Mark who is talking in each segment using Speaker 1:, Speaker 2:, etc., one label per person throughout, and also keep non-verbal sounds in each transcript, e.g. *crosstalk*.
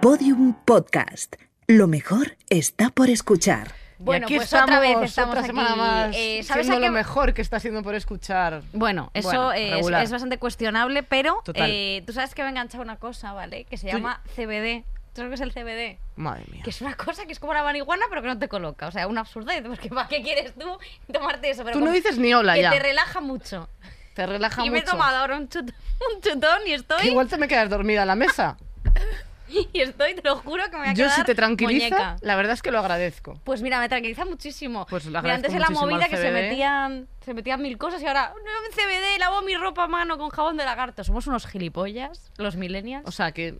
Speaker 1: Podium Podcast. Lo mejor está por escuchar.
Speaker 2: Bueno,
Speaker 3: aquí
Speaker 2: pues
Speaker 3: estamos,
Speaker 2: otra vez estamos
Speaker 3: otra
Speaker 2: aquí.
Speaker 3: semana más,
Speaker 2: Eh, ¿sabes
Speaker 3: siendo
Speaker 2: a qué-
Speaker 3: lo mejor que está haciendo por escuchar.
Speaker 2: Bueno, eso
Speaker 3: Bueno,
Speaker 2: eh, es,
Speaker 3: regular.
Speaker 2: es bastante cuestionable, pero
Speaker 3: Total.
Speaker 2: eh, tú sabes que me he enganchado una cosa, ¿vale? Que se
Speaker 3: Tú-
Speaker 2: llama CBD. ¿Tú sabes qué es el CBD?
Speaker 3: Madre mía.
Speaker 2: Que es una cosa que es como la marihuana, pero que no te coloca. O sea, una absurdez, *laughs* porque ¿para qué quieres tú tomarte eso? Pero
Speaker 3: Tú
Speaker 2: como
Speaker 3: no dices ni hola
Speaker 2: que
Speaker 3: ya.
Speaker 2: te relaja mucho.
Speaker 3: Te relaja
Speaker 2: y
Speaker 3: mucho.
Speaker 2: me he tomado ahora un chutón, *laughs* un chutón y
Speaker 3: Que
Speaker 2: estoy,
Speaker 3: igual te me quedas dormida en la mesa.
Speaker 2: *laughs* y estoy, te lo juro que *laughs* me voy a
Speaker 3: Yo
Speaker 2: quedar
Speaker 3: si te tranquiliza,
Speaker 2: muñeca.
Speaker 3: la verdad es que lo agradezco.
Speaker 2: Pues mira, me tranquiliza muchísimo.
Speaker 3: Pues lo
Speaker 2: Mira,
Speaker 3: agradezco
Speaker 2: antes era
Speaker 3: muchísimo
Speaker 2: movida
Speaker 3: al
Speaker 2: que se
Speaker 3: CBD.
Speaker 2: metían, se metían mil cosas y ahora no, CBD, lavo mi ropa a mano con jabón de lagarto. Somos unos gilipollas, los millennials.
Speaker 3: O sea, que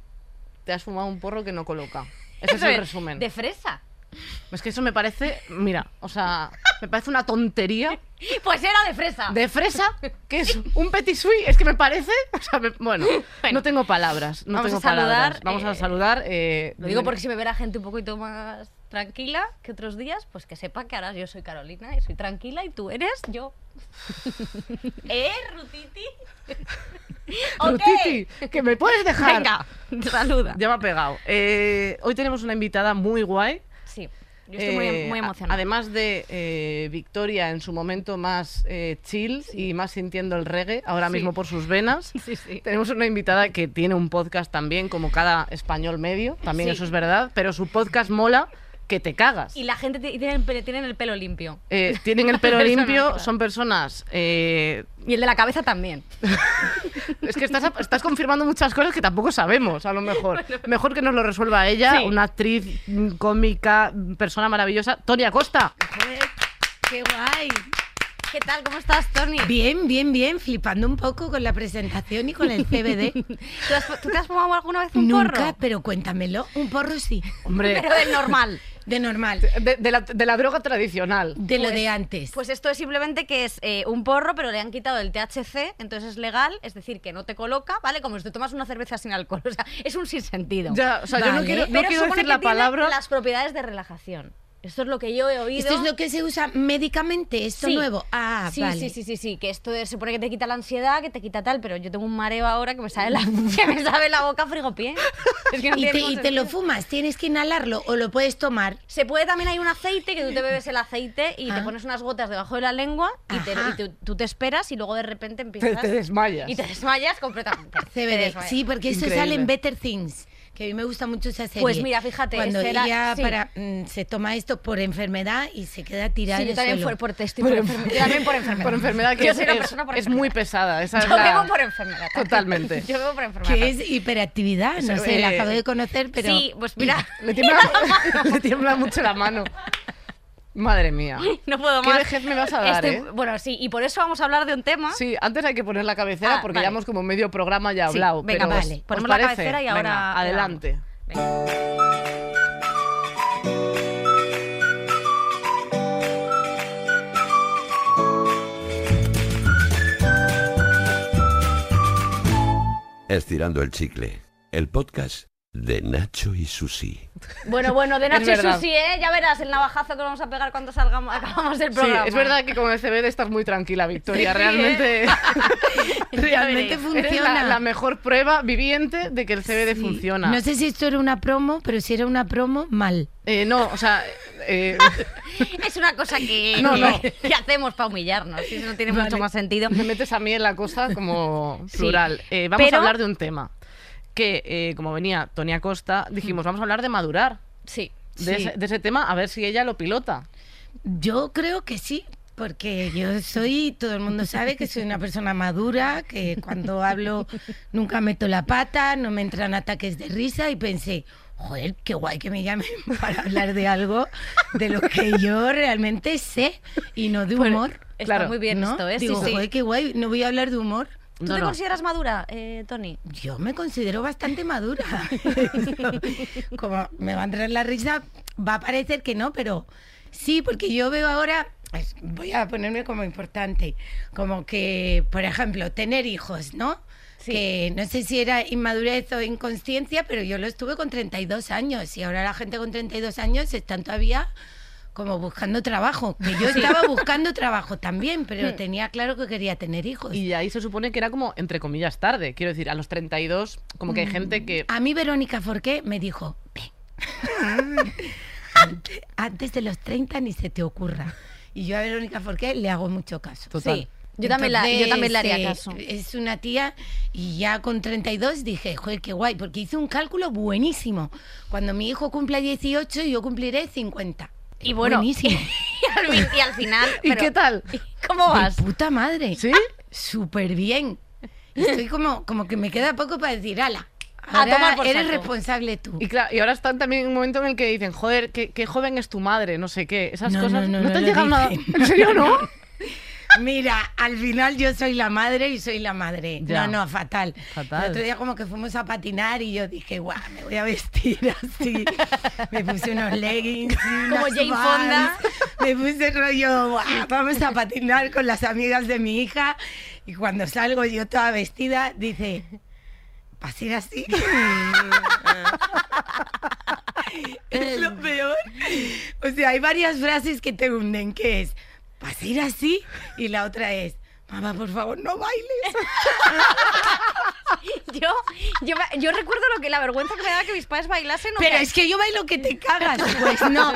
Speaker 3: te has fumado un porro que no coloca. Ese es
Speaker 2: Eso
Speaker 3: el resumen.
Speaker 2: De fresa. *laughs*
Speaker 3: Es que eso me parece, mira, o sea, me parece
Speaker 2: *laughs*
Speaker 3: una tontería
Speaker 2: Pues era de fresa.
Speaker 3: de fresa, que es un petit sui, es que me parece, o sea, me- bueno, no tengo palabras, no
Speaker 2: Vamos a
Speaker 3: tengo palabras.
Speaker 2: saludar,
Speaker 3: Vamos a
Speaker 2: eh,
Speaker 3: saludar. eh,
Speaker 2: Lo digo porque si me verá gente un poquito más tranquila que otros días, pues que sepa que ahora yo soy Carolina y soy tranquila y tú eres
Speaker 3: *laughs*
Speaker 2: yo. ¿Eh, Rutiti? ¿O qué?
Speaker 3: Rutiti, que me puedes dejar.
Speaker 2: Venga, saluda.
Speaker 3: Ya me ha pegado. Eh, hoy tenemos una invitada muy guay.
Speaker 2: Sí, yo estoy muy, em-
Speaker 3: Eh,
Speaker 2: muy
Speaker 3: a-
Speaker 2: emocionada.
Speaker 3: Además de eh, Victoria en su momento más eh, chill y más sintiendo el reggae, ahora
Speaker 2: Sí.
Speaker 3: mismo por sus venas.
Speaker 2: *laughs* Sí, sí.
Speaker 3: Tenemos una invitada que tiene un podcast también, como cada español medio, también
Speaker 2: Sí.
Speaker 3: eso es verdad, pero su podcast mola que te cagas.
Speaker 2: Y la gente ti- tiene el, pe- tienen el pelo limpio.
Speaker 3: Eh, tienen el
Speaker 2: *laughs*
Speaker 3: pelo
Speaker 2: Personas,
Speaker 3: limpio,
Speaker 2: claro.
Speaker 3: son personas... eh,
Speaker 2: Y el de la cabeza también.
Speaker 3: es que estás, estás confirmando muchas cosas que tampoco sabemos, a lo
Speaker 2: *laughs*
Speaker 3: mejor. Mejor que nos lo resuelva ella,
Speaker 2: Sí.
Speaker 3: una actriz mm, cómica, mm, persona maravillosa, Tonia Costa.
Speaker 4: Joder, qué guay.
Speaker 2: *laughs* ¿Qué tal? ¿Cómo estás, Tony?
Speaker 4: Bien, bien, bien, flipando un poco con la presentación y con el CBD.
Speaker 2: ¿Tú, has fu- tú te has fumado alguna vez *laughs* un
Speaker 4: Nunca,
Speaker 2: porro?
Speaker 4: pero cuéntamelo. Un porro sí,
Speaker 3: Hombre,
Speaker 2: *laughs* Pero del *laughs* normal.
Speaker 4: de normal,
Speaker 3: De, de la, de la droga tradicional.
Speaker 4: de lo
Speaker 2: Pues-
Speaker 4: de antes.
Speaker 2: Pues esto es simplemente que es eh, un porro, pero le han quitado el THC, entonces es legal, es decir, que no te coloca, ¿vale? Como si te tomas una cerveza sin alcohol. *laughs* O sea, es un sinsentido.
Speaker 3: Ya, o sea, yo no
Speaker 4: Vale.
Speaker 3: quiero, no
Speaker 2: pero
Speaker 3: quiero
Speaker 2: supone
Speaker 3: decir
Speaker 2: que
Speaker 3: la
Speaker 2: tiene
Speaker 3: palabra.
Speaker 2: las propiedades de relajación. Esto es lo que yo he oído.
Speaker 4: Esto es lo que se usa médicamente, esto
Speaker 2: Sí.
Speaker 4: nuevo. Ah,
Speaker 2: sí,
Speaker 4: vale.
Speaker 2: sí, sí, sí, sí, que esto se supone que te quita la ansiedad, que te quita tal, pero yo tengo un mareo ahora que me sale la, *laughs* que me sabe la boca a frigopié. Es que no
Speaker 4: Y
Speaker 2: tiene
Speaker 4: te,
Speaker 2: ningún
Speaker 4: y te lo
Speaker 2: sentido.
Speaker 4: fumas, tienes que inhalarlo o lo puedes tomar.
Speaker 2: Se puede también, hay un aceite que tú te bebes el aceite y te
Speaker 4: Ah.
Speaker 2: pones unas gotas debajo de la lengua y, te,
Speaker 4: Ajá.
Speaker 2: y tú, tú te esperas y luego de repente empiezas...
Speaker 3: Te, te desmayas.
Speaker 2: Y te desmayas
Speaker 4: *laughs*
Speaker 2: completamente. Te
Speaker 4: CBD,
Speaker 2: desmayas.
Speaker 4: sí, porque eso
Speaker 3: Increíble.
Speaker 4: sale en Better Things, que a mí me gusta mucho esa serie.
Speaker 2: Pues mira, fíjate,
Speaker 4: Cuando
Speaker 2: ese era-
Speaker 4: ella
Speaker 2: sí.
Speaker 4: para, mm, se toma esto por enfermedad y se queda tirada
Speaker 2: Sí,
Speaker 4: en
Speaker 2: yo
Speaker 4: el
Speaker 2: también
Speaker 4: suelo.
Speaker 2: por, por, estoy por enfermedad. Yo también por enfermedad.
Speaker 3: *laughs* Por enfermedad que
Speaker 2: Yo
Speaker 3: es,
Speaker 2: soy una
Speaker 3: es-
Speaker 2: persona por
Speaker 3: es
Speaker 2: enfermedad.
Speaker 3: muy pesada. Esa es
Speaker 2: Yo
Speaker 3: la-
Speaker 2: bebo por enfermedad.
Speaker 3: Totalmente.
Speaker 2: *laughs* Yo bebo por enfermedad.
Speaker 4: Que es hiperactividad, no
Speaker 3: Eso,
Speaker 4: sé, la
Speaker 3: eh,
Speaker 4: acabo de conocer, pero...
Speaker 2: Sí, pues
Speaker 4: *clears throat*
Speaker 2: mira,
Speaker 3: Le tiembla, le tiembla *laughs* mucho la mano. Madre mía.
Speaker 2: no puedo
Speaker 3: Ah. ¿Qué
Speaker 2: más.
Speaker 3: vejez me vas a dar,
Speaker 2: Estoy-
Speaker 3: eh?
Speaker 2: Bueno, sí, y por eso vamos a hablar de un tema.
Speaker 3: Sí, antes hay que poner la cabecera
Speaker 2: Ah,
Speaker 3: porque
Speaker 2: vale.
Speaker 3: ya hemos como medio programa ya
Speaker 2: Sí,
Speaker 3: hablado.
Speaker 2: venga,
Speaker 3: pero
Speaker 4: vale.
Speaker 3: ¿os- os
Speaker 2: Ponemos la
Speaker 3: parece?
Speaker 2: cabecera y
Speaker 3: Venga,
Speaker 2: ahora-
Speaker 3: adelante.
Speaker 2: Venga.
Speaker 5: Estirando el chicle, el podcast de Nacho y Susi.
Speaker 2: Bueno, bueno, de Nacho y
Speaker 3: Es verdad.
Speaker 2: Susi, ¿eh? Ya verás el navajazo que vamos a pegar cuando salgamos, acabamos del
Speaker 3: Sí,
Speaker 2: programa.
Speaker 3: es verdad que con el CBD estás muy tranquila,
Speaker 2: Sí,
Speaker 3: Victoria.
Speaker 2: sí,
Speaker 3: realmente
Speaker 4: *laughs*
Speaker 2: *laughs*
Speaker 3: *laughs*
Speaker 4: Realmente
Speaker 2: Eres
Speaker 4: funciona.
Speaker 3: eres la, la mejor prueba viviente de que el CBD
Speaker 4: Sí.
Speaker 3: funciona.
Speaker 4: No sé si esto era una promo, pero si era una promo, mal.
Speaker 3: Eh, no, o sea, eh,
Speaker 2: Es una cosa que,
Speaker 3: No,
Speaker 2: *laughs*
Speaker 3: no.
Speaker 2: que hacemos para humillarnos, si eso no tiene mucho más sentido.
Speaker 3: me metes a mí en la cosa como
Speaker 2: Sí,
Speaker 3: plural. Eh, vamos
Speaker 2: pero-
Speaker 3: a hablar de un tema que, eh, como venía Tonia Costa, dijimos, vamos a hablar de madurar,
Speaker 2: Sí.
Speaker 3: de,
Speaker 4: Sí.
Speaker 3: ese, de ese tema, a ver si ella lo pilota.
Speaker 4: Yo creo que sí, porque yo soy, todo el mundo sabe que soy una persona madura, que cuando hablo nunca meto la pata, no me entran ataques de risa y pensé, joder, qué guay que me llamen *laughs* para hablar de algo de lo que yo realmente sé y no de humor.
Speaker 2: Está
Speaker 3: Claro,
Speaker 2: muy bien
Speaker 4: ¿no?
Speaker 2: esto, ¿eh? Sí,
Speaker 4: Digo,
Speaker 2: sí.
Speaker 4: joder, qué guay, no voy a hablar de humor.
Speaker 2: ¿Tú
Speaker 3: No,
Speaker 2: te
Speaker 3: no.
Speaker 2: consideras madura, eh, Tony?
Speaker 4: Yo me considero bastante madura. *laughs* Como me va a entrar la risa, va a parecer que no, pero sí, porque yo veo ahora, es- voy a ponerme como importante, como que, por ejemplo, tener hijos, ¿no?
Speaker 2: Sí.
Speaker 4: Que no sé si era inmadurez o inconsciencia, pero yo lo estuve con 32 años y ahora la gente con 32 años están todavía como buscando trabajo. Que yo estaba buscando trabajo también, pero tenía claro que quería tener hijos.
Speaker 3: Y ahí se supone que era como, entre comillas, tarde. Quiero decir, a los 32, como que hay gente que...
Speaker 4: A mí Verónica Forqué me dijo,
Speaker 3: *laughs*
Speaker 4: ven, antes, antes de los 30 ni se te ocurra. Y yo a Verónica Forqué le hago mucho caso.
Speaker 3: Total.
Speaker 2: Sí. Yo también, la, yo
Speaker 4: Entonces,
Speaker 2: también le haría
Speaker 4: eh,
Speaker 2: caso.
Speaker 4: Es una tía y ya con 32 dije, joder, qué guay, porque hice un cálculo buenísimo. Cuando mi hijo cumpla 18, yo cumpliré 50.
Speaker 2: Y bueno,
Speaker 4: Buenísimo.
Speaker 2: Y *laughs* al, fin- y al final.
Speaker 3: ¿Y
Speaker 2: pero-
Speaker 3: qué tal?
Speaker 2: *laughs* ¿Cómo
Speaker 3: *laughs*
Speaker 4: De
Speaker 2: vas? *laughs*
Speaker 4: puta madre.
Speaker 3: ¿Sí?
Speaker 4: Súper bien. Estoy como, como que me queda poco para decir, ala,
Speaker 2: A
Speaker 4: ahora
Speaker 2: tomar por
Speaker 4: eres
Speaker 2: saco".
Speaker 4: responsable tú.
Speaker 3: Y, claro, y ahora están también en un momento en el que dicen, joder, qué, qué joven es tu madre, no sé qué. Esas
Speaker 4: No,
Speaker 3: cosas.
Speaker 4: no,
Speaker 3: No,
Speaker 4: no,
Speaker 3: te
Speaker 4: no
Speaker 3: han
Speaker 4: lo
Speaker 3: llegado nada.
Speaker 4: dicen.
Speaker 3: ¿En serio,
Speaker 4: *laughs*
Speaker 3: no?
Speaker 4: Mira, al final yo soy la madre y soy la madre.
Speaker 3: Ya.
Speaker 4: No, no, fatal.
Speaker 3: Fatal.
Speaker 4: El otro día como que fuimos a patinar y yo dije, guau, me voy a vestir *laughs* así. me puse unos leggings, y
Speaker 2: Como
Speaker 4: unas
Speaker 2: Jane Fonda.
Speaker 4: Vans. *laughs* Me puse rollo, guau, vamos a patinar con las amigas de mi hija. Y cuando salgo yo toda vestida, dice, ¿vas a ir así?
Speaker 2: *laughs*
Speaker 4: es lo peor. O sea, hay varias frases que te hunden, que es, ¿vas a ir así? Y la otra es, mamá, por favor,
Speaker 2: *laughs*
Speaker 4: no bailes.
Speaker 2: Yo, yo, me- yo recuerdo lo que la vergüenza que me daba que mis padres bailasen. o
Speaker 4: Pero
Speaker 2: que-
Speaker 4: es que yo bailo que te cagas.
Speaker 2: *laughs*
Speaker 4: Pues no,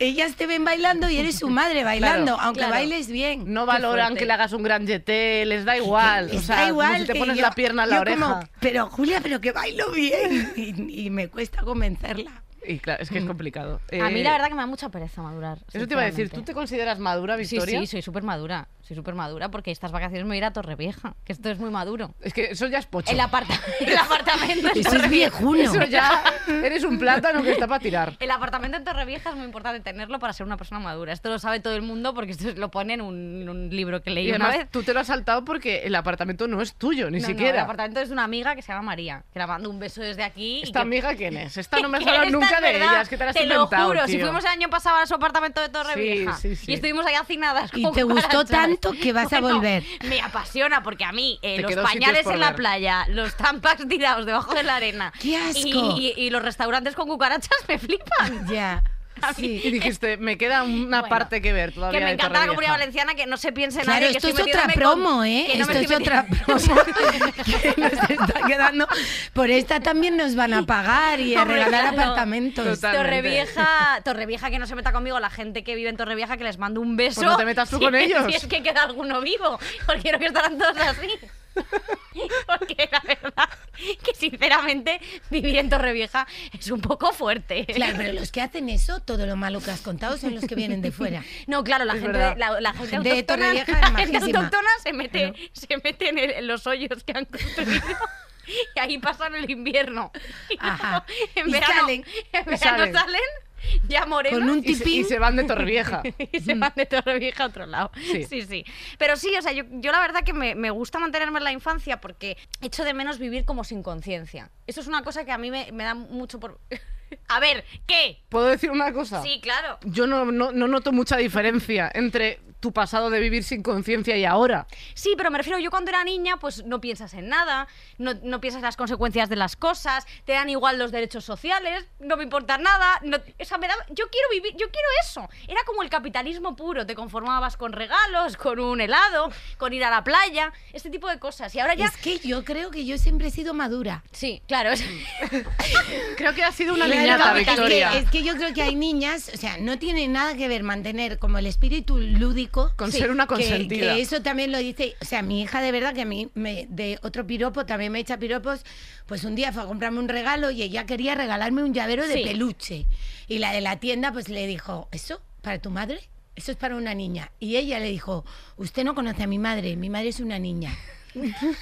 Speaker 4: ellas te ven bailando y eres su madre bailando,
Speaker 3: Claro,
Speaker 4: aunque
Speaker 2: claro.
Speaker 4: bailes bien.
Speaker 3: No
Speaker 2: Qué
Speaker 3: valoran
Speaker 2: fuerte.
Speaker 3: que le hagas un gran jeté, les da igual.
Speaker 4: Les
Speaker 3: o sea,
Speaker 4: da
Speaker 3: como
Speaker 4: igual
Speaker 3: si te
Speaker 4: que
Speaker 3: pones
Speaker 4: yo-
Speaker 3: la pierna en la
Speaker 4: yo
Speaker 3: oreja.
Speaker 4: como, pero Julia, pero que bailo bien. *laughs* Y, y me cuesta convencerla.
Speaker 3: Y claro,
Speaker 4: Mm.
Speaker 3: es que es complicado.
Speaker 2: A mí
Speaker 3: Eh,
Speaker 2: la verdad que me da mucha pereza madurar.
Speaker 3: Eso te iba a decir, ¿tú
Speaker 2: sinceramente.
Speaker 3: te consideras madura, Victoria?
Speaker 2: Sí, sí, soy súper madura. Soy súper madura porque estas vacaciones me voy a ir a Torrevieja, que esto es muy maduro.
Speaker 3: Es que eso ya es pocho.
Speaker 2: El, aparta- *laughs* el apartamento en
Speaker 4: Eso es
Speaker 2: Torrevieja-
Speaker 4: viejuno.
Speaker 2: *laughs*
Speaker 3: Eso ya eres un plátano que está para tirar.
Speaker 2: El apartamento en Torrevieja es muy importante tenerlo para ser una persona madura. Esto lo sabe todo el mundo porque esto lo pone en un, en un libro que leí
Speaker 3: Y
Speaker 2: una
Speaker 3: además,
Speaker 2: vez.
Speaker 3: tú te lo has saltado porque el apartamento no es tuyo, ni
Speaker 2: No, no, el
Speaker 3: siquiera.
Speaker 2: apartamento es de una amiga que se llama María, que la mando un beso desde aquí. y
Speaker 3: ¿Esta
Speaker 2: que-
Speaker 3: amiga quién
Speaker 2: *laughs*
Speaker 3: es? Esta no me has
Speaker 2: que
Speaker 3: hablado
Speaker 2: esta
Speaker 3: nunca
Speaker 2: es
Speaker 3: de
Speaker 2: verdad,
Speaker 3: ellas, que te la has
Speaker 2: Te lo
Speaker 3: inventado,
Speaker 2: juro, si
Speaker 3: tío.
Speaker 2: fuimos el año pasado a su apartamento de Torrevieja
Speaker 3: Sí, sí, sí.
Speaker 2: y estuvimos ahí hacinadas
Speaker 4: Y
Speaker 2: como
Speaker 4: te gustó
Speaker 2: cucarachas.
Speaker 4: tanto que vas a
Speaker 2: Bueno,
Speaker 4: volver.
Speaker 2: Me apasiona porque a mí eh,
Speaker 3: Te
Speaker 2: los
Speaker 3: quedó sitios
Speaker 2: pañales
Speaker 3: por
Speaker 2: en la
Speaker 3: ver.
Speaker 2: playa, los tampax *laughs* tirados debajo de la arena
Speaker 4: *laughs* ¡Qué asco!
Speaker 2: Y, y- y los restaurantes con cucarachas me flipan.
Speaker 4: Ya.
Speaker 2: A mí-
Speaker 3: Y dijiste, me queda una
Speaker 2: Bueno,
Speaker 3: parte que ver todavía
Speaker 2: que me
Speaker 3: de
Speaker 2: encanta la comunidad
Speaker 3: Torrevieja.
Speaker 2: valenciana, que no se piense
Speaker 4: Claro,
Speaker 2: nadie que
Speaker 4: esto es
Speaker 2: estoy
Speaker 4: otra
Speaker 2: metiéndome con-
Speaker 4: promo, ¿eh?
Speaker 2: que no
Speaker 4: Esto
Speaker 2: me
Speaker 4: es
Speaker 2: estoy
Speaker 4: otra
Speaker 2: metiendo-
Speaker 4: promo
Speaker 3: *laughs*
Speaker 4: *laughs* que nos está quedando. Por esta también nos van a pagar y a
Speaker 2: Hombre,
Speaker 4: regalar
Speaker 2: claro.
Speaker 4: apartamentos.
Speaker 3: Total. Totalmente.
Speaker 2: Torrevieja, Torrevieja que no se meta conmigo, la gente que vive en Torrevieja que les mando un beso.
Speaker 3: Pues no te metas tú
Speaker 2: *laughs* si-
Speaker 3: con ellos.
Speaker 2: Si es que queda alguno vivo, porque creo que estarán todos así. *laughs* Porque la verdad que sinceramente vivir en Torrevieja es un poco fuerte.
Speaker 4: Claro, pero los que hacen eso, todo lo malo que has contado, son los que vienen de
Speaker 3: *laughs*
Speaker 4: fuera.
Speaker 2: No, claro, la
Speaker 3: Es
Speaker 2: gente,
Speaker 3: verdad.
Speaker 2: la, la gente
Speaker 4: gente de
Speaker 2: autóctona,
Speaker 4: Torrevieja es
Speaker 2: la gente
Speaker 4: majísima.
Speaker 2: autóctona se mete, se mete en, el- en los hoyos que han construido. Y ahí pasan el invierno. *laughs* Y
Speaker 4: Ajá.
Speaker 2: luego, En
Speaker 4: Y
Speaker 2: verano,
Speaker 4: salen,
Speaker 2: en
Speaker 3: y
Speaker 2: verano
Speaker 3: salen.
Speaker 2: salen. ya morenos.
Speaker 4: Con un
Speaker 3: Y se, y
Speaker 4: tipín.
Speaker 3: se van de *laughs* Torrevieja.
Speaker 2: *laughs* y se van de Torrevieja a otro lado.
Speaker 3: Sí.
Speaker 2: Sí, sí. Pero sí, o sea, yo, yo la verdad que me, me gusta mantenerme en la infancia porque echo de menos vivir como sin conciencia. Eso es una cosa que a mí me, me da mucho por... *laughs* A ver, ¿qué?
Speaker 3: ¿Puedo decir una cosa?
Speaker 2: Sí, claro.
Speaker 3: Yo no, no- no noto mucha diferencia entre tu pasado de vivir sin conciencia y ahora.
Speaker 2: Sí, pero me refiero, yo cuando era niña, pues no piensas en nada, no, no piensas en las consecuencias de las cosas, te dan igual los derechos sociales, no me importa nada. no- o sea, me da- yo quiero vivir, yo quiero eso. Era como el capitalismo puro, te conformabas con regalos, con un helado, con ir a la playa, este tipo de cosas. Y ahora ya.
Speaker 4: Es que yo creo que yo siempre he sido madura.
Speaker 2: Sí, claro. es-
Speaker 3: Creo que ha sido una
Speaker 4: Claro,
Speaker 3: niñata,
Speaker 4: porque es que-
Speaker 3: Victoria.
Speaker 4: Es que, yo creo que hay niñas, o sea, no tiene nada que ver mantener como el espíritu lúdico.
Speaker 3: Con ser una
Speaker 4: que-
Speaker 3: consentida.
Speaker 4: Que, eso también lo dice, o sea, mi hija de verdad que a mí me- de otro piropo también me echa piropos. Pues un día fue a comprarme un regalo y ella quería regalarme un llavero de
Speaker 2: Sí.
Speaker 4: peluche. Y la de la tienda pues le dijo, ¿eso para tu madre? Eso es para una niña. Y ella le dijo, usted no conoce a mi madre, mi madre es una niña.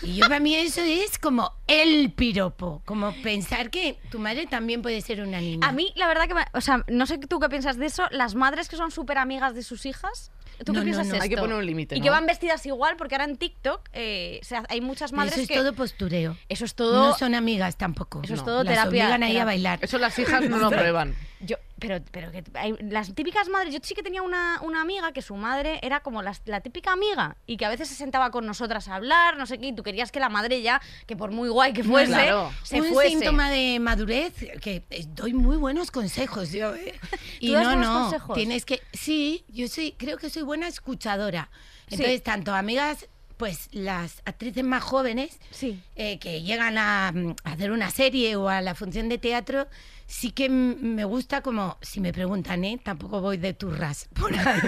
Speaker 4: Y yo para mí eso es como el piropo, como pensar que tu madre también puede ser una niña.
Speaker 2: A mí, la verdad que. me- o sea, no sé tú qué piensas de eso, las madres que son súper amigas de sus hijas. ¿Tú qué
Speaker 4: No, no,
Speaker 2: piensas
Speaker 4: no.
Speaker 2: esto?
Speaker 3: Hay que poner un límite,
Speaker 2: Y
Speaker 3: ¿no?
Speaker 2: que van vestidas igual, porque ahora en TikTok eh, se ha- hay muchas
Speaker 4: Pero
Speaker 2: madres
Speaker 4: eso es
Speaker 2: que.
Speaker 4: todo postureo.
Speaker 2: Eso es todo.
Speaker 4: No son amigas tampoco.
Speaker 2: Eso es
Speaker 4: No.
Speaker 2: todo
Speaker 4: Las
Speaker 2: terapia-
Speaker 4: obligan ahí a
Speaker 2: terapia.
Speaker 4: bailar.
Speaker 3: *laughs* Eso las hijas no lo aprueban.
Speaker 2: Yo, Pero, pero que hay- las típicas madres, yo sí que tenía una, una amiga que su madre era como las- la, típica amiga y que a veces se sentaba con nosotras a hablar, no sé qué, y tú querías que la madre ya, que por muy guay que fuese,
Speaker 3: Claro.
Speaker 2: se
Speaker 4: un
Speaker 2: fuese.
Speaker 4: síntoma de madurez que eh, doy muy buenos consejos yo ¿eh? y
Speaker 2: *laughs* ¿Tú das
Speaker 4: no
Speaker 2: buenos
Speaker 4: no
Speaker 2: consejos?
Speaker 4: tienes que sí yo soy creo que soy buena escuchadora entonces tanto amigas pues las actrices más jóvenes
Speaker 2: Sí.
Speaker 4: eh, que llegan a, mm, a hacer una serie o a la función de teatro, sí que m- me gusta como, si me preguntan, ¿eh? tampoco voy de turras, *laughs* por ahí.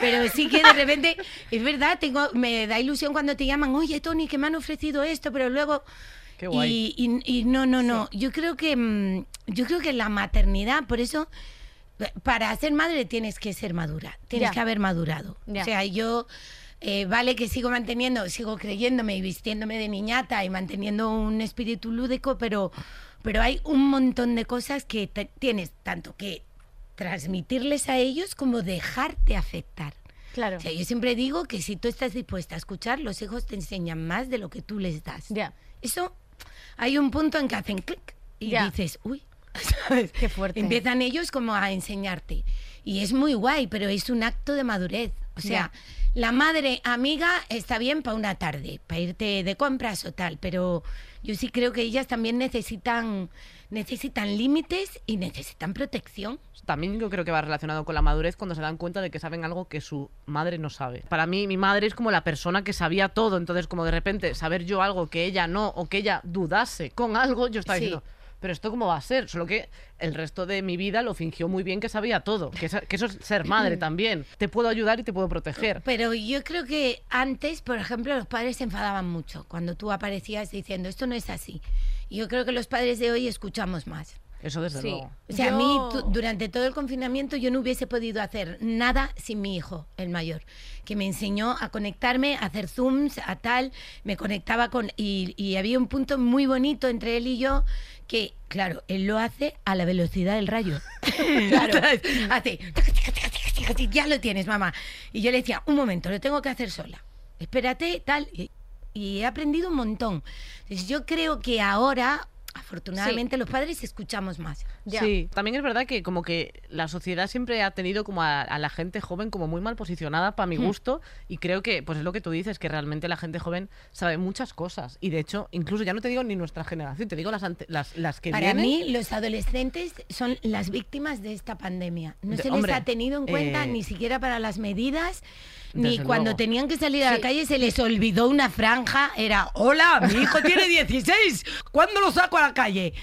Speaker 4: pero sí que de repente, es verdad, tengo, me da ilusión cuando te llaman, oye Tony, que me han ofrecido esto, pero luego...
Speaker 3: Qué guay.
Speaker 4: Y, y- y no, no, no, yo creo que mm, yo creo que la maternidad, por eso, eh, para ser madre tienes que ser madura, tienes
Speaker 2: Ya.
Speaker 4: que haber madurado.
Speaker 2: Ya.
Speaker 4: O sea, yo, eh, vale que sigo manteniendo, sigo creyéndome y vistiéndome de niñata y manteniendo un espíritu lúdico, pero, pero hay un montón de cosas que te- tienes tanto que transmitirles a ellos como dejarte afectar.
Speaker 2: Claro.
Speaker 4: O sea, yo siempre digo que si tú estás dispuesta a escuchar, los hijos te enseñan más de lo que tú les das.
Speaker 2: Ya.
Speaker 4: Eso, hay un punto en que hacen clic y
Speaker 2: Ya.
Speaker 4: dices, uy, *laughs* ¿sabes?
Speaker 2: Qué fuerte.
Speaker 4: Empiezan ellos como a enseñarte. Y es muy guay, pero es un acto de madurez. O sea,
Speaker 2: Ya.
Speaker 4: la madre amiga está bien para una tarde, para irte de compras o tal, pero yo sí creo que ellas también necesitan, necesitan límites y necesitan protección.
Speaker 3: También yo creo que va relacionado con la madurez cuando se dan cuenta de que saben algo que su madre no sabe. Para mí, mi madre es como la persona que sabía todo. Entonces, como de repente saber yo algo que ella no o que ella dudase con algo, yo estaba
Speaker 4: Sí.
Speaker 3: diciendo, pero esto cómo va a ser. Solo que el resto de mi vida lo fingió muy bien que sabía todo. Que, esa- que eso es ser madre también. Te puedo ayudar y te puedo proteger.
Speaker 4: Pero yo creo que antes, por ejemplo, los padres se enfadaban mucho cuando tú aparecías diciendo, esto no es así. Y Yo creo que los padres de hoy escuchamos más.
Speaker 3: Eso desde
Speaker 2: Sí.
Speaker 3: luego.
Speaker 4: O sea,
Speaker 2: Yo-
Speaker 4: a mí tu- durante todo el confinamiento yo no hubiese podido hacer nada sin mi hijo, el mayor, que me enseñó a conectarme, a hacer zooms, a tal, me conectaba con... Y, y había un punto muy bonito entre él y yo que, claro, él lo hace a la velocidad del rayo. claro, hace... taca, taca, taca, taca, taca, Ya lo tienes, mamá. Y yo le decía, un momento, lo tengo que hacer sola. Espérate, tal. Y, y he aprendido un montón. Entonces, yo creo que ahora... Afortunadamente los padres escuchamos más.
Speaker 2: Ya.
Speaker 3: Sí, también es verdad que como que la sociedad siempre ha tenido como a, a la gente joven como muy mal posicionada para
Speaker 4: Hmm.
Speaker 3: mi gusto y creo que pues es lo que tú dices, que realmente la gente joven sabe muchas cosas y de hecho incluso ya no te digo ni nuestra generación, te digo las, ante- las, las que
Speaker 4: Para
Speaker 3: vienen.
Speaker 4: mí, los adolescentes son las víctimas de esta pandemia. No
Speaker 3: De-
Speaker 4: se
Speaker 3: hombre,
Speaker 4: les ha tenido en cuenta
Speaker 3: eh,
Speaker 4: ni siquiera para las medidas,
Speaker 3: desde
Speaker 4: ni cuando
Speaker 3: luego.
Speaker 4: tenían que salir a la calle se les olvidó una franja. Era, hola, mi hijo
Speaker 3: *laughs*
Speaker 4: tiene 16, ¿cuándo lo saco a la calle?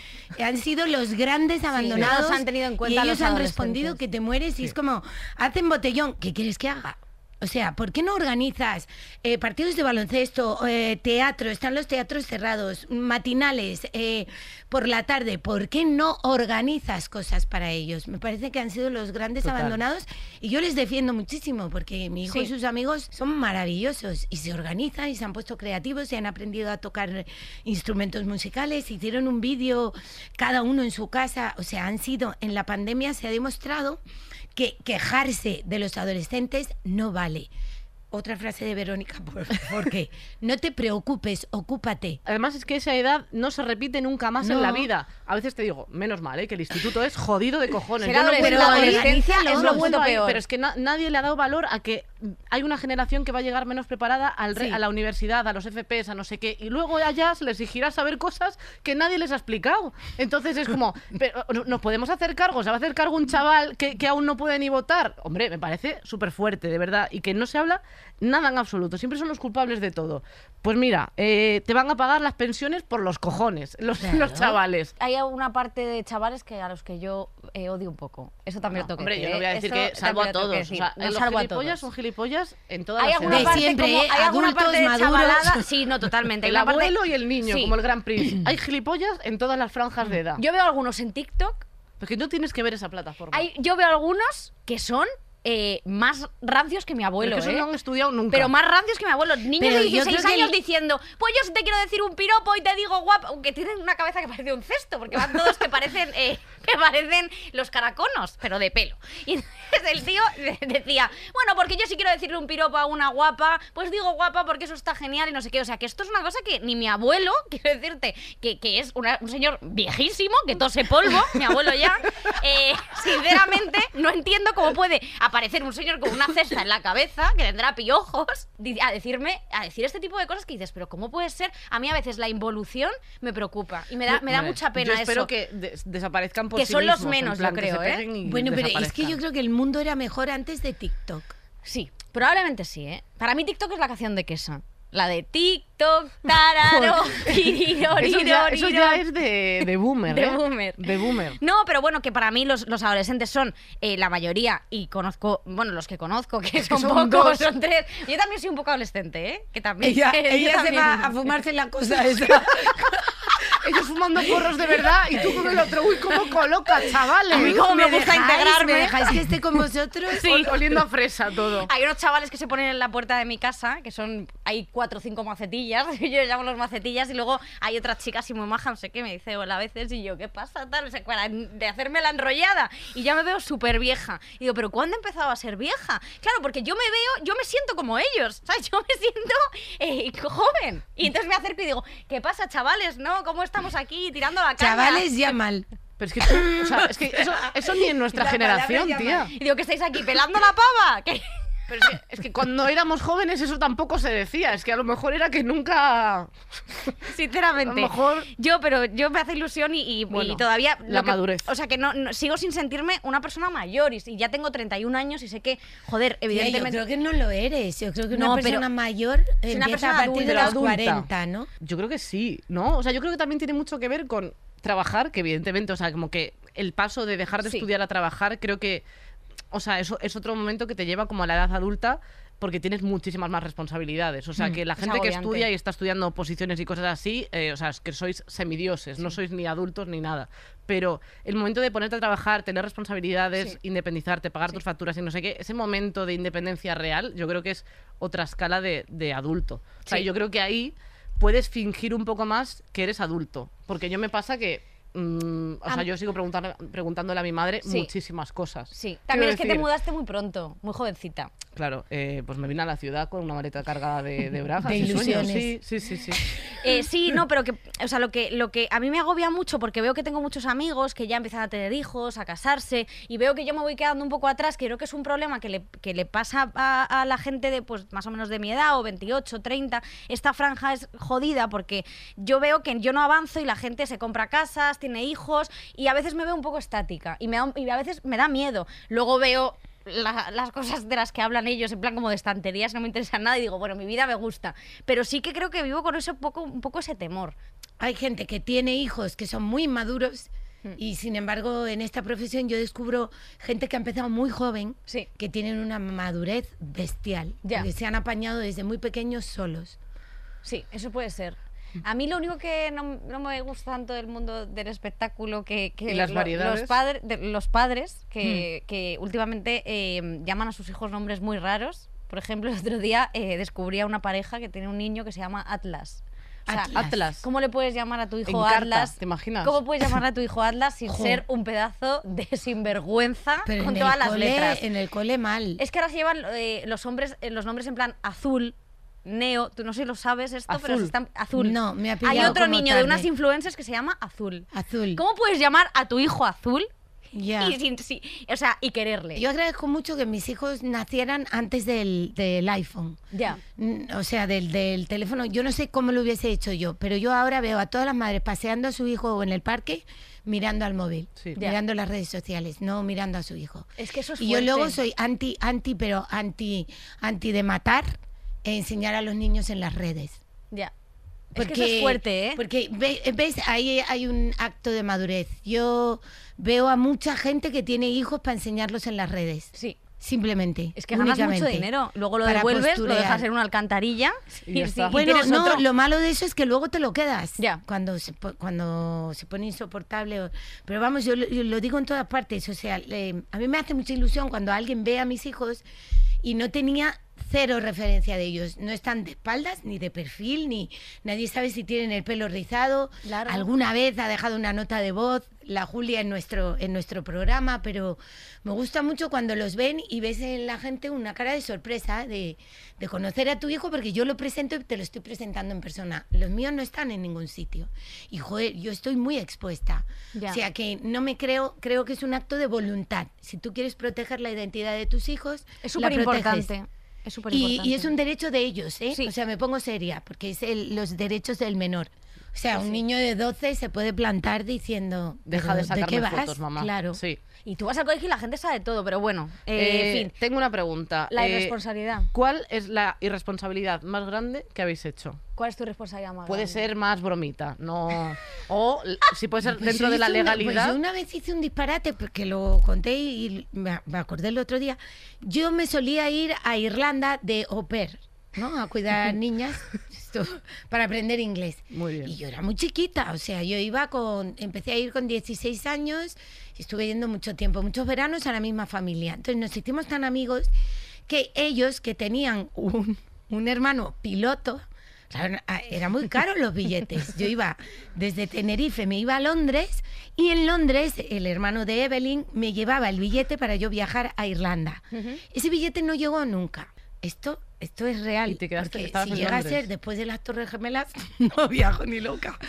Speaker 4: Han sido los grandes abandonados.
Speaker 2: han tenido en cuenta
Speaker 4: y
Speaker 2: a
Speaker 4: ellos
Speaker 2: los
Speaker 4: han respondido
Speaker 2: adolescentes.
Speaker 4: que te mueres y es como, hacen botellón, ¿qué quieres que haga? O sea, ¿por qué no organizas eh, partidos de baloncesto, eh, teatro, están los teatros cerrados, matinales, eh, por la tarde? ¿Por qué no organizas cosas para ellos? Me parece que han sido los grandes
Speaker 3: Total.
Speaker 4: abandonados y yo les defiendo muchísimo porque mi hijo
Speaker 2: Sí.
Speaker 4: y sus amigos son maravillosos y se organizan y se han puesto creativos y han aprendido a tocar instrumentos musicales, hicieron un vídeo cada uno en su casa, o sea, han sido, en la pandemia se ha demostrado que quejarse de los adolescentes no vale. Otra frase de Verónica, por favor, que no te preocupes, ocúpate.
Speaker 3: Además es que esa edad no se repite nunca más en la
Speaker 4: No.
Speaker 3: vida. A veces te digo, menos mal, ¿eh? que el instituto es jodido de cojones.
Speaker 2: Será
Speaker 3: Yo no
Speaker 2: adolescente,
Speaker 3: vuelvo
Speaker 4: pero
Speaker 3: ahí.
Speaker 2: adolescencia
Speaker 4: organízalo,
Speaker 2: es lo
Speaker 4: no
Speaker 2: bueno
Speaker 3: vuelvo ahí,
Speaker 2: peor.
Speaker 3: eh, Pero *laughs* es que na- nadie le ha dado valor a que hay una generación que va a llegar menos preparada al re-
Speaker 4: Sí.
Speaker 3: a la universidad, a los FPs, a no sé qué, y luego allá se les exigirá saber cosas que nadie les ha explicado. Entonces es
Speaker 2: *laughs*
Speaker 3: como, pero, no- ¿nos podemos hacer cargo? ¿Se va a hacer cargo un chaval que, que aún no puede ni votar? Hombre, me parece súper fuerte, de verdad, y que no se habla nada en absoluto. Siempre son los culpables de todo. Pues mira, eh, te van a pagar las pensiones por los cojones, los, *laughs* los chavales.
Speaker 2: hay una parte de chavales que a los que yo eh, odio un poco. Eso también
Speaker 3: No,
Speaker 2: lo tengo que
Speaker 3: hombre,
Speaker 2: decir.
Speaker 3: yo no voy a
Speaker 2: ¿eh?
Speaker 3: decir
Speaker 2: Eso
Speaker 3: que salvo
Speaker 2: también
Speaker 3: a
Speaker 2: lo tengo que
Speaker 3: todos. O
Speaker 2: decir.
Speaker 3: sea,
Speaker 2: No
Speaker 3: los
Speaker 2: salvo a
Speaker 3: gilipollas son
Speaker 2: todos.
Speaker 3: gilipollas en todas
Speaker 2: Hay
Speaker 3: las
Speaker 2: alguna
Speaker 4: De
Speaker 3: edades.
Speaker 2: parte
Speaker 4: siempre,
Speaker 2: como,
Speaker 4: ¿eh?
Speaker 2: hay alguna
Speaker 4: Adultos,
Speaker 2: parte de
Speaker 4: maduros.
Speaker 2: chavalada- sí, no, totalmente. Hay
Speaker 3: *laughs* El
Speaker 2: una parte-
Speaker 3: abuelo y el niño,
Speaker 2: Sí.
Speaker 3: como el Gran Prix. Hay gilipollas en todas las franjas de edad.
Speaker 2: Yo veo algunos en TikTok
Speaker 3: Porque no tienes que ver esa plataforma.
Speaker 2: Hay- yo veo algunos que son eh, más rancios que mi
Speaker 3: Pero
Speaker 2: abuelo.
Speaker 3: es que eso
Speaker 2: ¿eh?
Speaker 3: no han estudiado nunca.
Speaker 2: Pero más rancios que mi abuelo. Niños
Speaker 4: Pero
Speaker 2: de
Speaker 4: yo creo
Speaker 2: 16
Speaker 4: que el-
Speaker 2: años diciendo, pues yo si te quiero decir un piropo y te digo guapo, aunque tienen una cabeza que parece un cesto, porque van todos que parecen, eh, *laughs* que parecen los caraconos, pero de pelo. Y entonces el tío de- decía, bueno, porque yo si quiero decirle un piropo a una guapa, pues digo guapa porque eso está genial y no sé qué. O sea, que esto es una cosa que ni mi abuelo, *laughs* quiero decirte, que, que es una- un señor viejísimo, que tose polvo, mi abuelo ya, eh, sinceramente no entiendo cómo puede aparecer un señor con una cesta en la cabeza, que tendrá piojos, di- a decirme, a decir este tipo de cosas que dices, pero ¿cómo puede ser? A mí a veces la involución me preocupa y me da, me da
Speaker 3: Vale,
Speaker 2: mucha pena
Speaker 3: Yo espero
Speaker 2: eso.
Speaker 3: que des- desaparezcan por
Speaker 2: Que
Speaker 3: sí
Speaker 2: son los
Speaker 3: mismos, en
Speaker 2: menos, yo
Speaker 3: plan, que se
Speaker 2: creo, ¿eh?
Speaker 3: peguen y
Speaker 4: Bueno, pero es que
Speaker 3: desaparezcan.
Speaker 4: yo creo que el mundo era mejor antes de TikTok.
Speaker 2: Sí, probablemente sí, ¿eh? Para mí TikTok es la canción de queso. La de TikTok,
Speaker 3: *laughs*
Speaker 2: tararo, *laughs*
Speaker 3: Eso ya, eso ya
Speaker 2: irirorirón.
Speaker 3: es de, de boomer,
Speaker 2: De
Speaker 3: ¿eh?
Speaker 2: boomer.
Speaker 3: De boomer.
Speaker 2: No, pero bueno, que para mí los, los adolescentes son eh, la mayoría, y conozco, bueno, los que conozco, que son,
Speaker 3: son
Speaker 2: pocos,
Speaker 3: dos.
Speaker 2: son tres. Yo también soy un poco adolescente, ¿eh? Que también.
Speaker 4: Ella,
Speaker 2: *laughs* yo
Speaker 4: ella se
Speaker 2: también.
Speaker 4: va a fumarse
Speaker 2: *laughs*
Speaker 4: la cosa esa.
Speaker 3: Ellos fumando porros de verdad y tú con el otro, uy, cómo coloca, chavales.
Speaker 2: mí cómo me gusta integrarme.
Speaker 4: ¿Me dejáis que esté con vosotros?
Speaker 3: Ol- Oliendo a fresa todo.
Speaker 2: Hay unos chavales que se ponen en la puerta de mi casa, que son, hay cuatro o cinco macetillas, *laughs* yo les llamo los macetillas, y luego hay otras chicas y muy maja, no sé qué, me dice hola a veces, y yo, ¿qué pasa? Tal, o sea, para de hacerme la enrollada. Y ya me veo súper vieja. Y digo, ¿pero cuándo he empezado a ser vieja? Claro, porque yo me veo, yo me siento como ellos, ¿sabes? *laughs* Yo me siento eh, joven. Y entonces me acerco y digo, ¿qué pasa, chavales? ¿No? ¿Cómo estamos aquí tirando la caña?
Speaker 4: Chavales, ya mal.
Speaker 3: Pero es que, tú- o sea, es que eso, eso ni en nuestra
Speaker 4: La palabra
Speaker 3: generación,
Speaker 4: llama.
Speaker 3: tía.
Speaker 2: Y digo, ¿qué estáis aquí? ¿Pelando la pava? *laughs* ¿Qué?
Speaker 3: Pero es que, es que cuando éramos jóvenes eso tampoco se decía. Es que a lo mejor era que nunca.
Speaker 2: Sinceramente.
Speaker 3: A lo mejor-
Speaker 2: Yo, pero yo me hace ilusión y, y-
Speaker 3: Bueno,
Speaker 2: y todavía. lo
Speaker 3: la
Speaker 2: que-
Speaker 3: madurez.
Speaker 2: O sea, que no, no- sigo sin sentirme una persona mayor y, y ya tengo 31 años y sé que, joder,
Speaker 4: Tía, yo
Speaker 2: evidentemente.
Speaker 4: creo que no lo eres. Yo creo que una
Speaker 2: No, pero-
Speaker 4: persona mayor
Speaker 2: Es
Speaker 4: empieza
Speaker 2: una persona
Speaker 4: a partir de
Speaker 2: adulta.
Speaker 4: los
Speaker 3: Adulta.
Speaker 4: 40, ¿no?
Speaker 3: Yo creo que sí, ¿no? O sea, yo creo que también tiene mucho que ver con trabajar, que evidentemente, o sea, como que el paso de dejar de
Speaker 2: Sí.
Speaker 3: estudiar a trabajar, creo que, o sea, eso es otro momento que te lleva como a la edad adulta porque tienes muchísimas más responsabilidades. O sea, que la
Speaker 2: es
Speaker 3: gente que
Speaker 2: agobiante.
Speaker 3: estudia y está estudiando posiciones y cosas así, eh, o sea, es que sois semidioses, no sois ni adultos ni nada. Pero el momento de ponerte a trabajar, tener responsabilidades,
Speaker 2: Sí.
Speaker 3: independizarte, pagar tus facturas y no sé qué, ese momento de independencia real, yo creo que es otra escala de, de adulto. O sea,
Speaker 2: Sí.
Speaker 3: yo creo que ahí puedes fingir un poco más que eres adulto. Porque yo me pasa que. mm, o
Speaker 2: Am-
Speaker 3: sea, yo sigo preguntar- preguntándole a mi madre
Speaker 2: Sí.
Speaker 3: muchísimas cosas.
Speaker 2: Sí.
Speaker 3: Quiero
Speaker 2: También es que te
Speaker 3: decir,
Speaker 2: mudaste muy pronto, muy jovencita.
Speaker 3: Claro, eh, pues me vine a la ciudad con una maleta cargada de, de bragas.
Speaker 4: De
Speaker 3: y sueños,
Speaker 4: ilusiones.
Speaker 3: Sí, sí, sí. sí.
Speaker 2: Eh, sí, no, pero que, o sea, lo que, lo que a mí me agobia mucho porque veo que tengo muchos amigos que ya empiezan a tener hijos, a casarse, y veo que yo me voy quedando un poco atrás, que creo que es un problema que le, que le pasa a, a la gente de, pues, más o menos de mi edad, o 28, 30. Esta franja es jodida porque yo veo que yo no avanzo y la gente se compra casas, tiene hijos, y a veces me veo un poco estática, y, me da un- y a veces me da miedo. Luego veo la- las cosas de las que hablan ellos en plan como de estanterías no me interesan nada y digo bueno mi vida me gusta pero sí que creo que vivo con ese poco un poco ese temor
Speaker 4: Hay gente que tiene hijos que son muy maduros
Speaker 2: Hmm.
Speaker 4: y sin embargo en esta profesión yo descubro gente que ha empezado muy joven,
Speaker 2: Sí.
Speaker 4: que tienen una madurez bestial,
Speaker 2: Ya.
Speaker 4: que se han apañado desde muy pequeños solos.
Speaker 2: sí eso puede ser
Speaker 3: Mm.
Speaker 2: a mí lo único que no, no me gusta tanto del mundo del espectáculo que, que
Speaker 3: ¿Y las variedades? Mm.
Speaker 2: los, padre- de- los padres que, que últimamente eh, llaman a sus hijos nombres muy raros por ejemplo el otro día eh, descubrí a una pareja que tiene un niño que se llama Atlas O sea,
Speaker 4: Atlas.
Speaker 3: Atlas.
Speaker 2: ¿Cómo le puedes llamar a tu hijo
Speaker 3: Encarta,
Speaker 2: Atlas?
Speaker 3: ¿te imaginas?
Speaker 2: ¿Cómo puedes llamar a tu hijo Atlas
Speaker 3: *laughs*
Speaker 2: sin
Speaker 4: Jo.
Speaker 2: ser un pedazo de sinvergüenza
Speaker 4: Pero
Speaker 2: con
Speaker 4: en,
Speaker 2: todas
Speaker 4: el
Speaker 2: las
Speaker 4: cole,
Speaker 2: letras?
Speaker 4: en el cole mal.
Speaker 2: Es que ahora se llevan eh, los hombres eh, los nombres en plan azul, neo, tú no sé si lo sabes esto, pero
Speaker 3: Azul.
Speaker 2: se están azul.
Speaker 4: No, me ha
Speaker 2: Hay
Speaker 4: pillado
Speaker 2: otro
Speaker 4: como eh.
Speaker 2: niño de
Speaker 4: tarde.
Speaker 2: unas influencers que se llama Azul.
Speaker 4: Azul.
Speaker 2: ¿Cómo puedes llamar a tu hijo Azul?
Speaker 4: Ya.
Speaker 2: Y, sin- sí, o sea, y quererle.
Speaker 4: Yo agradezco mucho que mis hijos nacieran antes del, del iPhone.
Speaker 2: Ya.
Speaker 4: Mm, O sea, del, del teléfono. Yo no sé cómo lo hubiese hecho yo, pero yo ahora veo a todas las madres paseando a su hijo en el parque mirando al móvil,
Speaker 3: Sí.
Speaker 2: Ya.
Speaker 4: mirando las redes sociales, no mirando a su hijo.
Speaker 2: Es que eso es
Speaker 4: y yo luego
Speaker 2: fuerte.
Speaker 4: soy anti, anti, pero anti, anti de matar, e enseñar a los niños en las redes.
Speaker 2: Ya. Es que eso es fuerte, ¿eh?
Speaker 4: Porque ve- ves, ahí hay un acto de madurez. Yo veo a mucha gente que tiene hijos para enseñarlos en las redes.
Speaker 2: Sí.
Speaker 4: Simplemente.
Speaker 2: Es que ganas mucho
Speaker 4: únicamente.
Speaker 2: dinero. Luego lo
Speaker 4: Para
Speaker 2: devuelves, lo
Speaker 4: posturear.
Speaker 2: dejas en una alcantarilla
Speaker 3: Y
Speaker 2: y,
Speaker 3: ya
Speaker 2: si-
Speaker 3: está.
Speaker 2: y
Speaker 4: Bueno,
Speaker 2: tienes
Speaker 4: no,
Speaker 2: otro.
Speaker 4: lo malo de eso es que luego te lo quedas.
Speaker 2: Ya.
Speaker 4: Cuando se, po- cuando se pone insoportable. o- Pero vamos, yo lo, yo lo digo en todas partes. O sea, le- a mí me hace mucha ilusión cuando alguien ve a mis hijos y no tenía cero referencia de ellos. No están de espaldas, ni de perfil, ni nadie sabe si tienen el pelo rizado.
Speaker 2: Claro.
Speaker 4: Alguna vez ha dejado una nota de voz la Julia en nuestro, en nuestro programa, pero me gusta mucho cuando los ven y ves en la gente una cara de sorpresa de, de conocer a tu hijo, porque yo lo presento y te lo estoy presentando en persona. Los míos no están en ningún sitio. Y joder, yo estoy muy expuesta.
Speaker 2: Ya.
Speaker 4: O sea que no me creo, creo que es un acto de voluntad. Si tú quieres proteger la identidad de tus hijos,
Speaker 2: Es
Speaker 4: la
Speaker 2: súper
Speaker 4: proteges.
Speaker 2: importante. Es súper
Speaker 4: Y,
Speaker 2: importante.
Speaker 4: y es un derecho de ellos, ¿eh?
Speaker 2: Sí.
Speaker 4: O sea, me pongo seria, porque es el- los derechos del menor. O sea, un niño de 12 se puede plantar diciendo,
Speaker 3: Deja
Speaker 4: "¿Pero
Speaker 3: de sacarme
Speaker 4: qué vas?".
Speaker 3: fotos, mamá.
Speaker 4: Claro.
Speaker 3: Sí.
Speaker 2: Y tú vas al colegio y la gente sabe todo, pero bueno. eh,
Speaker 3: Eh,
Speaker 2: en fin,
Speaker 3: Tengo una pregunta.
Speaker 2: la
Speaker 3: Eh,
Speaker 2: irresponsabilidad.
Speaker 3: ¿Cuál es la irresponsabilidad más grande que habéis hecho?
Speaker 2: ¿Cuál es tu responsabilidad más
Speaker 3: Puede
Speaker 2: grande?
Speaker 3: ser más bromita,
Speaker 2: *laughs*
Speaker 3: no. O l- si puede ser
Speaker 4: Pues
Speaker 3: dentro
Speaker 4: yo
Speaker 3: de la
Speaker 4: hice una- pues
Speaker 3: legalidad.
Speaker 4: yo una vez hice un disparate, porque lo conté y me, me acordé el otro día. Yo me solía ir a Irlanda de au pair, ¿no?
Speaker 3: *laughs*
Speaker 4: A cuidar niñas esto, para aprender inglés.
Speaker 3: Muy bien.
Speaker 4: Y yo era muy chiquita, o sea, yo iba con, empecé a ir con 16 años y estuve yendo mucho tiempo, muchos veranos a la misma familia. Entonces nos hicimos tan amigos que ellos que tenían un, un hermano piloto, claro, a- era muy caro los billetes. Yo iba desde Tenerife, me iba a Londres y en Londres el hermano de Evelyn me llevaba el billete para yo viajar a Irlanda. Ese billete no llegó nunca. Esto, esto es real.
Speaker 3: Y te quedaste-
Speaker 4: porque
Speaker 3: estabas
Speaker 4: si
Speaker 3: en
Speaker 4: llega a
Speaker 3: Londres.
Speaker 4: ser después de las Torres Gemelas, *laughs* no viajo ni loca.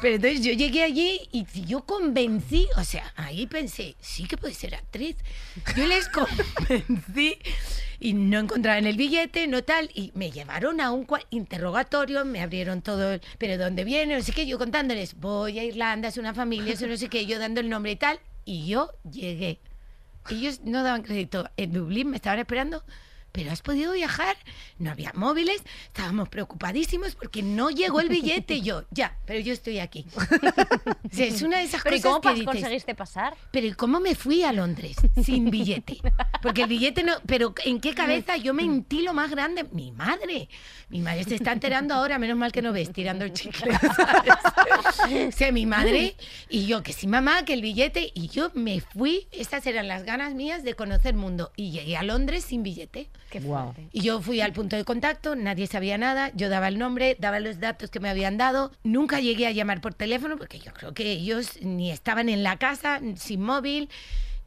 Speaker 4: Pero entonces yo llegué allí y si yo convencí, o sea, ahí pensé, sí que puede ser actriz. Yo les *laughs* convencí y no encontraban el billete, no tal, y me llevaron a un cua- interrogatorio, me abrieron todo, el, pero ¿dónde viene? No sé qué, yo contándoles, voy a Irlanda, es una familia, eso no sé qué, yo dando el nombre y tal, y yo llegué. Ellos no daban crédito. En Dublín me estaban esperando. Pero has podido viajar, no había móviles, estábamos preocupadísimos porque no llegó el billete. Y yo, ya, pero yo estoy aquí. *laughs* O sea, es una de esas
Speaker 2: Pero ¿y
Speaker 4: cosas
Speaker 2: cómo
Speaker 4: que
Speaker 2: pas-
Speaker 4: dices,
Speaker 2: conseguiste pasar?
Speaker 4: Pero ¿y cómo me fui a Londres sin billete? Porque el billete no. Pero ¿en qué cabeza yo mentí lo más grande? Mi madre. Mi madre se está enterando ahora, menos mal que no ves, tirando el chicle. *laughs* ¿sabes? O sea, mi madre y yo, que sí, mamá, que el billete. Y yo me fui. Esas eran las ganas mías de conocer mundo. Y llegué a Londres sin billete.
Speaker 2: Qué
Speaker 3: Guau.
Speaker 2: fuerte.
Speaker 4: Y yo fui al punto de contacto, nadie sabía nada, yo daba el nombre, daba los datos que me habían dado, nunca llegué a llamar por teléfono porque yo creo que ellos ni estaban en la casa, sin móvil,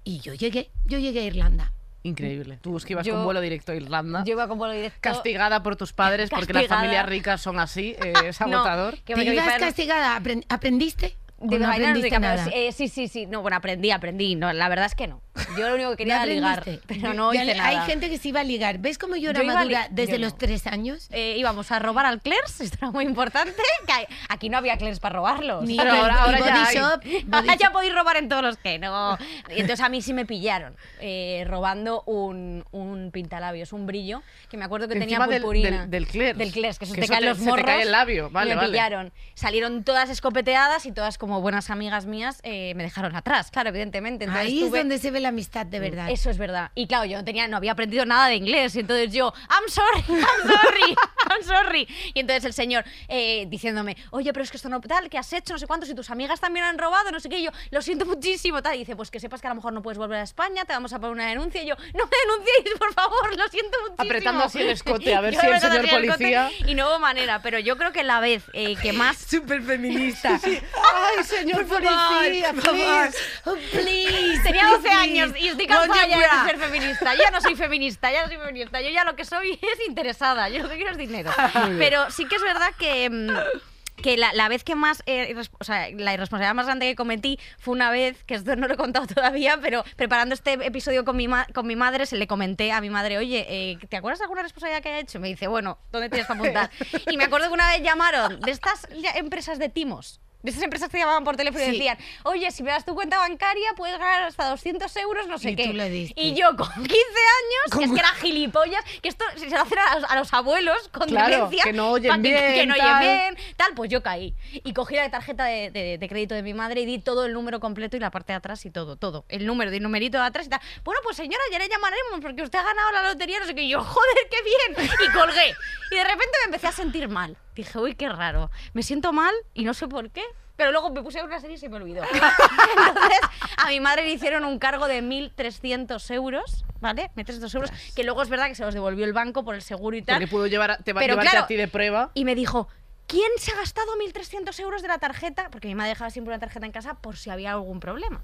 Speaker 4: y yo llegué, yo llegué a Irlanda.
Speaker 3: Increíble. Tú es que ibas
Speaker 2: Yo-
Speaker 3: con vuelo directo a Irlanda.
Speaker 2: Yo iba con vuelo directo.
Speaker 3: Castigada por tus padres porque las
Speaker 2: Castigada.
Speaker 3: familias ricas son así, eh, es
Speaker 2: *laughs* No,
Speaker 3: agotador.
Speaker 2: que
Speaker 4: ¿Te
Speaker 2: porque mi
Speaker 4: ibas
Speaker 2: padre-
Speaker 4: castigada? ¿Apren- ¿Aprendiste? ¿O
Speaker 2: de
Speaker 4: no
Speaker 2: bailar, no sé
Speaker 4: aprendiste
Speaker 2: qué, pero
Speaker 4: nada?
Speaker 2: sí, eh, sí, sí, sí. No, bueno, aprendí, aprendí. No, la verdad es que no. Yo lo único que quería
Speaker 4: ¿No *laughs*
Speaker 2: era ligar,
Speaker 4: aprendiste?
Speaker 2: pero no
Speaker 4: Ya
Speaker 2: hice
Speaker 4: le-
Speaker 2: nada.
Speaker 4: Hay gente que se iba a ligar. ¿Ves cómo yo era
Speaker 2: Yo iba a
Speaker 4: madura
Speaker 2: li-
Speaker 4: desde
Speaker 2: yo
Speaker 4: los
Speaker 2: no.
Speaker 4: tres años?
Speaker 2: Eh, íbamos a robar al Clers, *laughs* esto era muy importante. que hay- aquí no había Clers para robarlos.
Speaker 4: Ni
Speaker 3: pero
Speaker 4: Bel-
Speaker 3: ahora- ahora
Speaker 4: y
Speaker 3: ya
Speaker 4: Body
Speaker 2: *laughs*
Speaker 3: hay.
Speaker 4: Shop, Body
Speaker 2: Ahora ya
Speaker 4: Shop.
Speaker 2: podéis robar en todos los que no. Y entonces a mí sí me pillaron eh, robando un, un pintalabios, un brillo, que me acuerdo que
Speaker 3: Que
Speaker 2: tenía
Speaker 3: encima del-
Speaker 2: purpurina.
Speaker 3: del- del Clears.
Speaker 2: Del Clears, que, se
Speaker 3: Que
Speaker 2: te
Speaker 3: eso
Speaker 2: caen
Speaker 3: te-
Speaker 2: los
Speaker 3: se te
Speaker 2: morros.
Speaker 3: cae el labio.
Speaker 2: y
Speaker 3: Vale,
Speaker 2: me
Speaker 3: vale.
Speaker 2: pillaron. Salieron todas escopeteadas y todas como buenas amigas mías eh, me dejaron atrás, claro, evidentemente. Entonces Mm.
Speaker 4: Ahí es
Speaker 2: tuve-
Speaker 4: donde se ve la amistad de verdad.
Speaker 2: Eso es verdad. Y claro, yo no tenía, no había aprendido nada de inglés. Y entonces yo, I'm sorry,
Speaker 3: *laughs*
Speaker 2: I'm sorry, I'm sorry. Y entonces el señor eh, diciéndome, oye, pero es que esto no tal, que has hecho, no sé cuánto, si tus amigas también han robado, no sé qué, y yo, lo siento muchísimo, tal. Y dice, pues que sepas que a lo mejor no puedes volver a España, te vamos a poner una denuncia. Y yo, no me denunciéis, por favor, lo siento muchísimo.
Speaker 3: Apretando así el escote, a
Speaker 2: *laughs*
Speaker 3: ver
Speaker 2: Yo
Speaker 3: si el
Speaker 2: apretando
Speaker 3: señor
Speaker 2: así el escote
Speaker 3: policía-
Speaker 2: Y no hubo manera, pero yo creo que la vez eh,
Speaker 3: *laughs*
Speaker 2: que más
Speaker 4: Súper feminista.
Speaker 3: ¡Ay, señor
Speaker 4: Por favor, por favor. Oh, please,
Speaker 2: Tenía 12
Speaker 4: please,
Speaker 2: años y estoy
Speaker 4: want
Speaker 2: cansada
Speaker 4: your
Speaker 2: ya
Speaker 4: bra.
Speaker 2: de ser feminista. Yo no soy feminista, ya no soy feminista. Yo ya lo que soy *laughs* es interesada. Yo lo que quiero es dinero. Pero sí que es verdad que. mm, que la, la vez que más, eh, irres- o sea, la irresponsabilidad más grande que cometí fue una vez, que esto no lo he contado *laughs* todavía, pero preparando este episodio con mi, ma- con mi madre, se le comenté a mi madre, oye, eh, ¿te acuerdas de alguna responsabilidad que haya hecho? Y Me dice, bueno, ¿dónde tienes que apuntar? Y me acuerdo que una vez llamaron de estas ya- empresas de timos, De esas empresas que llamaban por teléfono y
Speaker 3: Sí.
Speaker 2: decían, oye, si me das tu cuenta bancaria puedes ganar hasta 200 euros, no sé
Speaker 4: Y
Speaker 2: qué.
Speaker 4: tú le diste.
Speaker 2: Y yo con 15 años, que es que era gilipollas, que esto se lo hacen a los, a los abuelos con
Speaker 3: Claro,
Speaker 2: demencia.
Speaker 3: que no oyen
Speaker 2: pa' Que, que
Speaker 3: bien,
Speaker 2: no
Speaker 3: tal.
Speaker 2: oyen bien, tal. Pues yo caí. Y cogí la tarjeta de, de- de crédito de mi madre y di todo el número completo y la parte de atrás y todo, todo. El número y numerito de atrás y tal. Bueno, pues señora, ya le llamaremos porque usted ha ganado la lotería, no sé qué. Y yo, joder, qué bien. Y colgué. Y de repente me empecé a sentir mal. Dije, uy, qué raro. Me siento mal y no sé por qué. Pero luego me puse a ver una serie y se me olvidó. *laughs* Entonces, a mi madre le hicieron un cargo de 1.300 euros, ¿vale? 1.300 euros, que luego es verdad que se los devolvió el banco por el seguro y tal.
Speaker 3: Porque puedo llevar, a- te va a
Speaker 2: Pero
Speaker 3: llevarte
Speaker 2: claro,
Speaker 3: a ti de prueba.
Speaker 2: Y me dijo, ¿quién se ha gastado 1.300 euros de la tarjeta? Porque mi madre dejaba siempre una tarjeta en casa por si había algún problema.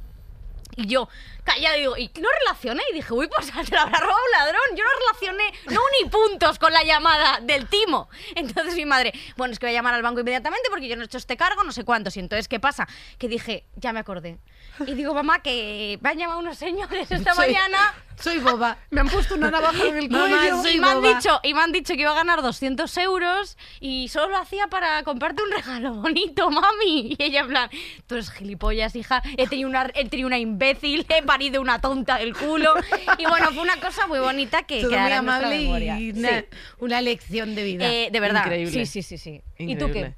Speaker 2: Y yo, callada, digo, y no relacioné. Y dije, uy, pues *laughs* se la habrá robado un ladrón. Yo no relacioné, no uní puntos con la llamada del timo. Entonces mi madre, bueno, es que voy a llamar al banco inmediatamente porque yo no he hecho este cargo, no sé cuántos. Y entonces, ¿qué pasa? Que dije, ya me acordé. Y digo, mamá, que me han llamado unos señores
Speaker 3: *laughs*
Speaker 2: esta
Speaker 4: Soy-
Speaker 2: mañana.
Speaker 4: Soy boba.
Speaker 3: Me han puesto una navaja en el
Speaker 4: Mamá,
Speaker 3: cuello.
Speaker 4: soy
Speaker 2: Y me, han
Speaker 4: boba.
Speaker 2: dicho, y me han dicho que iba a ganar 200 euros y solo lo hacía para comprarte un regalo bonito, mami. Y ella en plan, tú eres gilipollas, hija, he tenido una, he tenido una imbécil, he parido una tonta del culo. Y bueno, fue una cosa muy bonita que
Speaker 4: Todo muy
Speaker 2: quedará en nuestra
Speaker 4: amable
Speaker 2: memoria.
Speaker 4: y una,
Speaker 2: Sí.
Speaker 4: una lección de vida.
Speaker 2: Eh, de verdad.
Speaker 3: Increíble.
Speaker 2: Sí, sí, sí, sí. ¿Y tú qué?
Speaker 3: Increíble.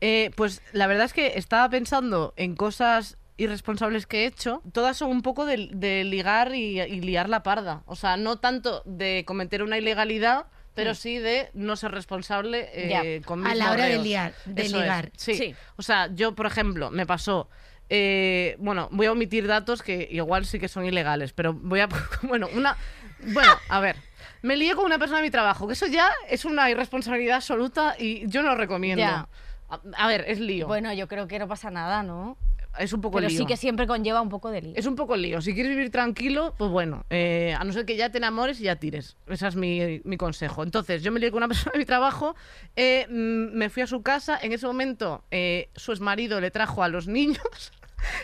Speaker 3: Eh, pues la verdad es que estaba pensando en cosas irresponsables que he hecho. Todas son un poco de, de ligar y, y liar la parda. O sea, no tanto de cometer una ilegalidad, pero sí de no ser responsable eh, con mis
Speaker 4: Mm. A la hora de
Speaker 3: morreos.
Speaker 4: liar, de
Speaker 3: Eso es.
Speaker 4: ligar.
Speaker 3: Sí.
Speaker 2: Sí.
Speaker 3: O sea, yo, por ejemplo, me pasó. eh, bueno, voy a omitir datos que igual sí que son ilegales, pero voy a. *laughs* Bueno, una. Bueno, a ver. Me lié con una persona de mi trabajo, que eso ya es una irresponsabilidad absoluta y yo no lo recomiendo.
Speaker 2: Ya.
Speaker 3: A, a ver, es lío.
Speaker 2: Bueno, yo creo que no pasa nada, ¿no?
Speaker 3: es un poco
Speaker 2: Pero
Speaker 3: lío.
Speaker 2: sí que siempre conlleva un poco de lío.
Speaker 3: Es un poco lío. Si quieres vivir tranquilo, pues bueno, eh, a no ser que ya te enamores y ya tires. Ese es mi, mi consejo. Entonces, yo me lié con una *laughs* persona de mi trabajo, eh, mm, me fui a su casa. En ese momento, eh, su exmarido le trajo a los niños.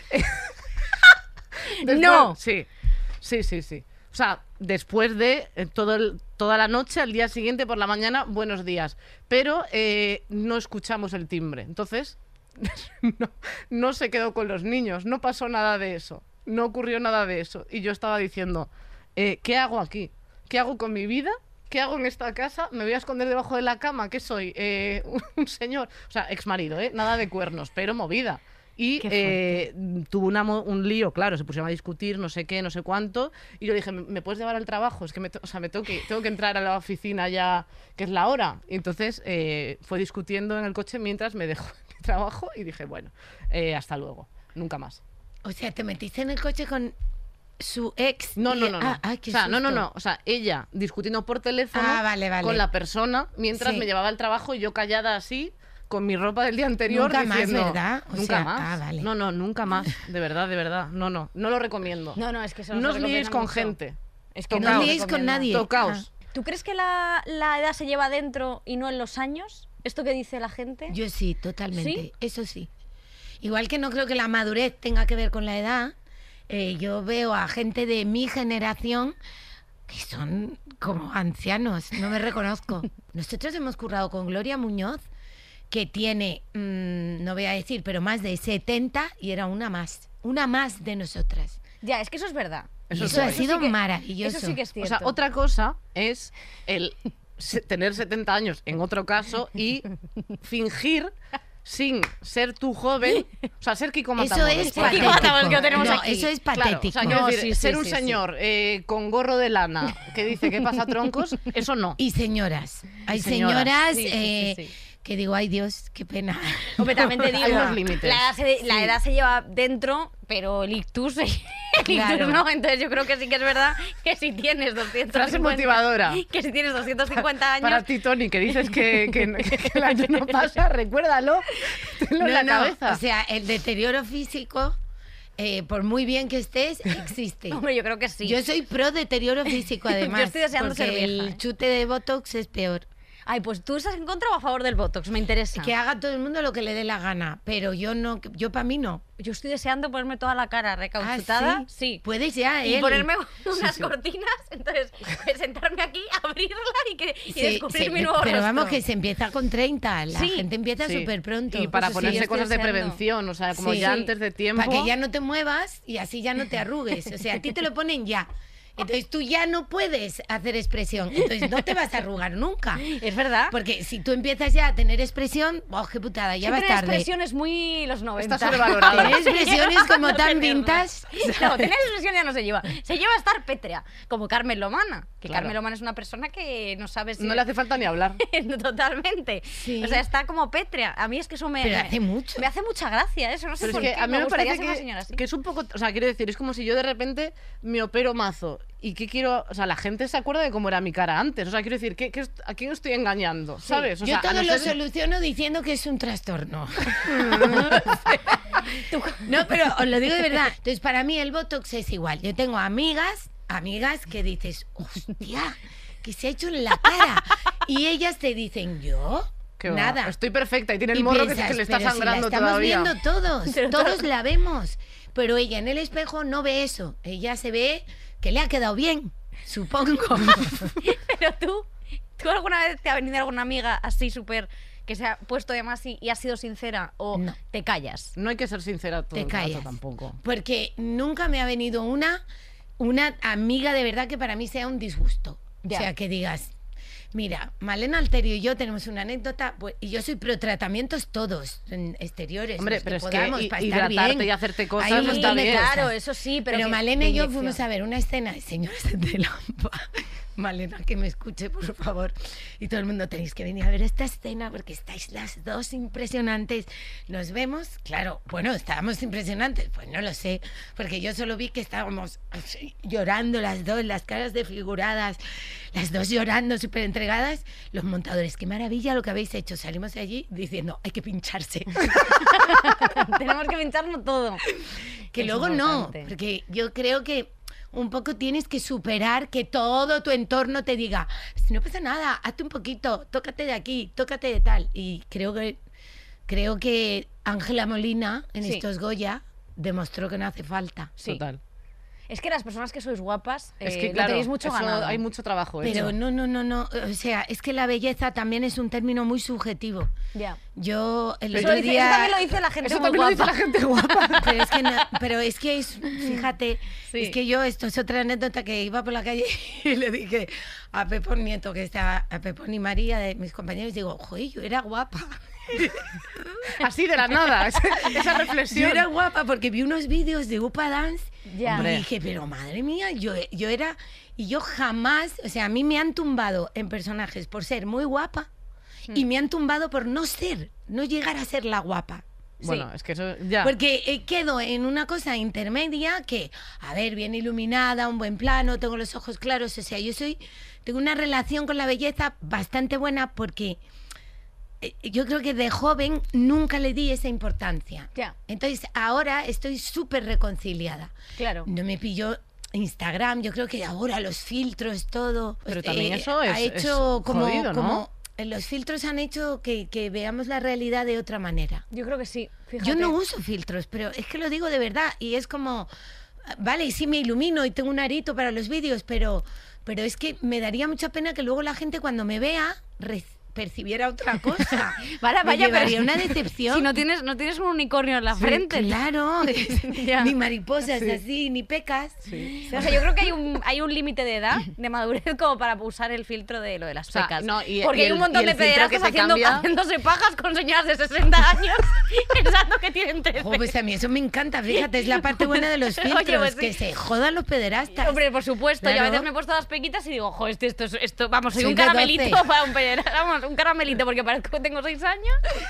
Speaker 3: *laughs* Después-
Speaker 2: No.
Speaker 3: Sí, sí, sí, sí. O sea, después de eh, todo el- toda la noche, al día siguiente por la mañana, buenos días. Pero eh, no escuchamos el timbre. Entonces, *laughs* no, no se quedó con los niños, no pasó nada de eso, no ocurrió nada de eso. Y yo estaba diciendo, eh, ¿qué hago aquí? ¿Qué hago con mi vida? ¿Qué hago en esta casa? ¿Me voy a esconder debajo de la cama? ¿Qué soy? Eh, *laughs* un señor, o sea, ex marido, ¿eh? nada de cuernos, pero movida. Y
Speaker 2: Qué fuerte.
Speaker 3: eh, tuvo una mo- un lío, claro, se pusieron a discutir, no sé qué, no sé cuánto. Y yo le dije, ¿me- ¿me puedes llevar al trabajo? Es que me, to- o sea, me tengo, que, tengo que entrar a la oficina ya, que es la hora. Y entonces eh, fue discutiendo en el coche mientras me dejó *laughs* en mi trabajo y dije, bueno, eh, hasta luego, nunca más.
Speaker 4: O sea, te metiste en el coche con su ex.
Speaker 3: No,
Speaker 4: y-
Speaker 3: no, no. no.
Speaker 4: Ah, ay, qué
Speaker 3: o sea, no, no,
Speaker 4: susto.
Speaker 3: no. O sea, ella discutiendo por teléfono
Speaker 4: Ah, vale, vale.
Speaker 3: con la persona mientras
Speaker 4: Sí.
Speaker 3: me llevaba al trabajo y yo callada así con mi ropa del día anterior
Speaker 4: Nunca más,
Speaker 3: diciendo,
Speaker 4: ¿verdad? O
Speaker 3: nunca
Speaker 4: sea,
Speaker 3: más.
Speaker 4: ah, vale.
Speaker 3: No, no, nunca más. De verdad, de verdad. No, no. No lo recomiendo.
Speaker 2: No, no, es que eso
Speaker 3: no
Speaker 2: no
Speaker 3: os
Speaker 2: se
Speaker 3: liéis
Speaker 2: recomienda
Speaker 3: con
Speaker 2: mucho.
Speaker 3: gente.
Speaker 2: Es que
Speaker 4: No
Speaker 2: no
Speaker 4: os
Speaker 2: lo
Speaker 4: liéis con
Speaker 2: recomiendo.
Speaker 4: nadie. Ah,
Speaker 3: Tocaos.
Speaker 2: ¿Tú crees que la, la edad se lleva dentro y no en los años? ¿Esto que dice la gente?
Speaker 4: Yo sí, totalmente.
Speaker 2: ¿Sí?
Speaker 4: Eso sí. Igual que no creo que la madurez tenga que ver con la edad, eh, yo veo a gente de mi generación que son como ancianos, no
Speaker 3: *laughs*
Speaker 4: me reconozco. Nosotros hemos currado con Gloria Muñoz, que tiene, mm, no voy a decir, pero más de 70 y era una más, una más de nosotras.
Speaker 2: Ya, es que eso es verdad.
Speaker 4: Eso,
Speaker 3: Eso es
Speaker 4: ha
Speaker 3: guay.
Speaker 4: sido
Speaker 2: sí que-
Speaker 4: maravilloso.
Speaker 2: Eso sí que es
Speaker 3: O
Speaker 2: cierto.
Speaker 3: sea, otra cosa es el se- tener 70 años en otro caso y fingir sin ser tú joven, o sea, ser Kiko
Speaker 4: Eso
Speaker 3: Matamoros.
Speaker 4: es
Speaker 3: por ejemplo.
Speaker 4: patético.
Speaker 2: Matamoros que tenemos
Speaker 4: No,
Speaker 2: aquí.
Speaker 4: Eso es
Speaker 3: Claro,
Speaker 4: patético.
Speaker 3: o sea, quiero
Speaker 2: No,
Speaker 3: decir,
Speaker 2: sí, sí,
Speaker 3: ser un
Speaker 2: sí,
Speaker 3: señor eh, con gorro de lana que dice que pasa troncos, eso no.
Speaker 4: Y señoras. Hay
Speaker 3: señoras.
Speaker 4: señoras,
Speaker 2: Sí, sí, sí,
Speaker 4: eh,
Speaker 2: sí.
Speaker 4: que digo, ay Dios,
Speaker 2: *laughs*
Speaker 4: qué pena.
Speaker 2: Hombre, también te
Speaker 3: Hay
Speaker 2: digo,
Speaker 3: unos límites.
Speaker 2: La, edad se, la edad se lleva dentro, pero el ictus, se- *laughs* el ictus
Speaker 4: Claro.
Speaker 2: no. Entonces yo creo que sí que es verdad que si tienes 250...
Speaker 3: Frase motivadora.
Speaker 2: Que si tienes 250 años...
Speaker 3: Para ti, Tony, que dices que, que- que el año
Speaker 4: *laughs*
Speaker 3: no pasa, recuérdalo. Tenlo en la cabeza.
Speaker 4: O sea, el deterioro físico, eh, por muy bien que
Speaker 2: *laughs*
Speaker 4: estés, existe.
Speaker 2: Hombre, yo creo que sí. *laughs*
Speaker 4: Yo soy pro deterioro físico, además.
Speaker 2: Yo estoy deseando
Speaker 4: porque
Speaker 2: ser vieja,
Speaker 4: el
Speaker 2: ¿eh?
Speaker 4: chute de Botox es peor.
Speaker 2: Ay, pues tú estás en contra o a favor del Botox, me interesa.
Speaker 4: Que haga todo el mundo lo que le dé la gana, pero yo no, yo para mí no.
Speaker 2: Yo estoy deseando ponerme toda la cara
Speaker 4: Ah,
Speaker 2: recauchutada.
Speaker 4: ¿sí?
Speaker 2: sí.
Speaker 4: Puedes ya,
Speaker 2: Y
Speaker 4: Eli. *laughs*
Speaker 2: ponerme unas cortinas, entonces pues, sentarme aquí, *laughs* abrirla y, que, y
Speaker 4: Sí,
Speaker 2: descubrir
Speaker 4: sí,
Speaker 2: mi nuevo
Speaker 4: Pero vamos,
Speaker 2: rostro.
Speaker 4: que se empieza con 30. La
Speaker 2: Sí,
Speaker 4: gente empieza
Speaker 3: Sí.
Speaker 4: súper pronto.
Speaker 3: Y para
Speaker 2: Eso sí,
Speaker 3: ponerse
Speaker 2: estoy
Speaker 3: cosas de
Speaker 2: deseando.
Speaker 3: prevención, o sea, como
Speaker 4: Sí.
Speaker 3: ya
Speaker 4: Sí.
Speaker 3: antes de tiempo.
Speaker 4: Para que ya no te muevas y así ya no te arrugues. O sea, a ti te lo ponen ya. Entonces tú ya no puedes hacer expresión. Entonces no te vas a arrugar nunca.
Speaker 2: Es verdad.
Speaker 4: Porque si tú empiezas ya a tener expresión, ¡oh, qué putada! Ya
Speaker 2: Siempre
Speaker 4: vas
Speaker 2: la
Speaker 4: tarde.
Speaker 2: expresión es muy los 90. *laughs*
Speaker 3: Está sobrevalorada.
Speaker 4: Tener expresiones como
Speaker 2: No te
Speaker 4: tan
Speaker 2: pierdas.
Speaker 4: vintage.
Speaker 2: No, tener expresión ya no se lleva. Se lleva a estar pétrea, como Carmen Lomana. Que
Speaker 3: Claro.
Speaker 2: Carmen Lomana es una persona que no sabe si...
Speaker 3: No le hace falta ni hablar.
Speaker 2: *laughs* Totalmente.
Speaker 4: Sí.
Speaker 2: O sea, está como pétrea. A mí es que eso me...
Speaker 4: Pero hace mucho.
Speaker 2: Me hace mucha gracia eso. No sé
Speaker 3: Pero es
Speaker 2: por
Speaker 3: que
Speaker 2: qué.
Speaker 3: a mí me,
Speaker 2: gustaría
Speaker 3: parece
Speaker 2: ser una
Speaker 3: que,
Speaker 2: señora así.
Speaker 3: que es un poco, o sea, quiero decir, es como si yo de repente me opero mazo y que quiero, o sea, la gente se acuerda de cómo era mi cara antes, o sea, quiero decir, ¿qué, qué est- ¿a quién estoy engañando? ¿Sabes? O sea,
Speaker 4: Yo
Speaker 3: a
Speaker 4: todo
Speaker 3: no
Speaker 4: lo
Speaker 3: ser-
Speaker 4: soluciono diciendo que es
Speaker 3: *laughs*
Speaker 4: un trastorno. no, pero os lo digo de verdad. Entonces, para mí el Botox es igual. Yo tengo amigas, amigas que dices, hostia, que se ha hecho en la
Speaker 3: *laughs*
Speaker 4: cara. Y ellas te dicen, yo,
Speaker 3: Qué va,
Speaker 4: nada.
Speaker 3: Estoy perfecta y tiene el
Speaker 4: Y
Speaker 3: morro que-
Speaker 4: piensas,
Speaker 3: que le está
Speaker 4: "Pero si la
Speaker 3: sangrando
Speaker 4: estamos
Speaker 3: todavía.
Speaker 4: viendo
Speaker 3: *laughs*
Speaker 4: todos,
Speaker 2: Pero
Speaker 4: todos la vemos. Pero ella en el espejo no ve eso. Ella se ve que le ha quedado bien, supongo.
Speaker 3: *laughs*
Speaker 2: Pero tú, ¿tú alguna vez te ha venido alguna amiga así súper que se ha puesto de más y, y ha sido sincera o
Speaker 4: No.
Speaker 2: te callas?
Speaker 3: No hay que ser sincera todo
Speaker 4: Te
Speaker 3: el rato
Speaker 4: callas.
Speaker 3: tampoco.
Speaker 4: Porque nunca me ha venido una, una amiga de verdad que para mí sea un disgusto.
Speaker 2: Ya.
Speaker 4: O sea, que digas, mira, Malena Alterio y yo tenemos una anécdota, pues, y yo soy pro tratamientos todos, en exteriores.
Speaker 3: Hombre,
Speaker 4: los
Speaker 3: pero es que
Speaker 4: podamos,
Speaker 3: hi-
Speaker 4: para estar
Speaker 3: hidratarte
Speaker 4: bien.
Speaker 3: y hacerte cosas
Speaker 4: Hay un
Speaker 3: no
Speaker 4: montón
Speaker 3: está
Speaker 4: de
Speaker 3: bien.
Speaker 4: cosas.
Speaker 2: Claro, eso sí, pero.
Speaker 4: Pero,
Speaker 2: que-
Speaker 4: Malena
Speaker 2: de
Speaker 4: y yo
Speaker 2: inyección.
Speaker 4: fuimos a ver una escena de Señores de Lampa. *laughs* Malena, que me escuche, por favor. Y todo el mundo tenéis que venir a ver esta escena porque estáis las dos impresionantes. Nos vemos, claro, bueno, estábamos impresionantes, pues no lo sé, porque yo solo vi que estábamos así, llorando las dos, las caras desfiguradas, las dos llorando, súper entregadas. Los montadores, qué maravilla lo que habéis hecho. Salimos de allí diciendo, hay que pincharse.
Speaker 2: *laughs* Tenemos que pincharnos todo.
Speaker 4: Que
Speaker 2: Es
Speaker 4: luego
Speaker 2: importante.
Speaker 4: no, porque yo creo que un poco tienes que superar que todo tu entorno te diga, si no pasa nada, hazte un poquito, tócate de aquí, tócate de tal. Y creo que creo que Ángela Molina en
Speaker 2: Sí.
Speaker 4: estos Goya demostró que no hace falta.
Speaker 2: Sí.
Speaker 3: Total.
Speaker 2: Es que las personas que sois guapas,
Speaker 3: Es
Speaker 2: eh,
Speaker 3: que
Speaker 2: lo
Speaker 3: claro,
Speaker 2: tenéis mucho
Speaker 3: eso
Speaker 2: ganado.
Speaker 3: hay mucho trabajo ¿eh?
Speaker 4: Pero
Speaker 3: hecho.
Speaker 4: no, no, no, no. O sea, es que la belleza también es un término muy subjetivo.
Speaker 2: Ya.
Speaker 4: Yo el
Speaker 2: Eso, lo
Speaker 4: otro
Speaker 2: dice-
Speaker 4: día.
Speaker 2: eso también lo dice la gente
Speaker 3: Eso
Speaker 2: muy
Speaker 3: también lo dice la
Speaker 2: guapa.
Speaker 3: gente guapa.
Speaker 4: Pero es que, no- pero es, que es, fíjate,
Speaker 2: Sí.
Speaker 4: es que yo, esto es otra anécdota que iba por la calle y le dije a Pepón Nieto, que estaba, a Pepón y María, de mis compañeros, digo, joder, yo era guapa.
Speaker 3: Así de la nada, *laughs* esa, esa
Speaker 4: Yo
Speaker 3: reflexión.
Speaker 4: era guapa porque vi unos vídeos de Upa Dance
Speaker 2: Ya.
Speaker 4: y
Speaker 2: Hombre.
Speaker 4: dije, pero madre mía, yo, yo era, y yo jamás, o sea, a mí me han tumbado en personajes por ser muy guapa y
Speaker 2: Mm.
Speaker 4: me han tumbado por no ser, no llegar a ser la guapa.
Speaker 3: Bueno, es que eso ya.
Speaker 4: Porque eh, quedo en una cosa intermedia que, a ver, bien iluminada, un buen plano, tengo los ojos claros, o sea, yo soy, tengo una relación con la belleza bastante buena porque eh, yo creo que de joven nunca le di esa importancia.
Speaker 2: Ya.
Speaker 4: Entonces ahora estoy súper reconciliada.
Speaker 2: Claro.
Speaker 4: No me pilló Instagram, yo creo que ahora los filtros, todo.
Speaker 3: Pero
Speaker 4: eh,
Speaker 3: también eso es-
Speaker 4: Ha hecho
Speaker 3: es
Speaker 4: como,
Speaker 3: jodido, ¿no?
Speaker 4: como- Los filtros han hecho que- que veamos la realidad de otra manera.
Speaker 2: Yo creo que sí. Fíjate.
Speaker 4: Yo no uso filtros, pero es que lo digo de verdad y es como, vale, y sí me ilumino y tengo un arito para los vídeos, pero, pero es que me daría mucha pena que luego la gente cuando me vea re- percibiera
Speaker 2: *laughs*
Speaker 4: otra cosa.
Speaker 2: Vale, vaya,
Speaker 4: Me
Speaker 2: pero-
Speaker 4: llevaría una
Speaker 2: *laughs*
Speaker 4: decepción.
Speaker 2: Si no tienes, no tienes un unicornio en la frente.
Speaker 4: Claro,
Speaker 2: *laughs* Ya.
Speaker 4: ni mariposas así, ni pecas.
Speaker 2: O sea, yo creo que hay un, hay un límite de edad, de madurez, como para usar el filtro de lo de las
Speaker 3: O sea,
Speaker 2: pecas.
Speaker 3: no, y-
Speaker 2: Porque
Speaker 3: y
Speaker 2: hay un
Speaker 3: el-
Speaker 2: montón
Speaker 3: y
Speaker 2: de
Speaker 3: el filtro que
Speaker 2: pederastas
Speaker 3: te
Speaker 2: haciendo,
Speaker 3: cambia-
Speaker 2: haciéndose pajas con señoras de 60 años *laughs* pensando que tienen 13.
Speaker 4: Jo, pues a mí eso me encanta, fíjate, es la
Speaker 2: *laughs*
Speaker 4: parte buena de los
Speaker 2: Oye,
Speaker 4: filtros,
Speaker 2: pues sí.
Speaker 4: que se jodan los pederastas.
Speaker 2: Hombre, por supuesto, yo a
Speaker 4: Claro.
Speaker 2: veces me he puesto las pequitas y digo, jo, este, esto, es- esto, vamos, soy,
Speaker 4: Soy
Speaker 2: un
Speaker 4: de
Speaker 2: caramelito *laughs*
Speaker 4: 12.
Speaker 2: para un pederasta, vamos, un caramelito porque parezco que tengo 6 años. *laughs*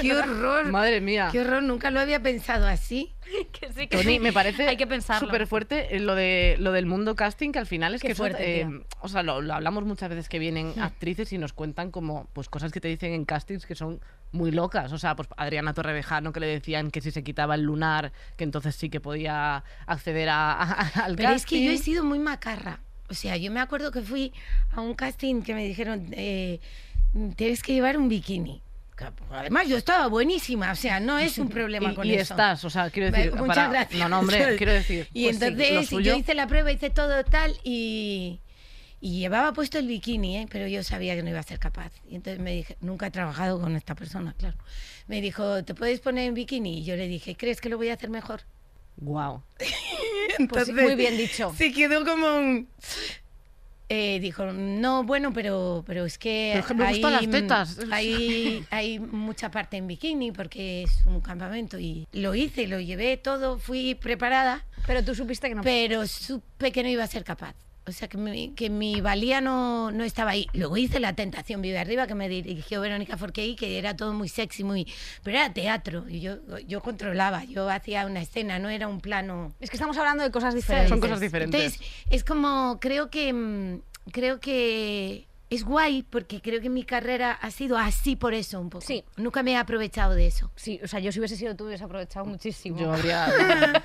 Speaker 4: Qué horror,
Speaker 3: Madre mía.
Speaker 4: qué horror, nunca lo había pensado así.
Speaker 2: que sí, que
Speaker 3: Tony,
Speaker 2: sí.
Speaker 3: me
Speaker 4: *laughs*
Speaker 3: parece
Speaker 2: Hay que pensarlo.
Speaker 3: súper fuerte lo, de, lo del mundo casting, que al final es
Speaker 2: Qué
Speaker 3: que eso,
Speaker 2: fuerte,
Speaker 3: eh,
Speaker 2: tía.
Speaker 3: o sea, lo, lo hablamos muchas veces que
Speaker 4: Hmm.
Speaker 3: vienen actrices y nos cuentan como pues cosas que te dicen en castings que son muy locas. O sea, pues Adriana Torrevejano que le decían que si se quitaba el lunar, que entonces sí que podía acceder a, a- al
Speaker 4: Pero es que yo he
Speaker 3: casting.
Speaker 4: sido muy macarra. O sea, yo me acuerdo que fui a un casting que me dijeron, eh, tienes que llevar un bikini. Además, yo estaba buenísima, o sea, no es un problema
Speaker 3: y,
Speaker 4: con
Speaker 3: y
Speaker 4: eso.
Speaker 3: estás, o sea, quiero decir.
Speaker 4: Muchas
Speaker 3: para-
Speaker 4: gracias.
Speaker 3: No, no,
Speaker 4: *laughs*
Speaker 3: hombre, quiero decir.
Speaker 4: Y
Speaker 3: pues sí, lo
Speaker 4: entonces
Speaker 3: suyo-
Speaker 4: yo hice la prueba, hice todo tal y, y llevaba puesto el bikini, ¿eh? pero yo sabía que no iba a ser capaz. Y entonces me dije, nunca he trabajado con esta persona, claro. Me dijo, ¿te puedes poner en bikini? Y yo le dije, ¿crees que lo voy a hacer mejor?
Speaker 3: Guau.
Speaker 2: Pues
Speaker 4: Entonces,
Speaker 2: muy bien dicho.
Speaker 4: Se quedó como un... Eh, dijo, no, bueno, pero, pero es que
Speaker 3: Pero es que me
Speaker 4: hay,
Speaker 3: gustan las tetas. *laughs*
Speaker 4: Hay, hay mucha parte en bikini porque es un campamento y lo hice, lo llevé todo, fui preparada,
Speaker 2: Pero tú supiste que no.
Speaker 4: pero supe que no iba a ser capaz. O sea, que mi, que mi valía no, no estaba ahí. Luego hice La Tentación Vive Arriba, que me dirigió Verónica Forquey, que era todo muy sexy, muy... Pero era teatro, y yo, yo controlaba, yo hacía una escena, no era un plano...
Speaker 2: Es que estamos hablando de cosas
Speaker 4: ¿sabes?
Speaker 2: diferentes.
Speaker 3: Son cosas diferentes.
Speaker 4: Entonces, es como, creo que, mm, creo que es guay porque creo que mi carrera ha sido así por eso un poco.
Speaker 2: Sí.
Speaker 4: Nunca me he aprovechado de eso.
Speaker 2: Sí, o sea, yo si hubiese sido tú hubiese aprovechado muchísimo.
Speaker 3: Yo habría.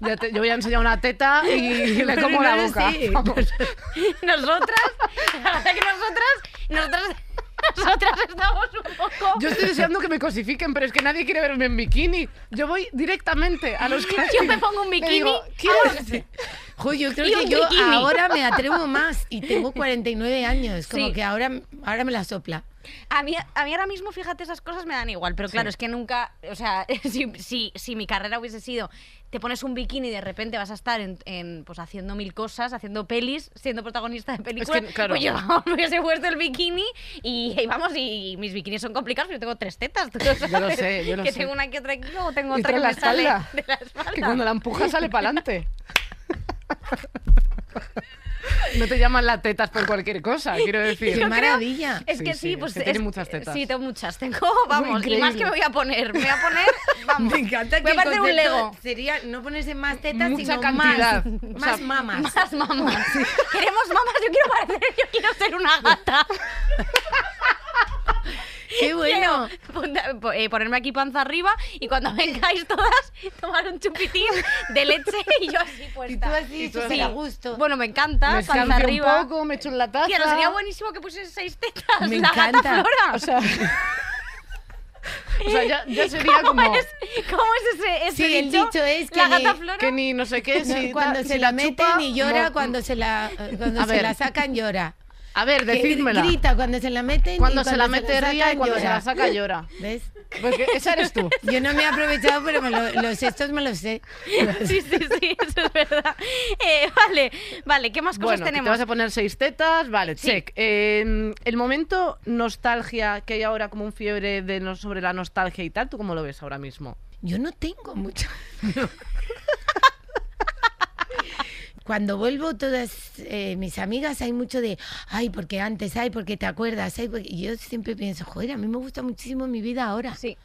Speaker 3: Ya te- yo voy a enseñar una teta
Speaker 2: *laughs*
Speaker 3: y le como la
Speaker 4: Pero
Speaker 3: boca. *laughs*
Speaker 4: sí.
Speaker 3: Vamos.
Speaker 2: Nosotras, la verdad que nosotras, nosotras, *laughs* nosotras estamos un poco...
Speaker 3: Yo estoy deseando que me cosifiquen, pero es que nadie quiere verme en bikini. Yo voy directamente a los castings.
Speaker 2: Yo me pongo un
Speaker 3: *laughs* Le
Speaker 2: bikini,
Speaker 3: digo,
Speaker 2: hago lo
Speaker 3: ¿quieres?
Speaker 2: que sea.
Speaker 4: Joder, yo creo
Speaker 2: Y
Speaker 4: que
Speaker 2: un
Speaker 4: yo
Speaker 2: bikini.
Speaker 4: ahora *laughs* me atrevo más y tengo 49 años, como
Speaker 2: Sí.
Speaker 4: que ahora, ahora me la sopla.
Speaker 2: A mí, a mí ahora mismo, fíjate, esas cosas me dan igual, pero claro, es que nunca, o sea, *laughs* si, si, si mi carrera hubiese sido, te pones un bikini y de repente vas a estar en, en, pues haciendo mil cosas, haciendo pelis, siendo protagonista de películas,
Speaker 3: claro.
Speaker 2: pues yo *laughs* me hubiese puesto el bikini y, y vamos, y mis bikinis son complicados, pero yo tengo tres tetas, tú lo sabes,
Speaker 3: Yo lo sé, yo lo
Speaker 2: que
Speaker 3: sé.
Speaker 2: tengo una que otra aquí, luego tengo
Speaker 3: Y
Speaker 2: otra
Speaker 3: otra
Speaker 2: que
Speaker 3: en la
Speaker 2: me sale
Speaker 3: espalda.
Speaker 2: de la espalda.
Speaker 3: Que cuando la
Speaker 2: *laughs*
Speaker 3: empujas sale para adelante. No te llaman las tetas por cualquier cosa, quiero decir.
Speaker 2: *laughs*
Speaker 4: ¡Qué maravilla!
Speaker 2: Es
Speaker 3: Sí,
Speaker 2: que
Speaker 3: sí,
Speaker 2: sí,
Speaker 3: es
Speaker 2: pues
Speaker 3: que tiene muchas tetas.
Speaker 2: Sí, tengo muchas. Tengo, *laughs* vamos, y más
Speaker 3: increíble.
Speaker 2: que me voy a poner. Me voy a poner, vamos. voy a
Speaker 4: hacer
Speaker 2: hacer un Lego.
Speaker 4: sería no ponerse más tetas,
Speaker 3: Mucha
Speaker 4: sino
Speaker 3: cantidad.
Speaker 4: más, *laughs*
Speaker 3: O
Speaker 4: más
Speaker 3: sea,
Speaker 4: mamas.
Speaker 2: Más mamas. Queremos mamas. Yo quiero parecer, yo quiero ser una gata. *laughs*
Speaker 4: ¡Qué bueno!
Speaker 2: Quiero pon- po- eh, ponerme aquí panza arriba y cuando vengáis todas, tomar un chupitín de leche y yo así
Speaker 4: Y tú
Speaker 2: puesta.
Speaker 4: así,
Speaker 3: Y tú
Speaker 4: súper
Speaker 3: así.
Speaker 4: a gusto.
Speaker 2: Bueno, me encanta.
Speaker 3: Me
Speaker 2: panza
Speaker 3: escancio
Speaker 2: arriba.
Speaker 3: un poco, me echo en la taza.
Speaker 2: Tío, no sería buenísimo que pusiese seis tetas.
Speaker 4: Me
Speaker 2: la
Speaker 4: encanta.
Speaker 2: gata flora.
Speaker 3: O
Speaker 4: *laughs*
Speaker 3: sea, o sea, ya, ya sería
Speaker 2: ¿Cómo,
Speaker 3: como
Speaker 2: es, ¿Cómo es ese, ese
Speaker 4: Sí, el
Speaker 2: dicho?
Speaker 4: dicho es que
Speaker 2: la
Speaker 4: ni-
Speaker 2: gata flora.
Speaker 3: que ni no sé qué.
Speaker 4: No,
Speaker 3: Si
Speaker 4: cuando
Speaker 3: ta-
Speaker 4: se
Speaker 3: si
Speaker 4: la,
Speaker 3: chupa,
Speaker 4: meten y llora,
Speaker 3: mo-
Speaker 4: cuando se la eh, cuando
Speaker 3: A
Speaker 4: se
Speaker 3: ver.
Speaker 4: la sacan llora.
Speaker 3: A ver,
Speaker 4: Que
Speaker 3: decídmela.
Speaker 4: Grita cuando se la meten y
Speaker 3: Cuando se la
Speaker 4: cuando
Speaker 3: mete ría y
Speaker 4: sacan,
Speaker 3: cuando se
Speaker 4: llora.
Speaker 3: la saca llora.
Speaker 4: ¿Ves?
Speaker 3: Porque esa eres
Speaker 4: *laughs*
Speaker 3: tú.
Speaker 4: Yo no me he aprovechado, pero me lo- los estos me los sé.
Speaker 2: *laughs* Sí, sí, sí, eso es verdad. Eh, vale, vale, ¿qué más cosas
Speaker 3: Bueno, que te
Speaker 2: tenemos?
Speaker 3: vas a poner seis tetas, vale, check. Eh, el momento nostalgia que hay ahora como un fiebre de no- sobre la nostalgia y tal, ¿tú cómo lo ves ahora mismo?
Speaker 4: Yo no tengo mucho. Cuando vuelvo, todas eh, mis amigas hay mucho de, ay, porque antes, ay, porque te acuerdas, ay, porque... y yo siempre pienso, joder, a mí me gusta muchísimo mi vida ahora.
Speaker 2: Sí.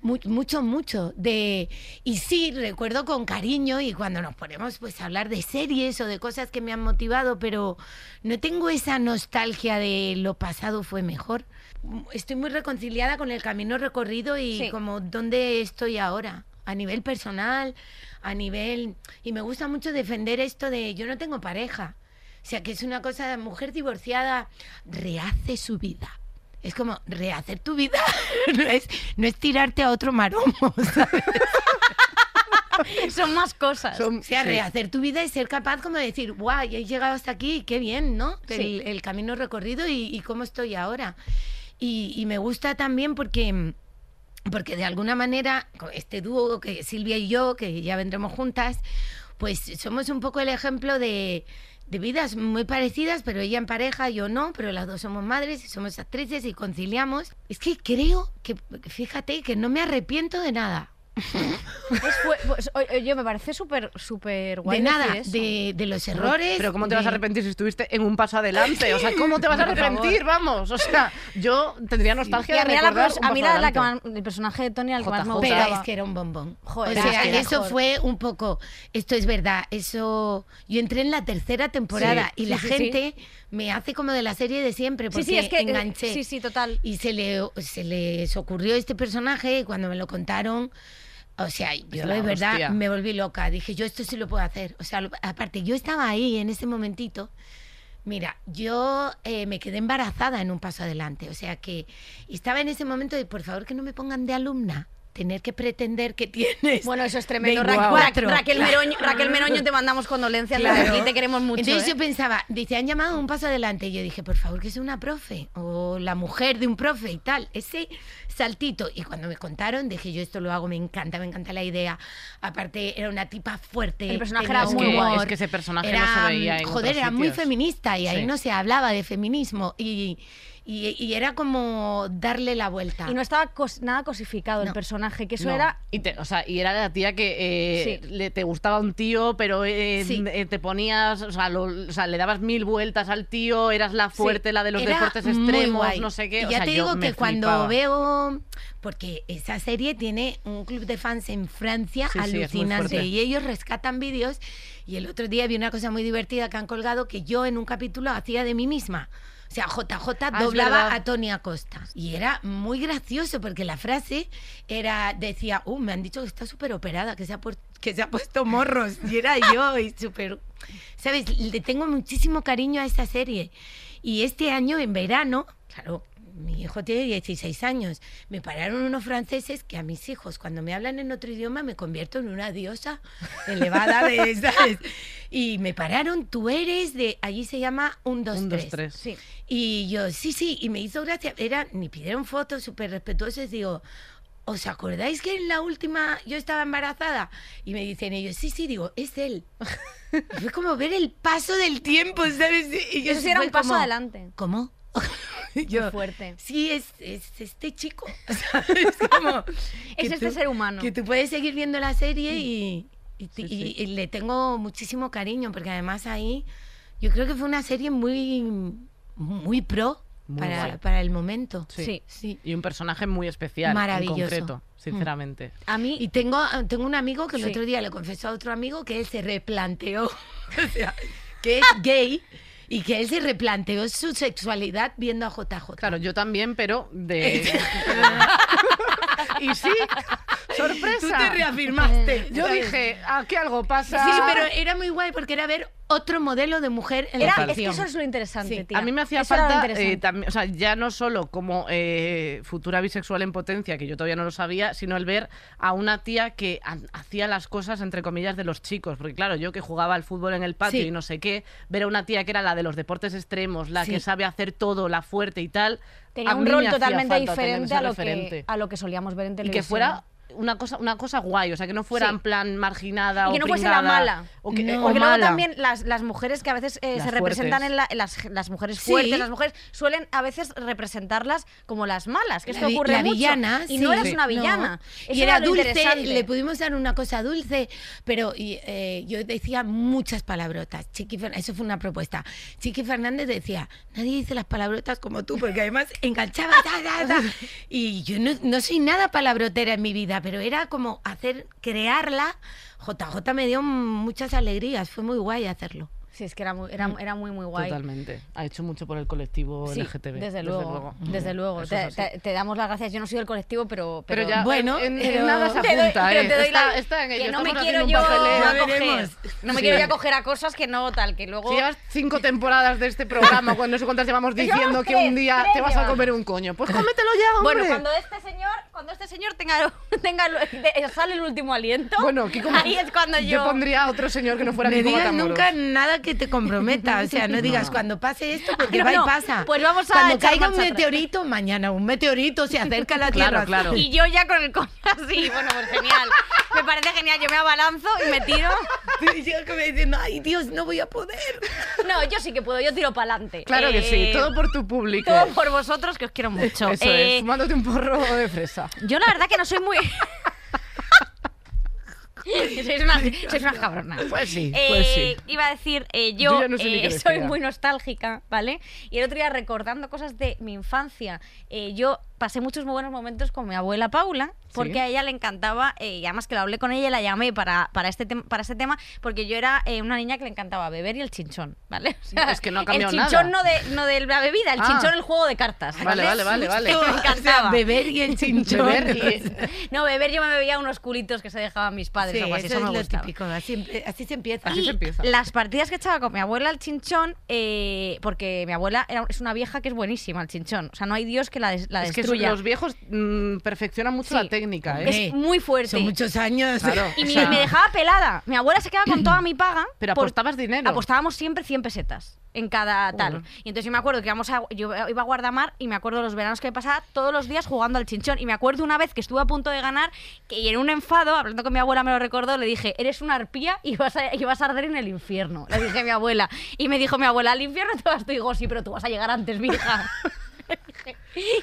Speaker 4: Mu- Mucho, mucho. De... Y sí, recuerdo con cariño y cuando nos ponemos pues a hablar de series o de cosas que me han motivado, pero no tengo esa nostalgia de lo pasado fue mejor. M- Estoy muy reconciliada con el camino recorrido y
Speaker 2: Sí.
Speaker 4: como dónde estoy ahora, a nivel personal, a nivel... Y me gusta mucho defender esto de yo no tengo pareja. O sea, que es una cosa de mujer divorciada, rehace su vida. Es como rehacer tu vida, *laughs* no es, no es tirarte a otro maromo, ¿sabes?
Speaker 2: Son más cosas.
Speaker 4: O sea, rehacer tu vida es ser capaz como de decir, guau, ya he llegado hasta aquí, qué bien, ¿no? El,
Speaker 2: Sí.
Speaker 4: el camino recorrido y, y cómo estoy ahora. Y, y me gusta también porque, porque de alguna manera con este dúo que Silvia y yo, que ya vendremos juntas, pues somos un poco el ejemplo de, de vidas muy parecidas, pero ella en pareja, yo no, pero las dos somos madres y somos actrices y conciliamos. Es que creo que, fíjate, que no me arrepiento de nada.
Speaker 2: Es fue- pues, o- o- yo me parece súper, súper guay.
Speaker 4: De nada,
Speaker 2: decir eso.
Speaker 4: de, de los errores.
Speaker 3: Pero ¿cómo te vas a
Speaker 4: de-
Speaker 3: arrepentir si estuviste en un paso adelante? O sea, ¿cómo te vas a
Speaker 4: Por favor.
Speaker 3: arrepentir? Vamos, o sea, yo tendría nostalgia
Speaker 2: Y a
Speaker 3: de
Speaker 2: mí era, la,
Speaker 3: recordar
Speaker 2: pers-
Speaker 3: un
Speaker 2: a mí
Speaker 3: paso
Speaker 2: era la que
Speaker 3: adelante.
Speaker 2: más- el personaje de Tony al que más me
Speaker 3: JJ.
Speaker 4: Pero
Speaker 2: gustaba.
Speaker 4: es que era un bombón.
Speaker 2: Joder,
Speaker 4: o
Speaker 2: es
Speaker 4: sea,
Speaker 2: que era
Speaker 4: eso
Speaker 2: mejor.
Speaker 4: fue un poco. Esto es verdad. Eso. Yo entré en la tercera temporada
Speaker 2: Sí,
Speaker 4: y la
Speaker 2: sí, sí,
Speaker 4: gente me hace como de la serie de siempre
Speaker 2: sí,
Speaker 4: porque
Speaker 2: sí, es que. eh,
Speaker 4: enganché.
Speaker 2: Sí, sí, total.
Speaker 4: Y se, le, se les ocurrió este personaje y cuando me lo contaron, o sea, yo
Speaker 3: la
Speaker 4: de verdad
Speaker 3: hostia.
Speaker 4: me volví loca. Dije, yo esto sí lo puedo hacer. O sea, lo- aparte, yo estaba ahí en ese momentito Mira, yo eh, me quedé embarazada en un paso adelante, o sea que estaba en ese momento de por favor que no me pongan de alumna, tener que pretender que *laughs* tienes.
Speaker 2: Bueno, eso es tremendo.
Speaker 4: 24.
Speaker 2: Ra- Raquel, Meroño, Raquel Meroño, te mandamos condolencias.
Speaker 4: Claro.
Speaker 2: desde Aquí te queremos mucho.
Speaker 4: Entonces
Speaker 2: ¿eh?
Speaker 4: yo pensaba, dice, han llamado un paso adelante. Y yo dije, por favor, que sea una profe o la mujer de un profe y tal. Ese saltito. Y cuando me contaron, dije, yo esto lo hago, me encanta, me encanta la idea. Aparte, era una tipa fuerte.
Speaker 2: El personaje
Speaker 4: tenía
Speaker 2: era
Speaker 4: un
Speaker 2: muy
Speaker 4: humor,
Speaker 3: guay, es que ese personaje no se veía en
Speaker 4: Joder,
Speaker 3: otros
Speaker 4: era muy
Speaker 3: sitios.
Speaker 4: feminista y ahí
Speaker 3: Sí.
Speaker 4: no se hablaba de feminismo. Y, y, y era como darle la vuelta.
Speaker 2: Y no estaba cos- nada cosificado el
Speaker 4: No.
Speaker 2: personaje, que eso
Speaker 3: No.
Speaker 2: era
Speaker 3: y te- o sea, y era la tía que eh,
Speaker 2: Sí.
Speaker 3: le te gustaba un tío, pero eh,
Speaker 4: Sí.
Speaker 3: eh, te ponías, o sea, lo- o sea, le dabas mil vueltas al tío, eras la fuerte, la de los
Speaker 4: Era
Speaker 3: deportes
Speaker 4: muy
Speaker 3: extremos,
Speaker 4: guay.
Speaker 3: no sé qué.
Speaker 4: Y
Speaker 3: o
Speaker 4: ya
Speaker 3: sea,
Speaker 4: te
Speaker 3: yo
Speaker 4: digo
Speaker 3: me
Speaker 4: que cuando
Speaker 3: flipaba.
Speaker 4: veo, porque esa serie tiene un club de fans en Francia
Speaker 3: Sí, sí, es muy
Speaker 4: alucinante
Speaker 3: fuerte.
Speaker 4: y ellos rescatan vídeos y el otro día vi una cosa muy divertida que han colgado que yo en un capítulo hacía de mí misma. O sea, JJ
Speaker 3: Ah, es
Speaker 4: doblaba
Speaker 3: verdad.
Speaker 4: a Tony Acosta. Y era muy gracioso porque la frase era, decía, uh, me han dicho que está súper operada, que se, ha puer- que se ha puesto morros. Y era yo, y súper... ¿Sabes? Le tengo muchísimo cariño a esta serie. Y este año, en verano, claro, mi hijo tiene 16 años, me pararon unos franceses que a mis hijos, cuando me hablan en otro idioma, me convierto en una diosa elevada
Speaker 3: *laughs*
Speaker 4: de, ¿sabes? Y me pararon, tú eres de, allí se llama un, dos,
Speaker 3: Un, dos,
Speaker 4: tres.
Speaker 3: tres.
Speaker 2: sí,
Speaker 4: Y yo, sí, sí, y me hizo gracia. Era, ni pidieron fotos súper respetuosas. Digo, ¿os acordáis que en la última yo estaba embarazada? Y me dicen ellos, sí, sí, digo, es él. *laughs* fue como ver el paso del tiempo, ¿sabes? Y yo
Speaker 2: eso sí era
Speaker 4: fue
Speaker 2: un paso
Speaker 4: como,
Speaker 2: adelante. *laughs*
Speaker 4: ¿Cómo?
Speaker 2: Muy fuerte.
Speaker 4: Sí, es, es este chico. ¿sabes? Como
Speaker 2: Es
Speaker 4: que
Speaker 2: este
Speaker 4: tú-
Speaker 2: ser humano.
Speaker 4: Que tú puedes seguir viendo la serie y, y te-
Speaker 3: Sí, sí.
Speaker 4: y- y le tengo muchísimo cariño, porque además ahí yo creo que fue una serie muy, muy pro
Speaker 3: Muy guay.
Speaker 4: para, para el momento.
Speaker 3: Sí.
Speaker 2: Sí.
Speaker 4: Sí.
Speaker 3: Y un personaje muy especial,
Speaker 4: Maravilloso.
Speaker 3: en concreto, sinceramente.
Speaker 2: A mí
Speaker 4: Y tengo, tengo un amigo que el
Speaker 2: Sí.
Speaker 4: otro día le confesó a otro amigo que él se replanteó, *laughs* o sea, que
Speaker 2: Ah.
Speaker 4: es gay y que él se replanteó su sexualidad viendo a JJ.
Speaker 3: Claro, yo también, pero
Speaker 2: *laughs*
Speaker 3: de... y sí, sorpresa. Eh,
Speaker 4: Tú te reafirmaste.
Speaker 3: Yo
Speaker 4: ¿sabes?
Speaker 3: dije, aquí algo pasa.
Speaker 4: Sí, pero era muy guay porque era ver otro modelo de mujer en
Speaker 2: era,
Speaker 4: la
Speaker 2: es que
Speaker 4: ficción.
Speaker 2: eso es lo interesante,
Speaker 4: Sí.
Speaker 2: tía.
Speaker 3: A mí me hacía
Speaker 2: Eso era lo
Speaker 3: falta, eh,
Speaker 2: interesante.
Speaker 3: también, o sea, ya no solo como eh, futura bisexual en potencia, que yo todavía no lo sabía, sino el ver a una tía que ha- hacía las cosas, entre comillas, de los chicos. Porque claro, yo que jugaba al fútbol en el patio
Speaker 4: Sí.
Speaker 3: y no sé qué, ver a una tía que era la de los deportes extremos, la que
Speaker 4: Sí.
Speaker 3: sabe hacer todo, la fuerte y tal.
Speaker 2: Tenía
Speaker 3: a
Speaker 2: un
Speaker 3: mí
Speaker 2: rol
Speaker 3: me hacía
Speaker 2: totalmente
Speaker 3: falta tener
Speaker 2: diferente
Speaker 3: ese
Speaker 2: a lo, que,
Speaker 3: referente.
Speaker 2: a lo que solíamos ver en
Speaker 3: Y
Speaker 2: televisión.
Speaker 3: que fuera... Una cosa, una cosa guay, o sea, que no fuera
Speaker 2: Sí.
Speaker 3: en plan marginada
Speaker 2: Y que
Speaker 3: o
Speaker 2: no fuese la
Speaker 3: pringada,
Speaker 2: mala.
Speaker 3: O que,
Speaker 4: No.
Speaker 3: o
Speaker 2: Eh, Porque luego
Speaker 3: mala.
Speaker 2: también las, las mujeres que a veces eh,
Speaker 3: Las
Speaker 2: se representan
Speaker 3: fuertes.
Speaker 2: en la- en las, las mujeres
Speaker 4: Sí.
Speaker 2: fuertes, las mujeres suelen a veces representarlas como las malas, que
Speaker 4: La
Speaker 2: esto
Speaker 4: vi-
Speaker 2: ocurre
Speaker 4: la
Speaker 2: mucho.
Speaker 4: villana,
Speaker 2: y no
Speaker 4: sí.
Speaker 2: eras una
Speaker 4: No.
Speaker 2: villana. Eso
Speaker 4: Y era,
Speaker 2: lo
Speaker 4: dulce,
Speaker 2: interesante.
Speaker 4: le pudimos dar una cosa dulce, pero y, eh, yo decía muchas palabrotas. Chiqui Fer- eso fue una propuesta. Chiqui Fernández decía, nadie dice las palabrotas como tú, porque además enganchaba. ta, ta, ta. Y yo no, no soy nada palabrotera en mi vida, pero era como hacer, crearla. JJ me dio muchas alegrías, fue muy guay hacerlo.
Speaker 2: Sí, es que era muy, era, era muy, muy guay.
Speaker 3: Totalmente. Ha hecho mucho por el colectivo
Speaker 2: Sí,
Speaker 3: LGTB.
Speaker 2: Desde luego, desde luego.
Speaker 3: Mm. Eso
Speaker 2: Te,
Speaker 3: es así.
Speaker 2: te- te damos las gracias. Yo no soy del colectivo, pero.
Speaker 3: Pero ya,
Speaker 4: Bueno,
Speaker 3: en, en
Speaker 4: pero-
Speaker 3: nada se
Speaker 2: Te doy-
Speaker 3: apunta,
Speaker 2: pero
Speaker 3: ¿eh?
Speaker 2: te doy
Speaker 3: está,
Speaker 2: la-
Speaker 3: está en ello.
Speaker 2: que no
Speaker 3: estamos
Speaker 2: me quiero
Speaker 3: haciendo un
Speaker 2: yo
Speaker 3: papeleo.
Speaker 4: Ya
Speaker 2: acoger.
Speaker 4: veremos.
Speaker 2: No me
Speaker 3: Sí.
Speaker 2: quiero yo acoger a cosas que no tal, que luego.
Speaker 3: Si llevas cinco temporadas de este programa, cuando no sé cuántas llevamos
Speaker 2: *laughs* Llevamos
Speaker 3: diciendo que
Speaker 2: tres,
Speaker 3: un día
Speaker 2: tres
Speaker 3: te vas a
Speaker 2: llevamos.
Speaker 3: comer un coño. Pues cómetelo ya,
Speaker 2: *laughs*
Speaker 3: hombre.
Speaker 2: Bueno, cuando este señor, cuando este señor tenga, *laughs* tenga el- de- eh, sale el último aliento,
Speaker 3: Bueno, que como-
Speaker 2: ahí es cuando yo.
Speaker 3: pondría a otro señor que no fuera
Speaker 4: No
Speaker 3: Kiko
Speaker 4: digas
Speaker 3: Matamoros.
Speaker 4: nunca nada que te comprometa, o
Speaker 2: *laughs*
Speaker 4: sea, no digas cuando pase esto porque
Speaker 2: Ah, No,
Speaker 4: va
Speaker 2: no,
Speaker 4: y pasa.
Speaker 2: pues vamos a
Speaker 4: cuando
Speaker 2: echar
Speaker 4: caiga un
Speaker 2: marcha atrás.
Speaker 4: meteorito mañana, un meteorito se acerca
Speaker 2: *laughs*
Speaker 4: a la
Speaker 3: Claro,
Speaker 4: Tierra.
Speaker 3: claro.
Speaker 2: Y yo ya con el coño así, bueno, pues genial. Me parece genial, yo me abalanzo y me tiro.
Speaker 4: Y yo que me diciendo, ay Dios, no voy a poder.
Speaker 2: No, yo sí que puedo, yo tiro para adelante.
Speaker 3: Claro que sí, todo por tu público.
Speaker 2: Eh, Todo por vosotros, que os quiero mucho.
Speaker 3: Eso
Speaker 2: Eh,
Speaker 3: es, fumándote un porro de fresa.
Speaker 2: Yo la verdad que no soy
Speaker 3: *laughs*
Speaker 2: muy... sois, unas, sois unas cabronas.
Speaker 3: Pues sí,
Speaker 2: Eh,
Speaker 3: pues sí.
Speaker 2: Iba a decir, eh,
Speaker 3: Yo
Speaker 2: yo,
Speaker 3: ya no sé ni
Speaker 2: eh, *laughs*
Speaker 3: qué
Speaker 2: soy
Speaker 3: decir.
Speaker 2: muy nostálgica, ¿vale? Y el otro día recordando cosas de mi infancia, eh, yo pasé muchos muy buenos momentos con mi abuela Paula, porque
Speaker 3: Sí.
Speaker 2: a ella le encantaba, eh, y además que lo hablé con ella y la llamé para, para, este, tem- para este tema, porque yo era eh, una niña que le encantaba beber y el chinchón, ¿vale? O
Speaker 3: Es que no ha cambiado
Speaker 2: El chinchón
Speaker 3: nada.
Speaker 2: no de, no de la bebida, el
Speaker 3: Ah.
Speaker 2: chinchón el juego de cartas.
Speaker 3: Vale, vale, vale, vale.
Speaker 2: Me
Speaker 4: O sea,
Speaker 2: encantaba. *laughs*
Speaker 4: beber y el chinchón.
Speaker 3: Beber y-
Speaker 2: No, beber yo me bebía unos culitos que se dejaban mis padres
Speaker 4: Sí.
Speaker 2: o guas,
Speaker 4: eso,
Speaker 2: eso me
Speaker 4: es lo
Speaker 2: gustaba.
Speaker 4: típico. Así, empe- así se empieza.
Speaker 3: Así
Speaker 2: Y
Speaker 3: se empieza.
Speaker 2: Las partidas que echaba con mi abuela al chinchón, eh, porque mi abuela era- es una vieja que es buenísima al chinchón. O sea, no hay Dios que la, des- la
Speaker 3: Es que
Speaker 2: destruya.
Speaker 3: los viejos mm, perfeccionan mucho
Speaker 2: Sí.
Speaker 3: la técnica, ¿eh?
Speaker 2: Es
Speaker 4: Eh,
Speaker 2: muy fuerte.
Speaker 4: Son muchos años.
Speaker 3: Claro.
Speaker 2: Y
Speaker 3: o
Speaker 2: mi-
Speaker 3: sea,
Speaker 2: me dejaba pelada. Mi abuela se quedaba con toda mi paga.
Speaker 3: *clears throat* Pero
Speaker 2: por-
Speaker 3: apostabas dinero.
Speaker 2: Apostábamos siempre 100 pesetas en cada tal. Y entonces yo me acuerdo que íbamos a- yo iba a Guardamar y me acuerdo los veranos que me pasaba todos los días jugando al chinchón. Y me acuerdo una vez que estuve a punto de ganar que, y en un enfado, hablando con mi abuela me lo recordó, le dije, eres una arpía y vas a, y vas a arder en el infierno. Le dije a mi abuela. Y me dijo mi abuela, al infierno te vas tú. Y digo, sí, pero tú vas a llegar antes, mi *laughs* hija.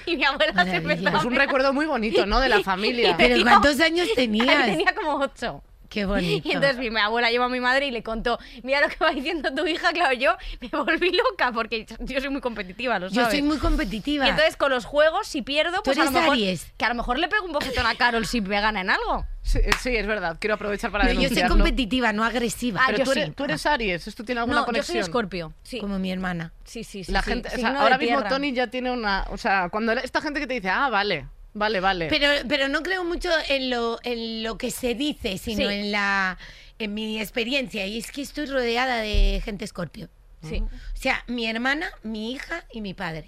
Speaker 2: y mi abuela se
Speaker 4: Maravilla.
Speaker 2: empezó a
Speaker 4: Pues
Speaker 3: es un
Speaker 2: mirar.
Speaker 3: recuerdo muy bonito, ¿no? De
Speaker 2: *laughs*
Speaker 3: la familia.
Speaker 4: Pero
Speaker 2: Tío.
Speaker 4: ¿cuántos años tenías?
Speaker 2: Tenía como ocho.
Speaker 4: *laughs* Qué bonito.
Speaker 2: Y entonces mi abuela llevó a mi madre y le contó, mira lo que va diciendo tu hija, claro, yo me volví loca porque yo soy muy competitiva, lo
Speaker 4: Yo
Speaker 2: sabes.
Speaker 4: soy muy competitiva.
Speaker 2: y entonces con los juegos, si pierdo, pues a lo
Speaker 4: eres
Speaker 2: mejor,
Speaker 4: Aries.
Speaker 2: que a lo mejor le pego un bofetón a Carol si me gana en algo.
Speaker 3: Sí, eh, sí, es verdad. Quiero aprovechar para
Speaker 4: No, yo soy
Speaker 3: denunciarlo.
Speaker 4: competitiva, no agresiva.
Speaker 2: Ah,
Speaker 3: Pero
Speaker 2: yo
Speaker 3: tú,
Speaker 2: sí.
Speaker 3: eres, tú eres Aries, esto tiene alguna
Speaker 2: No, yo
Speaker 3: conexión.
Speaker 2: soy Escorpio. Sí.
Speaker 4: Como mi hermana.
Speaker 2: sí, sí, sí.
Speaker 3: La
Speaker 2: sí.
Speaker 3: gente, o sea,
Speaker 2: Signo de
Speaker 3: ahora mismo
Speaker 2: tierra.
Speaker 3: Tony ya tiene una, o sea, cuando esta gente que te dice, "Ah, vale, vale, vale."
Speaker 4: Pero, pero no creo mucho en lo, en lo que se dice, sino
Speaker 2: Sí.
Speaker 4: en la en mi experiencia. Y es que estoy rodeada de gente escorpio.
Speaker 2: Sí,
Speaker 4: O sea, mi hermana, mi hija y mi padre.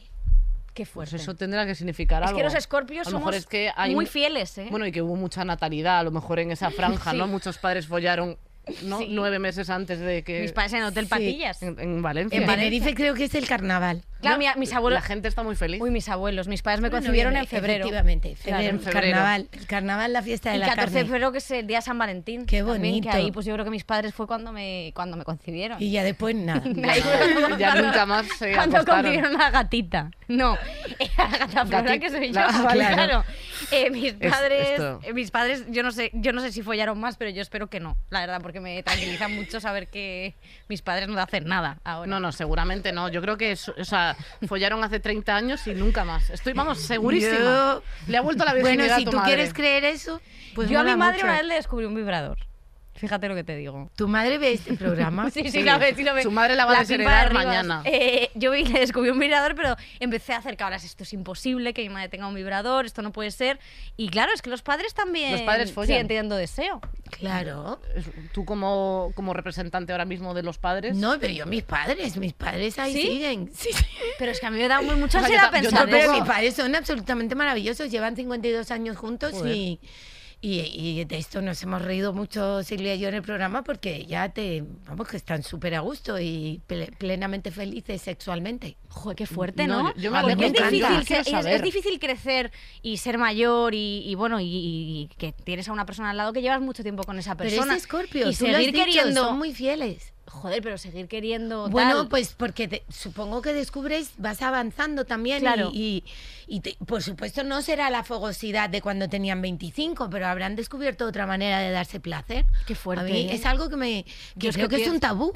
Speaker 2: qué
Speaker 3: pues
Speaker 2: fuerte.
Speaker 3: eso tendrá que significar
Speaker 2: es
Speaker 3: algo.
Speaker 2: que los escorpios
Speaker 3: A lo
Speaker 2: somos
Speaker 3: mejor es que hay-
Speaker 2: muy fieles, ¿eh?
Speaker 3: Bueno, y que hubo mucha natalidad, a lo mejor en esa franja, ¿no? Muchos padres follaron ¿no?
Speaker 2: Sí.
Speaker 3: nueve meses antes de que
Speaker 2: Mis padres en Hotel
Speaker 4: Sí.
Speaker 2: Patillas.
Speaker 3: en, en Valencia.
Speaker 4: En
Speaker 2: En Valencia.
Speaker 4: Tenerife creo que es el carnaval.
Speaker 2: Claro, mira, mis abuelos...
Speaker 3: La gente está muy feliz.
Speaker 2: Uy, mis abuelos, mis padres me concibieron en febrero.
Speaker 4: Efectivamente, febrero,
Speaker 2: Claro.
Speaker 3: en febrero.
Speaker 4: carnaval. El carnaval, la fiesta de
Speaker 2: El
Speaker 4: la
Speaker 2: 14 de
Speaker 4: carne.
Speaker 2: febrero, que es el día de San Valentín.
Speaker 4: Qué
Speaker 2: también, que
Speaker 4: bonito.
Speaker 2: ahí, pues yo creo que mis padres fue cuando me, cuando me concibieron. *laughs*
Speaker 4: Y ya después nada.
Speaker 2: Ahí cuando-
Speaker 3: Ya nunca más se
Speaker 2: Cuando
Speaker 3: acostaron.
Speaker 2: concibieron a la gatita. No, *laughs* era la gata Flora,
Speaker 3: Gati-
Speaker 2: que soy yo.
Speaker 3: la- ah, vale.
Speaker 2: Claro. Eh, mis
Speaker 3: Es-
Speaker 2: padres,
Speaker 3: esto.
Speaker 2: eh, mis padres, yo no sé, yo no sé si follaron más, pero yo espero que no. La verdad, porque me tranquiliza mucho saber que mis padres no hacen nada ahora.
Speaker 3: No, no, seguramente no. Yo creo que, es- o sea, follaron hace 30 años y nunca más. Estoy, vamos, segurísima.
Speaker 4: Yo-
Speaker 3: Le ha vuelto la virginidad
Speaker 4: Bueno,
Speaker 3: a
Speaker 4: si
Speaker 3: tu
Speaker 4: tú
Speaker 3: madre.
Speaker 4: quieres creer eso, pues
Speaker 2: yo a mi
Speaker 4: mola
Speaker 2: madre
Speaker 4: mucho.
Speaker 2: una vez le descubrí un vibrador. Fíjate lo que te digo.
Speaker 4: ¿Tu madre ve este programa?
Speaker 2: *laughs* Sí, sí, la ve, sí la ve.
Speaker 3: Su madre la va a
Speaker 2: pipa de
Speaker 3: desheredar
Speaker 2: Rivas.
Speaker 3: mañana.
Speaker 2: Eh, yo vi, *laughs* le descubrí un vibrador, pero empecé a hacer cabras. Esto es imposible, que mi madre tenga un vibrador, esto no puede ser. Y claro, es que los padres también
Speaker 3: Los padres follan.
Speaker 2: siguen teniendo deseo.
Speaker 4: Claro.
Speaker 3: Es- Tú como, como representante ahora mismo de los padres.
Speaker 4: No, pero yo mis padres, mis padres ahí
Speaker 2: ¿Sí?
Speaker 4: siguen. Sí, sí.
Speaker 2: Pero es que a mí me da muy mucha
Speaker 3: O sea, yo
Speaker 2: ansiedad
Speaker 3: ta- yo
Speaker 2: pensar
Speaker 3: tampoco-
Speaker 2: eso.
Speaker 4: Pero mis padres son absolutamente maravillosos, llevan 52 años juntos y, y, y de esto nos hemos reído mucho Silvia y yo en el programa porque ya te, vamos, que están súper a gusto y ple- plenamente felices sexualmente.
Speaker 2: Joder, qué fuerte,
Speaker 3: No,
Speaker 2: ¿no?
Speaker 3: yo- yo me
Speaker 2: Porque
Speaker 4: alegro,
Speaker 2: es,
Speaker 4: me encanta.
Speaker 2: difícil,
Speaker 3: Quiero
Speaker 2: ser- es-
Speaker 3: saber.
Speaker 2: es difícil crecer y ser mayor y, y bueno, y, y- y que tienes a una persona al lado que llevas mucho tiempo con esa
Speaker 4: Pero es
Speaker 2: persona.
Speaker 4: Scorpio,
Speaker 2: y
Speaker 4: tú lo has
Speaker 2: seguir
Speaker 4: dicho,
Speaker 2: queriendo.
Speaker 4: son muy fieles.
Speaker 2: Joder, pero seguir queriendo.
Speaker 4: Bueno,
Speaker 2: tal.
Speaker 4: pues porque te- supongo que descubres, vas avanzando también
Speaker 2: Claro.
Speaker 4: y, y- y te- por supuesto no será la fogosidad de cuando tenían 25, pero habrán descubierto otra manera de darse placer.
Speaker 2: Qué fuerte,
Speaker 4: A mí
Speaker 2: ¿eh?
Speaker 4: es algo que me que
Speaker 2: Yo es
Speaker 4: creo
Speaker 2: que
Speaker 4: que, es un
Speaker 2: pienso-
Speaker 4: tabú.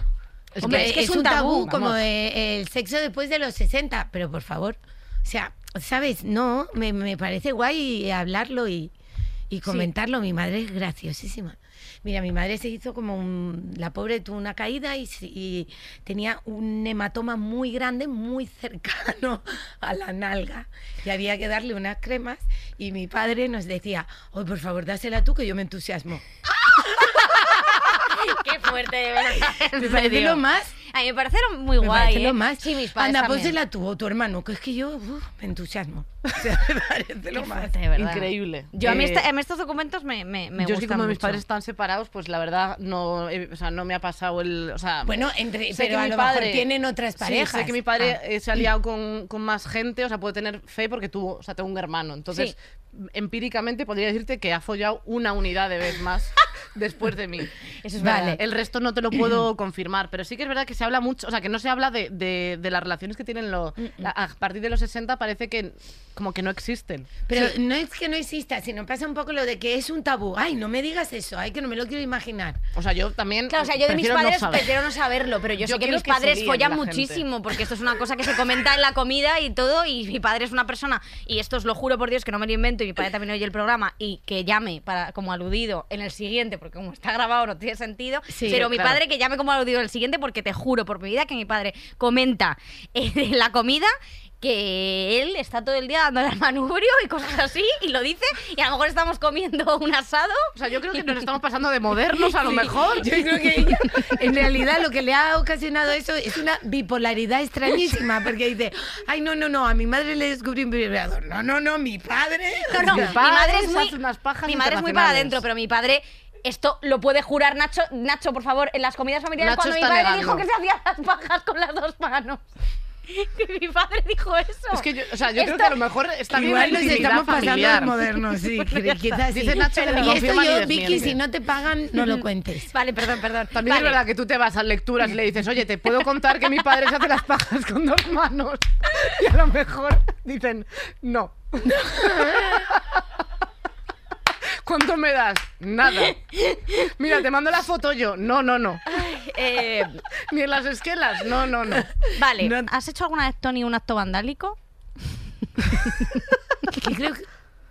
Speaker 3: Es
Speaker 4: Hombre,
Speaker 3: que-
Speaker 4: es, que es,
Speaker 2: un
Speaker 4: un tabú,
Speaker 2: tabú,
Speaker 4: como
Speaker 3: vamos.
Speaker 4: eh, el sexo después de los 60, pero por favor, o sea, sabes, no, me, me parece guay hablarlo y, y comentarlo. Mi madre es graciosísima. Mira, mi madre se hizo como un- la pobre tuvo una caída y, se- y tenía un hematoma muy grande, muy cercano a la nalga. Y había que darle unas cremas y mi padre nos decía, hoy por favor, dásela tú que yo me entusiasmo.
Speaker 2: *laughs* Qué fuerte, de
Speaker 3: *laughs*
Speaker 2: verdad. *laughs* en
Speaker 4: Me parece
Speaker 2: serio.
Speaker 4: lo más
Speaker 2: A mí me parecieron muy
Speaker 4: me
Speaker 2: guay.
Speaker 4: parece
Speaker 2: ¿eh?
Speaker 4: lo más.
Speaker 2: Sí, mis padres.
Speaker 3: pues
Speaker 4: Anda,
Speaker 2: también.
Speaker 4: pónsela tú o tu hermano, que es que yo uf, me entusiasmo. *laughs* O sea, me parece lo
Speaker 2: Qué
Speaker 4: más.
Speaker 2: fuerte, de verdad.
Speaker 3: Increíble.
Speaker 2: Yo a mí
Speaker 3: Eh,
Speaker 2: esta- a mí estos documentos me, me, me
Speaker 3: yo
Speaker 2: gustan
Speaker 3: es que como mis
Speaker 2: mucho.
Speaker 3: padres están separados, pues la verdad no, he- o sea, no me ha pasado el, o sea,
Speaker 4: Bueno, entre,
Speaker 3: sé
Speaker 4: Eh, pero
Speaker 3: que
Speaker 4: a
Speaker 3: mi
Speaker 4: lo
Speaker 3: padre-
Speaker 4: mejor tienen otras
Speaker 3: sí,
Speaker 4: parejas.
Speaker 3: sé que mi padre
Speaker 4: Ah,
Speaker 3: eh, se ha liado con, con más gente, o sea, puedo tener fe porque tuvo, o sea, tengo un hermano, entonces empíricamente podría decirte que ha follado una unidad de vez más después de mí.
Speaker 2: Eso es
Speaker 4: Vale.
Speaker 2: verdad.
Speaker 3: El resto no te lo puedo *clears throat* confirmar, pero sí que es verdad que se habla mucho, o sea, que no se habla de, de- de las relaciones que tienen lo- a, a partir de los 60 parece que como que no existen.
Speaker 4: pero no es que no exista, sino pasa un poco lo de que es un tabú. Ay, no me digas eso, ay, que no me lo
Speaker 3: *laughs*
Speaker 4: quiero imaginar.
Speaker 3: O sea, yo también
Speaker 2: Claro, o sea, yo de mis
Speaker 3: prefiero no
Speaker 2: padres
Speaker 3: saber.
Speaker 2: prefiero no saberlo, pero yo,
Speaker 3: Yo
Speaker 2: sé que
Speaker 3: quiero
Speaker 2: mis
Speaker 3: que se
Speaker 2: padres
Speaker 3: líen
Speaker 2: follan
Speaker 3: la gente.
Speaker 2: muchísimo, porque esto es una cosa que se comenta en la comida y todo, y mi padre es una persona, y esto os lo juro por Dios que no me lo invento, y mi padre también oye el programa, y que llame para como aludido en el siguiente, porque como está grabado no tiene sentido.
Speaker 3: Sí,
Speaker 2: pero mi
Speaker 3: claro.
Speaker 2: padre, que ya me como audio el siguiente, porque te juro por mi vida que mi padre comenta eh, de la comida que él está todo el día dando el manubrio y cosas así, y lo dice, y a lo mejor estamos comiendo un asado.
Speaker 3: O sea, yo creo que nos estamos pasando de modernos a lo mejor.
Speaker 4: Yo creo que ella, en realidad, lo que le ha ocasionado eso es una bipolaridad extrañísima, porque dice, ay, no, no, no, a mi madre le descubrí un vibrador. No, no, no, mi padre.
Speaker 2: No, no,
Speaker 3: Mi
Speaker 2: mi,
Speaker 3: padre
Speaker 2: madre es
Speaker 3: se
Speaker 2: muy,
Speaker 3: hace unas pajas
Speaker 2: mi madre es muy para
Speaker 3: internacionales.
Speaker 2: adentro, pero mi padre... Esto lo puede jurar Nacho. Nacho, por favor, en las comidas familiares,
Speaker 3: Nacho
Speaker 2: cuando mi
Speaker 3: está
Speaker 2: padre
Speaker 3: negando.
Speaker 2: dijo que se hacía las pajas con las dos manos. *laughs* Que mi padre dijo eso.
Speaker 3: Es que yo, o sea, yo creo
Speaker 2: Esto-
Speaker 3: que a lo mejor está bien la
Speaker 4: Igual nos
Speaker 3: intimidad
Speaker 4: estamos pasando
Speaker 3: familiar.
Speaker 4: de modernos, sí,
Speaker 3: *laughs*
Speaker 4: quizás sí.
Speaker 3: Dice Nacho que lo
Speaker 4: y esto
Speaker 3: confirma ni
Speaker 4: yo,
Speaker 3: desmiente.
Speaker 4: Vicky, si no te pagan, no
Speaker 3: *laughs*
Speaker 4: lo
Speaker 2: *laughs*
Speaker 4: cuentes.
Speaker 2: Vale, perdón, perdón.
Speaker 3: También
Speaker 2: Vale.
Speaker 3: es verdad que tú te vas a lecturas y le dices, oye, te puedo contar que mi padre se hace las pajas con dos manos. Y a lo mejor dicen, no. ¿Cuánto me das? Nada. Mira, te mando la foto yo. No, no, no.
Speaker 2: Eh,
Speaker 3: Ni en las esquelas. No, no, no.
Speaker 2: vale,
Speaker 3: No-
Speaker 2: ¿has hecho alguna vez, Tony, un acto *laughs* vandálico?
Speaker 4: Que creo, que-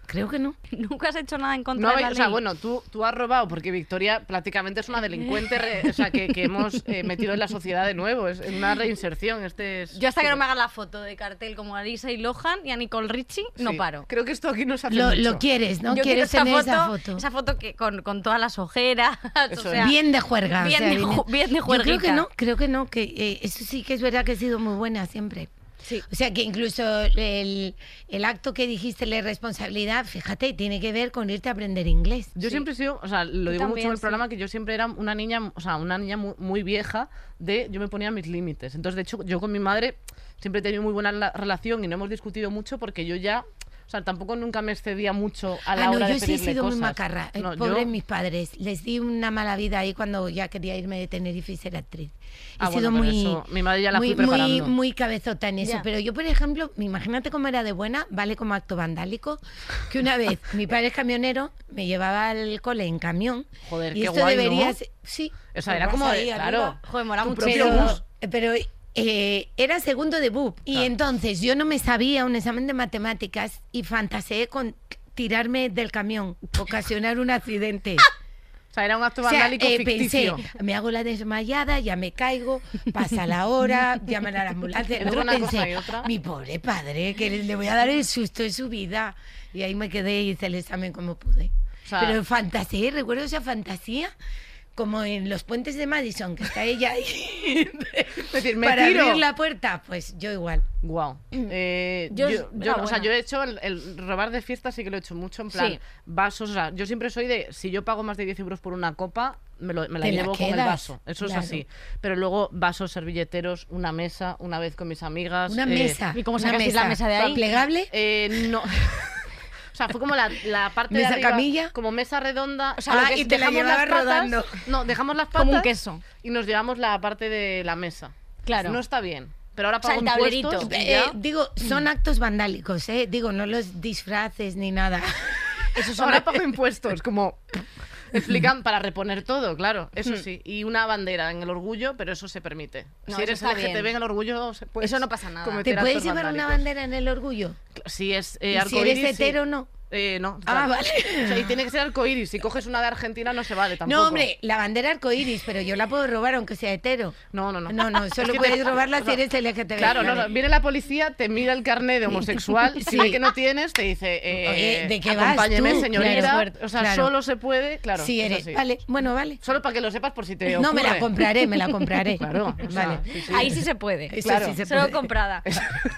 Speaker 4: creo que no.
Speaker 2: ¿Nunca has hecho nada en contra
Speaker 3: No,
Speaker 2: de la
Speaker 3: o sea,
Speaker 2: ley?
Speaker 3: bueno, tú, tú has robado porque Victoria prácticamente es una delincuente re- o sea, que, que hemos eh, metido en la sociedad de nuevo. Es una reinserción. Este es...
Speaker 2: Yo hasta que no me hagan la foto de cartel como a Lisa y Lohan y a Nicole Richie, no
Speaker 3: Sí.
Speaker 2: paro.
Speaker 3: Creo que esto aquí nos hace
Speaker 4: Lo,
Speaker 3: mucho.
Speaker 4: lo quieres, ¿no?
Speaker 2: Yo quiero
Speaker 4: quieres
Speaker 2: esa
Speaker 4: tener
Speaker 2: foto,
Speaker 4: esa foto.
Speaker 2: esa foto que con, con todas las ojeras, *laughs*
Speaker 3: Eso
Speaker 2: o
Speaker 3: es.
Speaker 2: sea,
Speaker 4: bien de juerga.
Speaker 2: bien
Speaker 4: o sea,
Speaker 2: de ju- bien de
Speaker 4: Yo creo que
Speaker 2: juerguita.
Speaker 4: no, creo que no, que eh, eso sí que es verdad que he sido muy buena siempre.
Speaker 2: Sí.
Speaker 4: O sea que incluso el, el acto que dijiste, la responsabilidad, fíjate, tiene que ver con irte a aprender inglés.
Speaker 3: Yo siempre he sido, o sea,
Speaker 2: Yo
Speaker 3: lo digo mucho en
Speaker 2: también,
Speaker 3: el
Speaker 2: sí.
Speaker 3: programa, que yo siempre era una niña, o sea, una niña muy, muy vieja de yo me ponía mis límites. Entonces, de hecho, yo con mi madre siempre he tenido muy buena la- relación y no hemos discutido mucho porque yo ya, o sea, tampoco nunca me excedía mucho a la
Speaker 4: ah, no,
Speaker 3: hora
Speaker 4: yo
Speaker 3: de
Speaker 4: sí he
Speaker 3: pedirle
Speaker 4: sido muy
Speaker 3: cosas.
Speaker 4: macarra. eh,
Speaker 3: No, yo-
Speaker 4: Pobre mis padres. Les di una mala vida ahí cuando ya quería irme de Tenerife y ser actriz. He
Speaker 3: Ah,
Speaker 4: sido
Speaker 3: bueno, pero
Speaker 4: muy.
Speaker 3: eso, mi madre ya la
Speaker 4: muy,
Speaker 3: fui
Speaker 4: muy,
Speaker 3: preparando.
Speaker 4: muy cabezota en eso.
Speaker 2: Ya.
Speaker 4: Pero yo, por ejemplo, imagínate cómo era de buena, vale como acto vandálico, que
Speaker 3: *laughs*
Speaker 4: una vez mi padre es camionero, me llevaba al cole en camión.
Speaker 3: Joder,
Speaker 4: y
Speaker 3: qué
Speaker 4: esto
Speaker 3: guay, ¿no?
Speaker 4: debería ser- Sí.
Speaker 3: O sea,
Speaker 4: Pues
Speaker 3: era
Speaker 4: vas
Speaker 3: como de-
Speaker 4: ahí
Speaker 3: claro.
Speaker 4: arriba.
Speaker 2: Joder, mola
Speaker 3: Tu
Speaker 2: mucho.
Speaker 3: propio
Speaker 4: Pero,
Speaker 3: bus.
Speaker 4: pero, eh, era segundo de BUP y entonces yo no me sabía un examen de matemáticas y fantaseé con tirarme del camión, ocasionar un accidente.
Speaker 3: O sea, era un acto
Speaker 4: O sea,
Speaker 3: vandálico
Speaker 4: eh,
Speaker 3: ficticio.
Speaker 4: pensé, me hago la desmayada, ya me caigo, pasa la hora, llaman a la ambulancia.
Speaker 3: Entre
Speaker 4: Luego
Speaker 3: una cosa
Speaker 4: pensé,
Speaker 3: y otra.
Speaker 4: mi pobre padre, que le, le voy a dar el susto de su vida. Y ahí me quedé y hice el examen como pude.
Speaker 3: O sea-
Speaker 4: Pero fantaseé, recuerdo esa fantasía, como en los puentes de Madison, que está ella ahí
Speaker 3: Es decir, *laughs* me
Speaker 4: para
Speaker 3: tiro.
Speaker 4: abrir la Mm. puerta. Pues yo igual.
Speaker 3: Wow. yo,
Speaker 2: Yo-
Speaker 3: yo-
Speaker 2: era
Speaker 3: o
Speaker 2: buena.
Speaker 3: sea, yo he hecho el, el robar de fiesta, sí que lo he hecho mucho, en plan,
Speaker 2: Sí.
Speaker 3: vasos. O sea, yo siempre soy de, si yo pago más de 10 euros por una copa, me, lo- me la
Speaker 4: Te la
Speaker 3: llevo con el
Speaker 4: quedas,
Speaker 3: vaso. Eso
Speaker 4: claro.
Speaker 3: es así. Pero luego vasos, servilleteros, una mesa, una vez con mis amigas.
Speaker 4: Una
Speaker 3: eh,
Speaker 4: mesa.
Speaker 2: ¿y cómo
Speaker 4: una
Speaker 2: sacasteis la mesa de ahí?
Speaker 4: ¿Plegable?
Speaker 3: eh, no. *laughs* o sea, fue como la, la parte
Speaker 4: ¿Mesa
Speaker 3: de arriba,
Speaker 4: camilla?
Speaker 3: como mesa redonda. O
Speaker 4: sea, lo que es- te la
Speaker 3: las
Speaker 4: llevabas
Speaker 3: patas-
Speaker 4: rodando.
Speaker 3: No, dejamos las patas
Speaker 2: Como un queso.
Speaker 3: y nos llevamos la parte de la mesa.
Speaker 2: Claro.
Speaker 3: No está bien. Pero ahora
Speaker 2: sea,
Speaker 3: pago
Speaker 2: el tablerito.
Speaker 3: impuestos y
Speaker 4: Eh,
Speaker 3: ya. Mm.
Speaker 4: digo, son actos vandálicos, ¿eh? Digo, no los disfraces ni nada.
Speaker 3: Eso Ahora pago impuestos,
Speaker 4: *laughs*
Speaker 3: como explican para reponer todo, claro,
Speaker 4: Hmm.
Speaker 3: eso sí. Y una bandera en el orgullo, pero eso se permite.
Speaker 2: No,
Speaker 3: si
Speaker 2: eso
Speaker 3: eres
Speaker 2: está
Speaker 3: LGTB
Speaker 2: bien.
Speaker 3: en el orgullo, se- puedes
Speaker 2: Eso no pasa nada.
Speaker 3: cometer
Speaker 4: ¿Te puedes
Speaker 3: actos
Speaker 4: llevar una
Speaker 3: vandálicos.
Speaker 4: bandera en el orgullo?
Speaker 3: Si es eh,
Speaker 4: ¿Y si
Speaker 3: arcoíris,
Speaker 4: eres
Speaker 3: sí.
Speaker 4: hetero no?
Speaker 3: Eh, no.
Speaker 4: Ah,
Speaker 3: claro.
Speaker 4: vale.
Speaker 3: O sea, y tiene que ser arcoíris. Si coges una de Argentina no se vale tampoco.
Speaker 4: No, hombre, la bandera arcoíris, pero yo la puedo robar aunque sea hetero.
Speaker 3: No, no, no.
Speaker 4: No, no,
Speaker 3: Es *laughs*
Speaker 4: solo
Speaker 3: que
Speaker 4: puedes
Speaker 3: te-
Speaker 4: robarla
Speaker 3: o
Speaker 4: si
Speaker 3: sea,
Speaker 4: eres LGTB.
Speaker 3: Claro, no, no, viene la policía, te mira el carnet de homosexual,
Speaker 4: *laughs*
Speaker 3: si ve que no tienes, te dice, eh,
Speaker 4: Oye, ¿de qué vas
Speaker 3: acompáñeme,
Speaker 4: tú?
Speaker 3: señorita.
Speaker 4: Claro,
Speaker 3: o sea,
Speaker 4: claro.
Speaker 3: solo se puede, claro.
Speaker 4: Si
Speaker 3: es
Speaker 4: eres,
Speaker 3: así.
Speaker 4: vale, bueno, vale.
Speaker 3: Solo para que lo sepas por si te
Speaker 4: No, me la
Speaker 3: ocurre.
Speaker 4: compraré, me la
Speaker 3: *laughs*
Speaker 4: compraré.
Speaker 3: Claro, o sea,
Speaker 4: vale.
Speaker 3: sí, sí.
Speaker 2: Ahí sí se puede.
Speaker 4: Eso
Speaker 3: Claro.
Speaker 4: sí se
Speaker 2: Solo
Speaker 4: puede.
Speaker 2: comprada.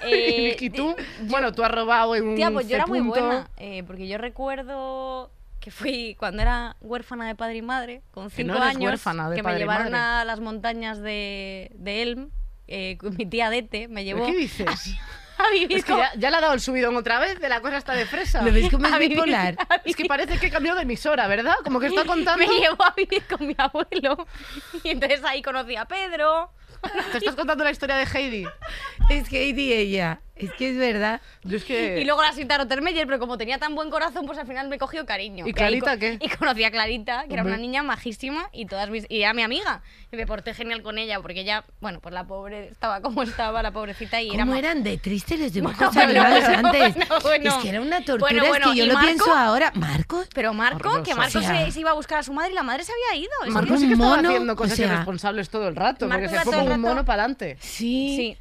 Speaker 2: Eh,
Speaker 3: *laughs* Y tú, bueno, tú has robado en un
Speaker 2: Tía, pues yo era muy
Speaker 3: C punto.
Speaker 2: buena, eh, porque yo recuerdo que fui cuando era huérfana de padre y madre, con
Speaker 3: Que
Speaker 2: cinco
Speaker 3: no eres
Speaker 2: años,
Speaker 3: huérfana de
Speaker 2: que
Speaker 3: padre
Speaker 2: me
Speaker 3: y
Speaker 2: llevaron
Speaker 3: madre.
Speaker 2: a las montañas de, de Elm, eh, con mi tía Dete me
Speaker 3: ¿Pero
Speaker 2: llevó
Speaker 3: ¿Qué
Speaker 4: *laughs*
Speaker 3: dices?
Speaker 2: a vivir
Speaker 3: Es que
Speaker 2: con-
Speaker 3: ya, ya le ha dado el subidón otra vez, de la cosa está de
Speaker 4: *laughs*
Speaker 3: fresa.
Speaker 4: ¿Lo ves como
Speaker 2: *laughs*
Speaker 4: es
Speaker 2: A vivir-
Speaker 4: bipolar?
Speaker 3: Es que parece que cambió de emisora, ¿verdad? Como que
Speaker 4: *laughs*
Speaker 3: está contando.
Speaker 2: *laughs* me llevó a vivir con mi abuelo. *laughs* Y entonces ahí conocí a Pedro.
Speaker 3: Te estás contando la historia de Heidi.
Speaker 4: Es que Heidi y ella. Es que es verdad.
Speaker 3: Yo es que...
Speaker 2: Y luego la Sita Rottermeyer, pero como tenía tan buen corazón, pues al final me cogió cariño.
Speaker 3: ¿Y
Speaker 2: ahí
Speaker 3: Clarita
Speaker 2: co-
Speaker 3: qué?
Speaker 2: *laughs* Y conocí a Clarita, que era
Speaker 3: Hombre.
Speaker 2: una niña majísima y todas mis y era mi amiga. Y me porté genial con ella porque ella, bueno, pues la pobre estaba como estaba la pobrecita y era
Speaker 4: ¿Cómo
Speaker 2: ma-
Speaker 4: eran de
Speaker 3: *laughs*
Speaker 4: tristes los dibujos
Speaker 2: Bueno,
Speaker 4: animados
Speaker 2: bueno,
Speaker 4: antes?
Speaker 2: bueno, bueno.
Speaker 4: Es que era una tortura,
Speaker 2: Bueno,
Speaker 4: es
Speaker 2: bueno,
Speaker 4: que yo
Speaker 2: ¿y
Speaker 4: lo
Speaker 2: Marco?
Speaker 4: pienso ahora. ¿Marcos?
Speaker 2: Pero Marco,
Speaker 3: Horrorosa.
Speaker 2: que Marco
Speaker 4: O sea,
Speaker 2: se, se iba a buscar a su madre y la madre se había ido. Es
Speaker 3: Marco
Speaker 4: un
Speaker 3: sí que estaba
Speaker 4: mono,
Speaker 3: haciendo
Speaker 4: o
Speaker 3: cosas
Speaker 4: sea,
Speaker 3: irresponsables todo el rato,
Speaker 2: Marco
Speaker 3: porque se
Speaker 2: iba
Speaker 3: fue
Speaker 2: todo el
Speaker 3: como un
Speaker 2: rato-
Speaker 3: mono para adelante.
Speaker 4: Sí.
Speaker 2: Sí.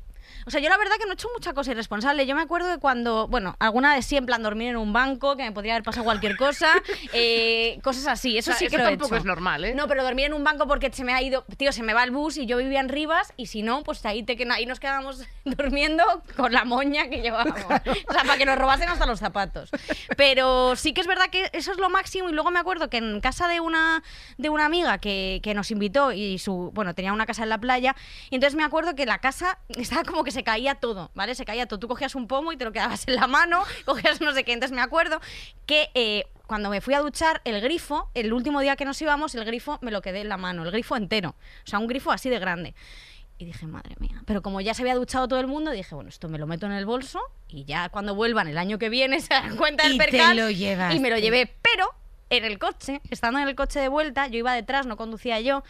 Speaker 2: O sea, yo la verdad que no he hecho mucha cosa irresponsable. Yo me acuerdo de cuando, bueno, alguna de sí, en plan dormir en un banco, que me podría haber pasado cualquier cosa, *laughs* eh, cosas así. Eso
Speaker 3: O sea,
Speaker 2: sí que
Speaker 3: eso
Speaker 2: lo he
Speaker 3: tampoco
Speaker 2: hecho.
Speaker 3: es normal, ¿eh?
Speaker 2: No, pero dormir en un banco porque se me ha ido, tío, se me va el bus y yo vivía en Rivas y si no, pues ahí, te, queda- ahí nos quedábamos *laughs* durmiendo con la moña que llevábamos. O sea, para que nos robasen hasta los zapatos. Pero sí que es verdad que eso es lo máximo y luego me acuerdo que en casa de una, de una amiga que, que nos invitó y su, bueno, tenía una casa en la playa y entonces me acuerdo que la casa estaba como que se caía todo, ¿vale? Se caía todo. Tú cogías un pomo y te lo quedabas en la mano, *laughs* cogías no sé qué. Entonces me acuerdo que... eh, cuando me fui a duchar, el grifo, el último día que nos íbamos, el grifo me lo quedé en la mano, el grifo entero. O sea, un grifo así de grande. Y dije, madre mía. Pero como ya se había duchado todo el mundo, dije, bueno, esto me lo meto en el bolso y ya cuando vuelvan el año que viene *laughs* se dan cuenta del
Speaker 4: Y te
Speaker 2: percal.
Speaker 4: lo llevaste.
Speaker 2: Y me lo llevé. Pero en el coche, estando en el coche de vuelta, yo iba detrás, no conducía yo.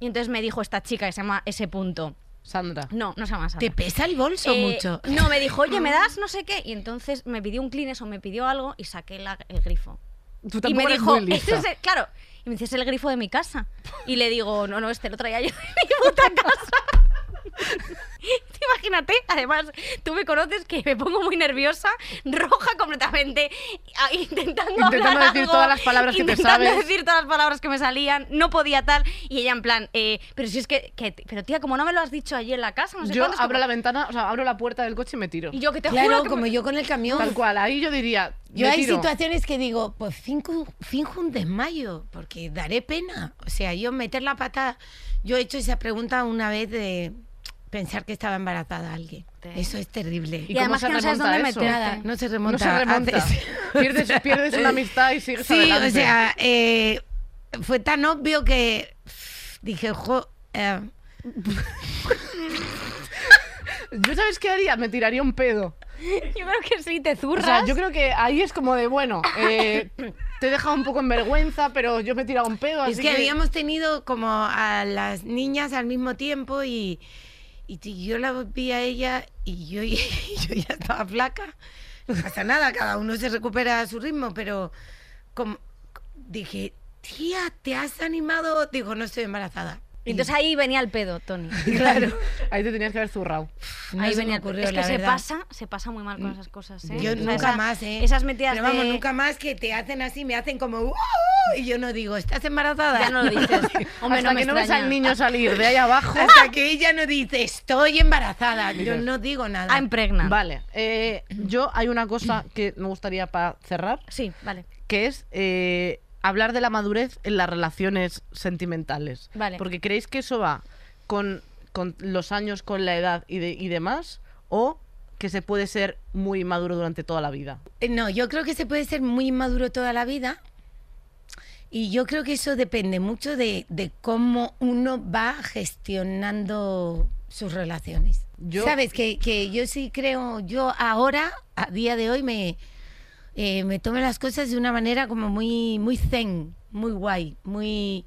Speaker 2: Y entonces me dijo esta chica que se llama ese punto.
Speaker 3: Sandra.
Speaker 2: No, no se llama Sandra.
Speaker 4: ¿Te pesa el bolso
Speaker 2: Eh,
Speaker 4: mucho?
Speaker 2: No, me dijo,
Speaker 4: *laughs*
Speaker 2: oye, ¿me das no sé qué? Y entonces me pidió un clean o me pidió algo y saqué la- el grifo.
Speaker 3: Tú
Speaker 2: Y
Speaker 3: tampoco
Speaker 2: me
Speaker 3: eres
Speaker 2: dijo,
Speaker 3: muy lista.
Speaker 2: "Este es el-". claro, y me dice, es el grifo de mi casa. Y le digo, no, no, este lo traía yo de mi *laughs* puta casa. Te Imagínate, además, tú me conoces que me pongo muy nerviosa, roja completamente, a- intentando,
Speaker 3: Intentando
Speaker 2: hablar
Speaker 3: decir
Speaker 2: algo,
Speaker 3: todas las palabras que te
Speaker 2: intentando
Speaker 3: sabes.
Speaker 2: decir todas las palabras que me salían, no podía tal, y ella en plan, eh, pero si es que, que- pero tía, como no me lo has dicho allí en la casa, no sé
Speaker 3: yo
Speaker 2: cuántos,
Speaker 3: abro
Speaker 2: como-
Speaker 3: la ventana, o sea, abro la puerta del coche y me tiro.
Speaker 2: y yo que te juro
Speaker 4: Claro,
Speaker 2: que
Speaker 4: como
Speaker 2: me-
Speaker 4: yo con el camión.
Speaker 3: Tal cual, ahí yo diría,
Speaker 4: Yo
Speaker 3: me
Speaker 4: hay
Speaker 3: tiro.
Speaker 4: situaciones que digo, pues finjo, finjo un desmayo, porque daré pena. O sea, yo meter la pata. Yo he hecho esa pregunta una vez de pensar que estaba embarazada alguien. Eso es terrible.
Speaker 3: ¿Y
Speaker 2: Y
Speaker 3: cómo
Speaker 2: además
Speaker 3: se
Speaker 2: que no sabes
Speaker 3: remonta
Speaker 2: dónde
Speaker 3: eso?
Speaker 2: meterte.
Speaker 4: Nada, no se remonta.
Speaker 3: No se remonta.
Speaker 4: Haces-
Speaker 3: *laughs* Pierdes, pierdes una amistad y sigues
Speaker 4: Sí,
Speaker 3: adelante.
Speaker 4: o sea, eh, fue tan obvio que pff, dije, jo, eh,
Speaker 3: ¿Yo sabes qué haría? Me tiraría un pedo.
Speaker 2: *laughs* yo creo que sí, te
Speaker 3: O
Speaker 2: zurras.
Speaker 3: sea, yo creo que ahí es como
Speaker 2: *laughs*
Speaker 3: de, bueno, eh, te he dejado un poco en vergüenza, pero yo me he tirado un pedo, así
Speaker 4: es
Speaker 2: *laughs*
Speaker 4: que, habíamos tenido como a las niñas al mismo tiempo y, y t- yo la vi a ella y yo, *laughs* y yo ya estaba flaca. No pasa nada, cada uno se recupera a su ritmo, pero como, dije, tía, ¿te has animado? Dijo, no estoy embarazada.
Speaker 2: Y Entonces ahí venía el pedo, Tony.
Speaker 3: Claro. *laughs* Ahí te tenías que haber zurrado.
Speaker 4: No
Speaker 2: ahí
Speaker 4: se me
Speaker 2: venía el pedo.
Speaker 4: ocurrió,
Speaker 2: Es que
Speaker 4: la
Speaker 2: se
Speaker 4: verdad. Mm.
Speaker 2: pasa, se pasa muy mal con esas cosas, ¿eh?
Speaker 4: Yo
Speaker 2: O sea,
Speaker 4: nunca
Speaker 2: esa-
Speaker 4: más, ¿eh?
Speaker 2: Esas metidas
Speaker 4: Pero vamos,
Speaker 2: de-
Speaker 4: nunca más que te hacen así, me hacen como... "Uh", y yo no digo, ¿estás
Speaker 2: *laughs*
Speaker 4: embarazada?
Speaker 2: Ya no lo dices. Hombre,
Speaker 3: Hasta
Speaker 2: no me
Speaker 3: que no ves
Speaker 2: extraña. Ah,
Speaker 3: al niño salir de ahí abajo.
Speaker 4: *laughs* Hasta que ella no dice,
Speaker 2: *laughs*
Speaker 4: estoy embarazada. Yo
Speaker 3: Dices,
Speaker 4: no digo nada.
Speaker 2: Ah, impregna.
Speaker 3: Vale, eh, yo hay una cosa que me gustaría para cerrar,
Speaker 2: Sí, vale.
Speaker 3: que es eh, hablar de la madurez en las relaciones sentimentales.
Speaker 2: Vale.
Speaker 3: Porque creéis que eso va con, con los años, con la edad y, de- y demás, o que se puede ser muy maduro durante toda la vida.
Speaker 4: Eh, No, yo creo que se puede ser muy inmaduro toda la vida. Y yo creo que eso depende mucho de, de cómo uno va gestionando sus relaciones.
Speaker 3: Yo-
Speaker 4: Sabes que, que yo sí creo, yo ahora, a día de hoy, me, eh, me tomo las cosas de una manera como muy, muy zen, muy guay, muy...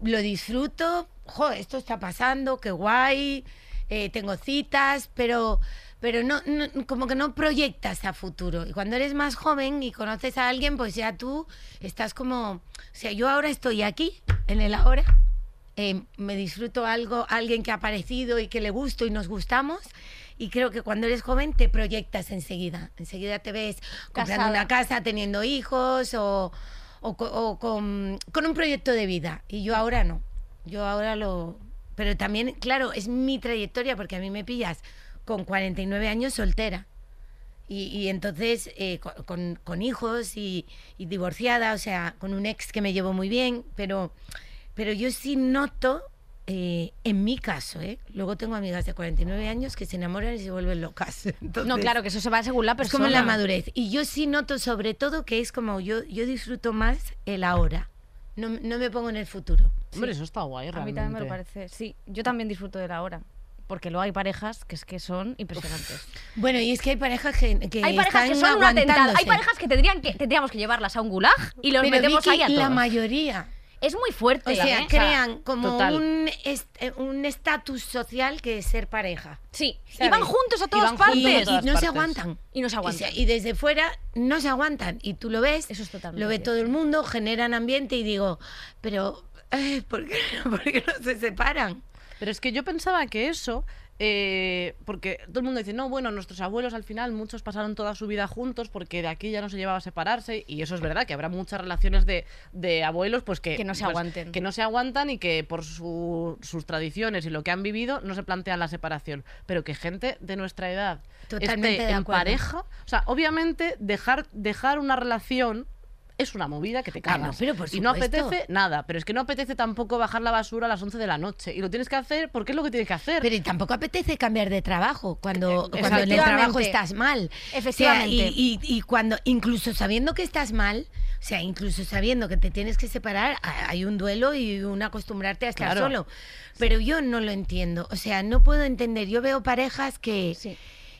Speaker 4: Lo disfruto, jo, esto está pasando, qué guay, eh, tengo citas, pero, pero no, no- como que no proyectas a futuro. Y cuando eres más joven y conoces a alguien, pues ya tú estás como... O sea, yo ahora estoy aquí, en el ahora, eh, me disfruto algo, alguien que ha aparecido y que le gusto y nos gustamos. Y creo que cuando eres joven te proyectas enseguida. Enseguida te ves comprando
Speaker 2: Casada.
Speaker 4: una casa, teniendo hijos o, o co- o con, con un proyecto de vida. Y yo ahora no. Yo ahora lo... Pero también, claro, es mi trayectoria porque a mí me pillas con 49 años soltera. Y, y entonces, eh, co- con, con hijos y, y divorciada, o sea, con un ex que me llevo muy bien, pero, pero yo sí noto, eh, en mi caso, ¿eh? luego tengo amigas de 49 años que se enamoran y se vuelven locas. *laughs*
Speaker 2: No,
Speaker 4: Entonces,
Speaker 2: claro, que eso se va según la
Speaker 4: es
Speaker 2: persona.
Speaker 4: como la madurez. Y yo sí noto sobre todo que es como yo, yo disfruto más el ahora. No, no me pongo en el futuro.
Speaker 3: Hombre, eso está guay,
Speaker 2: A mí
Speaker 3: realmente.
Speaker 2: también me lo parece. Sí, yo también disfruto de la hora. porque luego hay parejas que es que son impresionantes.
Speaker 4: Bueno, y es que hay parejas que, que
Speaker 2: hay parejas que
Speaker 4: están
Speaker 2: son un atentado. Hay
Speaker 4: aguantándose.
Speaker 2: parejas que, tendrían que tendríamos que llevarlas a un gulag y los
Speaker 4: Pero
Speaker 2: metemos
Speaker 4: Vicky,
Speaker 2: ahí a todos.
Speaker 4: la mayoría.
Speaker 2: Es muy fuerte.
Speaker 4: O sea,
Speaker 2: ¿eh?
Speaker 4: crean como
Speaker 3: total.
Speaker 4: un est- eh, un estatus social que es ser pareja.
Speaker 2: Sí, y
Speaker 4: ¿sabes?
Speaker 2: van juntos a
Speaker 3: van
Speaker 2: todas
Speaker 3: juntos a
Speaker 4: Y, y
Speaker 2: partes.
Speaker 4: no
Speaker 3: todas
Speaker 4: se
Speaker 3: partes.
Speaker 4: aguantan.
Speaker 2: Y no se
Speaker 4: O
Speaker 2: aguantan.
Speaker 4: sea, y desde fuera no se aguantan. Y tú lo ves,
Speaker 2: Eso es totalmente
Speaker 4: lo ve
Speaker 2: cierto.
Speaker 4: todo el mundo, generan ambiente y digo, pero eh, ¿por, qué, *laughs* por qué no se separan?
Speaker 3: Pero es que yo pensaba que eso, eh, porque todo el mundo dice, no, bueno, nuestros abuelos al final muchos pasaron toda su vida juntos porque de aquí ya no se llevaba a separarse y eso es verdad, que habrá muchas relaciones de, de abuelos pues que,
Speaker 2: Que no se
Speaker 3: pues,
Speaker 2: aguanten.
Speaker 3: Que no se aguantan y que por su- sus tradiciones y lo que han vivido no se plantean la separación. Pero que gente de nuestra edad
Speaker 4: Totalmente
Speaker 3: esté
Speaker 4: de
Speaker 3: en
Speaker 4: acuerdo.
Speaker 3: pareja, o sea, obviamente dejar, dejar una relación... Es una movida que te
Speaker 4: Ah, no,
Speaker 3: cagas.
Speaker 4: pero por
Speaker 3: y no
Speaker 4: supuesto.
Speaker 3: apetece nada, pero es que no apetece tampoco bajar la basura a las 11 de la noche. Y lo tienes que hacer porque es lo que tienes que hacer.
Speaker 4: Pero y tampoco apetece cambiar de trabajo cuando, cuando en el
Speaker 2: Eh, Efectivamente.
Speaker 4: trabajo estás mal.
Speaker 2: Efectivamente.
Speaker 4: O sea, y, y- y cuando, incluso sabiendo que estás mal, o sea, incluso sabiendo que te tienes que separar, ha- hay un duelo y un acostumbrarte a estar
Speaker 3: Claro.
Speaker 4: solo. Pero yo no lo entiendo. O sea, no puedo entender. Yo veo parejas que,
Speaker 2: Sí.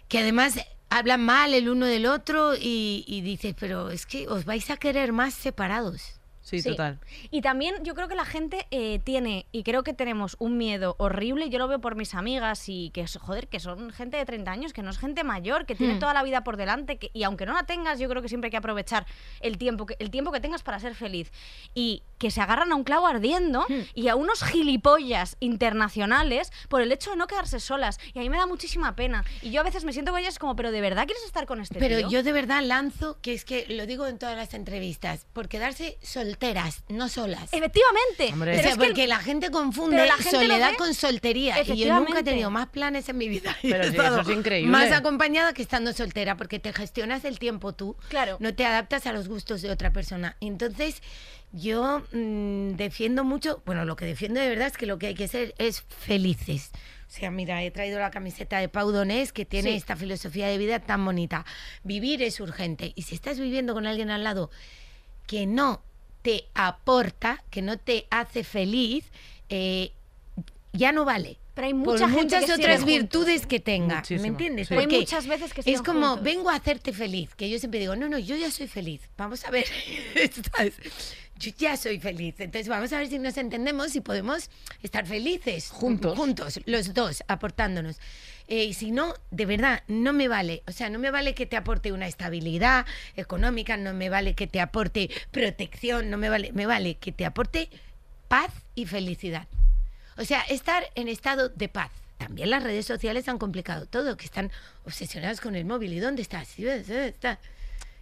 Speaker 4: que además hablan mal el uno del otro y, y dices, pero es que os vais a querer más separados.
Speaker 3: sí,
Speaker 2: Sí.
Speaker 3: total.
Speaker 2: Y también yo creo que la gente eh, tiene, y creo que tenemos un miedo horrible, yo lo veo por mis amigas y que, es- joder, que son gente de 30 años, que no es gente mayor, que tiene
Speaker 4: Hmm.
Speaker 2: toda la vida por delante, que, y aunque no la tengas, yo creo que siempre hay que aprovechar el tiempo que, el tiempo que tengas para ser feliz. Y que se agarran a un clavo ardiendo y a unos gilipollas internacionales por el hecho de no quedarse solas. Y a mí me da muchísima pena. Y yo a veces me siento con ellas como, pero ¿de verdad quieres estar con este
Speaker 4: Pero
Speaker 2: tío?
Speaker 4: yo de verdad lanzo, que es que lo digo en todas las entrevistas, por quedarse solteras, no solas.
Speaker 2: Efectivamente.
Speaker 3: Hombre.
Speaker 4: O
Speaker 2: pero
Speaker 4: sea,
Speaker 2: es que el-
Speaker 4: porque la gente confunde
Speaker 2: pero la gente lo
Speaker 4: soledad
Speaker 2: ve-
Speaker 4: con soltería. Y yo nunca he
Speaker 2: Efectivamente.
Speaker 4: tenido más planes en mi vida. y he
Speaker 3: Pero sí,
Speaker 4: estado
Speaker 3: eso es increíble.
Speaker 4: Más acompañada que estando soltera, porque te gestionas el tiempo tú.
Speaker 2: Claro.
Speaker 4: No te adaptas a los gustos de otra persona. Entonces, yo mm, defiendo mucho, bueno, lo que defiendo de verdad es que lo que hay que ser es felices. O sea, mira, he traído la camiseta de Pau Donés, que tiene
Speaker 2: Sí.
Speaker 4: esta filosofía de vida tan bonita. Vivir es urgente. Y si estás viviendo con alguien al lado que no te aporta, que no te hace feliz, eh, ya no vale.
Speaker 2: Pero hay
Speaker 4: Por
Speaker 2: mucha gente
Speaker 4: muchas
Speaker 2: que siguen
Speaker 4: otras
Speaker 2: juntos.
Speaker 4: virtudes que tenga,
Speaker 3: Muchísimo,
Speaker 4: ¿me
Speaker 3: sí.
Speaker 4: entiendes?
Speaker 2: Pero hay
Speaker 4: Porque
Speaker 2: muchas veces que
Speaker 4: es
Speaker 2: siguen
Speaker 4: como
Speaker 2: juntos.
Speaker 4: vengo a hacerte feliz, que yo siempre digo, no, no, yo ya soy feliz, vamos a ver, *laughs* ¿sabes? yo ya soy feliz, entonces vamos a ver si nos entendemos y podemos estar felices
Speaker 3: Juntos.
Speaker 4: juntos, los dos, aportándonos. Eh, y si no, de verdad, no me vale. O sea, no me vale que te aporte una estabilidad económica, no me vale que te aporte protección, no me vale, me vale que te aporte paz y felicidad. O sea, estar en estado de paz. También las redes sociales han complicado todo, que están obsesionadas con el móvil. ¿Y dónde estás? ¿Y dónde estás?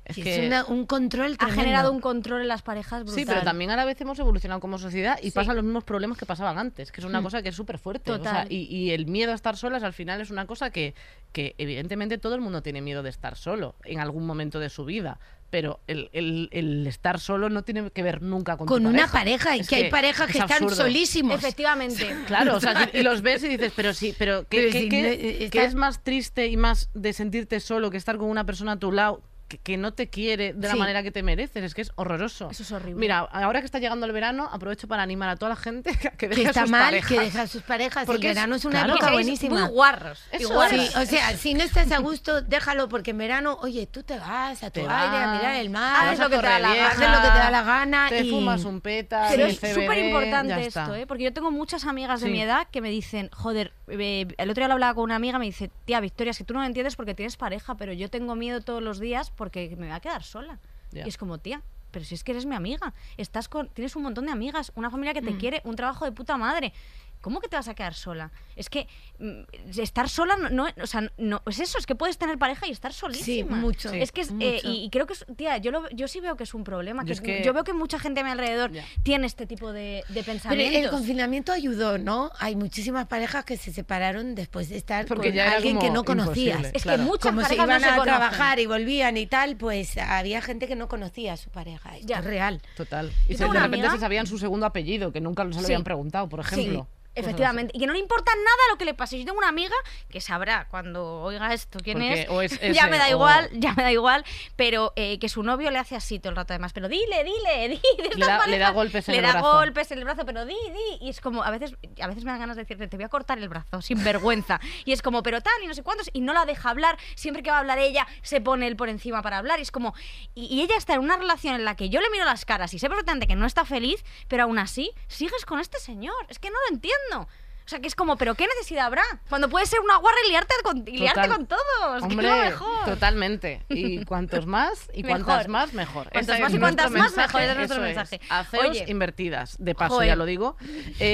Speaker 3: Es
Speaker 4: Y Es,
Speaker 3: que-
Speaker 4: una- un control
Speaker 2: ha
Speaker 4: tremendo.
Speaker 2: generado un control en las parejas brutal.
Speaker 3: Sí, pero también a la vez hemos evolucionado como sociedad y
Speaker 2: Sí.
Speaker 3: pasan los mismos problemas que pasaban antes, que es una cosa que es súper fuerte. o sea,
Speaker 2: Total.
Speaker 3: y, y el miedo a estar solas al final es una cosa que, que evidentemente todo el mundo tiene miedo de estar solo en algún momento de su vida. Pero el, el- el estar solo no tiene que ver nunca con tu
Speaker 4: Con una pareja, y
Speaker 3: Es
Speaker 4: que, hay parejas
Speaker 3: es
Speaker 4: que están
Speaker 3: absurdo.
Speaker 4: solísimos.
Speaker 2: Efectivamente.
Speaker 3: Claro, o sea, y los ves y dices, pero sí, pero ¿qué,
Speaker 4: Pero
Speaker 3: qué-
Speaker 4: si
Speaker 3: qué-
Speaker 4: no, eh,
Speaker 3: qué
Speaker 4: está-
Speaker 3: es más triste y más de sentirte solo que estar con una persona a tu lado que, que no te quiere de la
Speaker 4: Sí.
Speaker 3: manera que te mereces? Es que es horroroso.
Speaker 2: Eso es horrible.
Speaker 3: Mira, ahora que está llegando el verano, aprovecho para animar a toda la gente *laughs* a que deje
Speaker 4: que
Speaker 3: a
Speaker 4: está
Speaker 3: sus
Speaker 4: mal,
Speaker 3: parejas.
Speaker 4: que
Speaker 3: *laughs*
Speaker 4: deja a sus parejas.
Speaker 3: Porque
Speaker 4: el
Speaker 3: es-
Speaker 4: verano es una
Speaker 3: claro.
Speaker 2: Que
Speaker 4: época
Speaker 2: seáis
Speaker 4: buenísima.
Speaker 2: Muy guarros.
Speaker 3: Eso
Speaker 2: y guarras.
Speaker 4: Sí, o sea, si no estás a gusto, déjalo, porque en verano, oye, tú te vas a tu
Speaker 3: Te
Speaker 4: aire, a
Speaker 3: vas,
Speaker 4: mirar el
Speaker 3: te
Speaker 4: mar,
Speaker 2: Haces
Speaker 3: vas a
Speaker 2: lo que te da la gana.
Speaker 3: Torrevieja,
Speaker 4: haces lo que te da la gana
Speaker 3: Te
Speaker 4: y-
Speaker 3: fumas un peta,
Speaker 2: Pero
Speaker 3: el
Speaker 2: es
Speaker 3: CBD,
Speaker 2: súper
Speaker 3: ya
Speaker 2: importante
Speaker 3: está.
Speaker 2: esto, ¿eh? Porque yo tengo muchas amigas de
Speaker 3: Sí.
Speaker 2: mi edad que me dicen, joder, eh, el otro día lo hablaba con una amiga, me dice, tía Victoria, es que tú no me entiendes porque tienes pareja, pero yo tengo miedo todos los días porque me voy a quedar sola.
Speaker 3: Ya.
Speaker 2: Y es como, tía, pero si es que eres mi amiga, estás con, tienes un montón de amigas, una familia
Speaker 3: Mm.
Speaker 2: que te quiere, un trabajo de puta madre. ¿Cómo que te vas a quedar sola? Es que mm, estar sola no, no- o sea, no es eso, es que puedes tener pareja y estar solísima.
Speaker 4: mucho,
Speaker 2: Es que es, eh,
Speaker 4: mucho.
Speaker 2: y, y creo que es, tía, yo lo- yo sí veo que es un problema,
Speaker 3: Yo
Speaker 2: que
Speaker 3: es
Speaker 2: es-
Speaker 3: que-
Speaker 2: yo veo que mucha gente a mi alrededor
Speaker 3: Ya.
Speaker 2: tiene este tipo de, de
Speaker 4: Pero
Speaker 2: pensamientos.
Speaker 4: el confinamiento ayudó, ¿no? Hay muchísimas parejas que se separaron después de estar
Speaker 3: Porque
Speaker 4: con
Speaker 3: ya era
Speaker 4: alguien que
Speaker 3: como
Speaker 4: no conocías.
Speaker 3: imposible.
Speaker 2: es
Speaker 3: claro.
Speaker 2: que muchas
Speaker 4: Como se
Speaker 2: parejas
Speaker 4: iban
Speaker 2: no se
Speaker 4: a
Speaker 2: conocen.
Speaker 4: trabajar y volvían y tal, pues había gente que no conocía a su pareja. Esto
Speaker 2: Ya.
Speaker 4: es real.
Speaker 3: Total.
Speaker 2: Yo
Speaker 3: Y se-
Speaker 2: tengo
Speaker 3: de
Speaker 2: una
Speaker 3: repente
Speaker 2: amiga-
Speaker 3: se sabían su segundo apellido, que nunca se lo
Speaker 2: Sí.
Speaker 3: habían preguntado, por ejemplo.
Speaker 2: Efectivamente. Y que no le importa nada lo que le pase. Yo tengo una amiga que sabrá cuando oiga esto quién
Speaker 3: Porque
Speaker 2: es.
Speaker 3: o es
Speaker 2: *laughs* ya
Speaker 3: ese,
Speaker 2: me da
Speaker 3: o-
Speaker 2: igual, *laughs* ya me da igual. Pero eh, que su novio le hace así todo el rato además. Pero dile, dile, *laughs* di. de estas
Speaker 3: Le da- le da
Speaker 2: parejas,
Speaker 3: golpes en
Speaker 2: le
Speaker 3: el
Speaker 2: da
Speaker 3: brazo.
Speaker 2: golpes en el brazo, pero di, di. Y es como, a veces, a veces me dan ganas de decirte, te voy a cortar el brazo,
Speaker 3: *laughs*
Speaker 2: sin vergüenza. Y es como, pero tal, y no sé cuántos. Y no la deja hablar. Siempre que va a hablar ella, se pone él por encima para hablar. Y es como, y, y ella está en una relación en la que yo le miro las caras y sé perfectamente que no está feliz, pero aún así, sigues con este señor. Es que no lo entiendo. O sea, que es como, ¿pero qué necesidad habrá? Cuando puedes ser una guarra y liarte con, y liarte
Speaker 3: Total.
Speaker 2: con todos. que es
Speaker 3: Hombre,
Speaker 2: lo mejor.
Speaker 3: totalmente.
Speaker 2: *laughs*
Speaker 3: Y cuantos más y cuantas
Speaker 2: Mejor.
Speaker 3: más, mejor.
Speaker 2: Cuantas
Speaker 3: Ese
Speaker 2: más y
Speaker 3: es
Speaker 2: cuantas
Speaker 3: nuestro
Speaker 2: más, mejor. Ese es nuestro
Speaker 3: eso
Speaker 2: mensaje.
Speaker 3: Haceos
Speaker 2: Oye.
Speaker 3: invertidas, de paso,
Speaker 2: Joder.
Speaker 3: ya lo digo.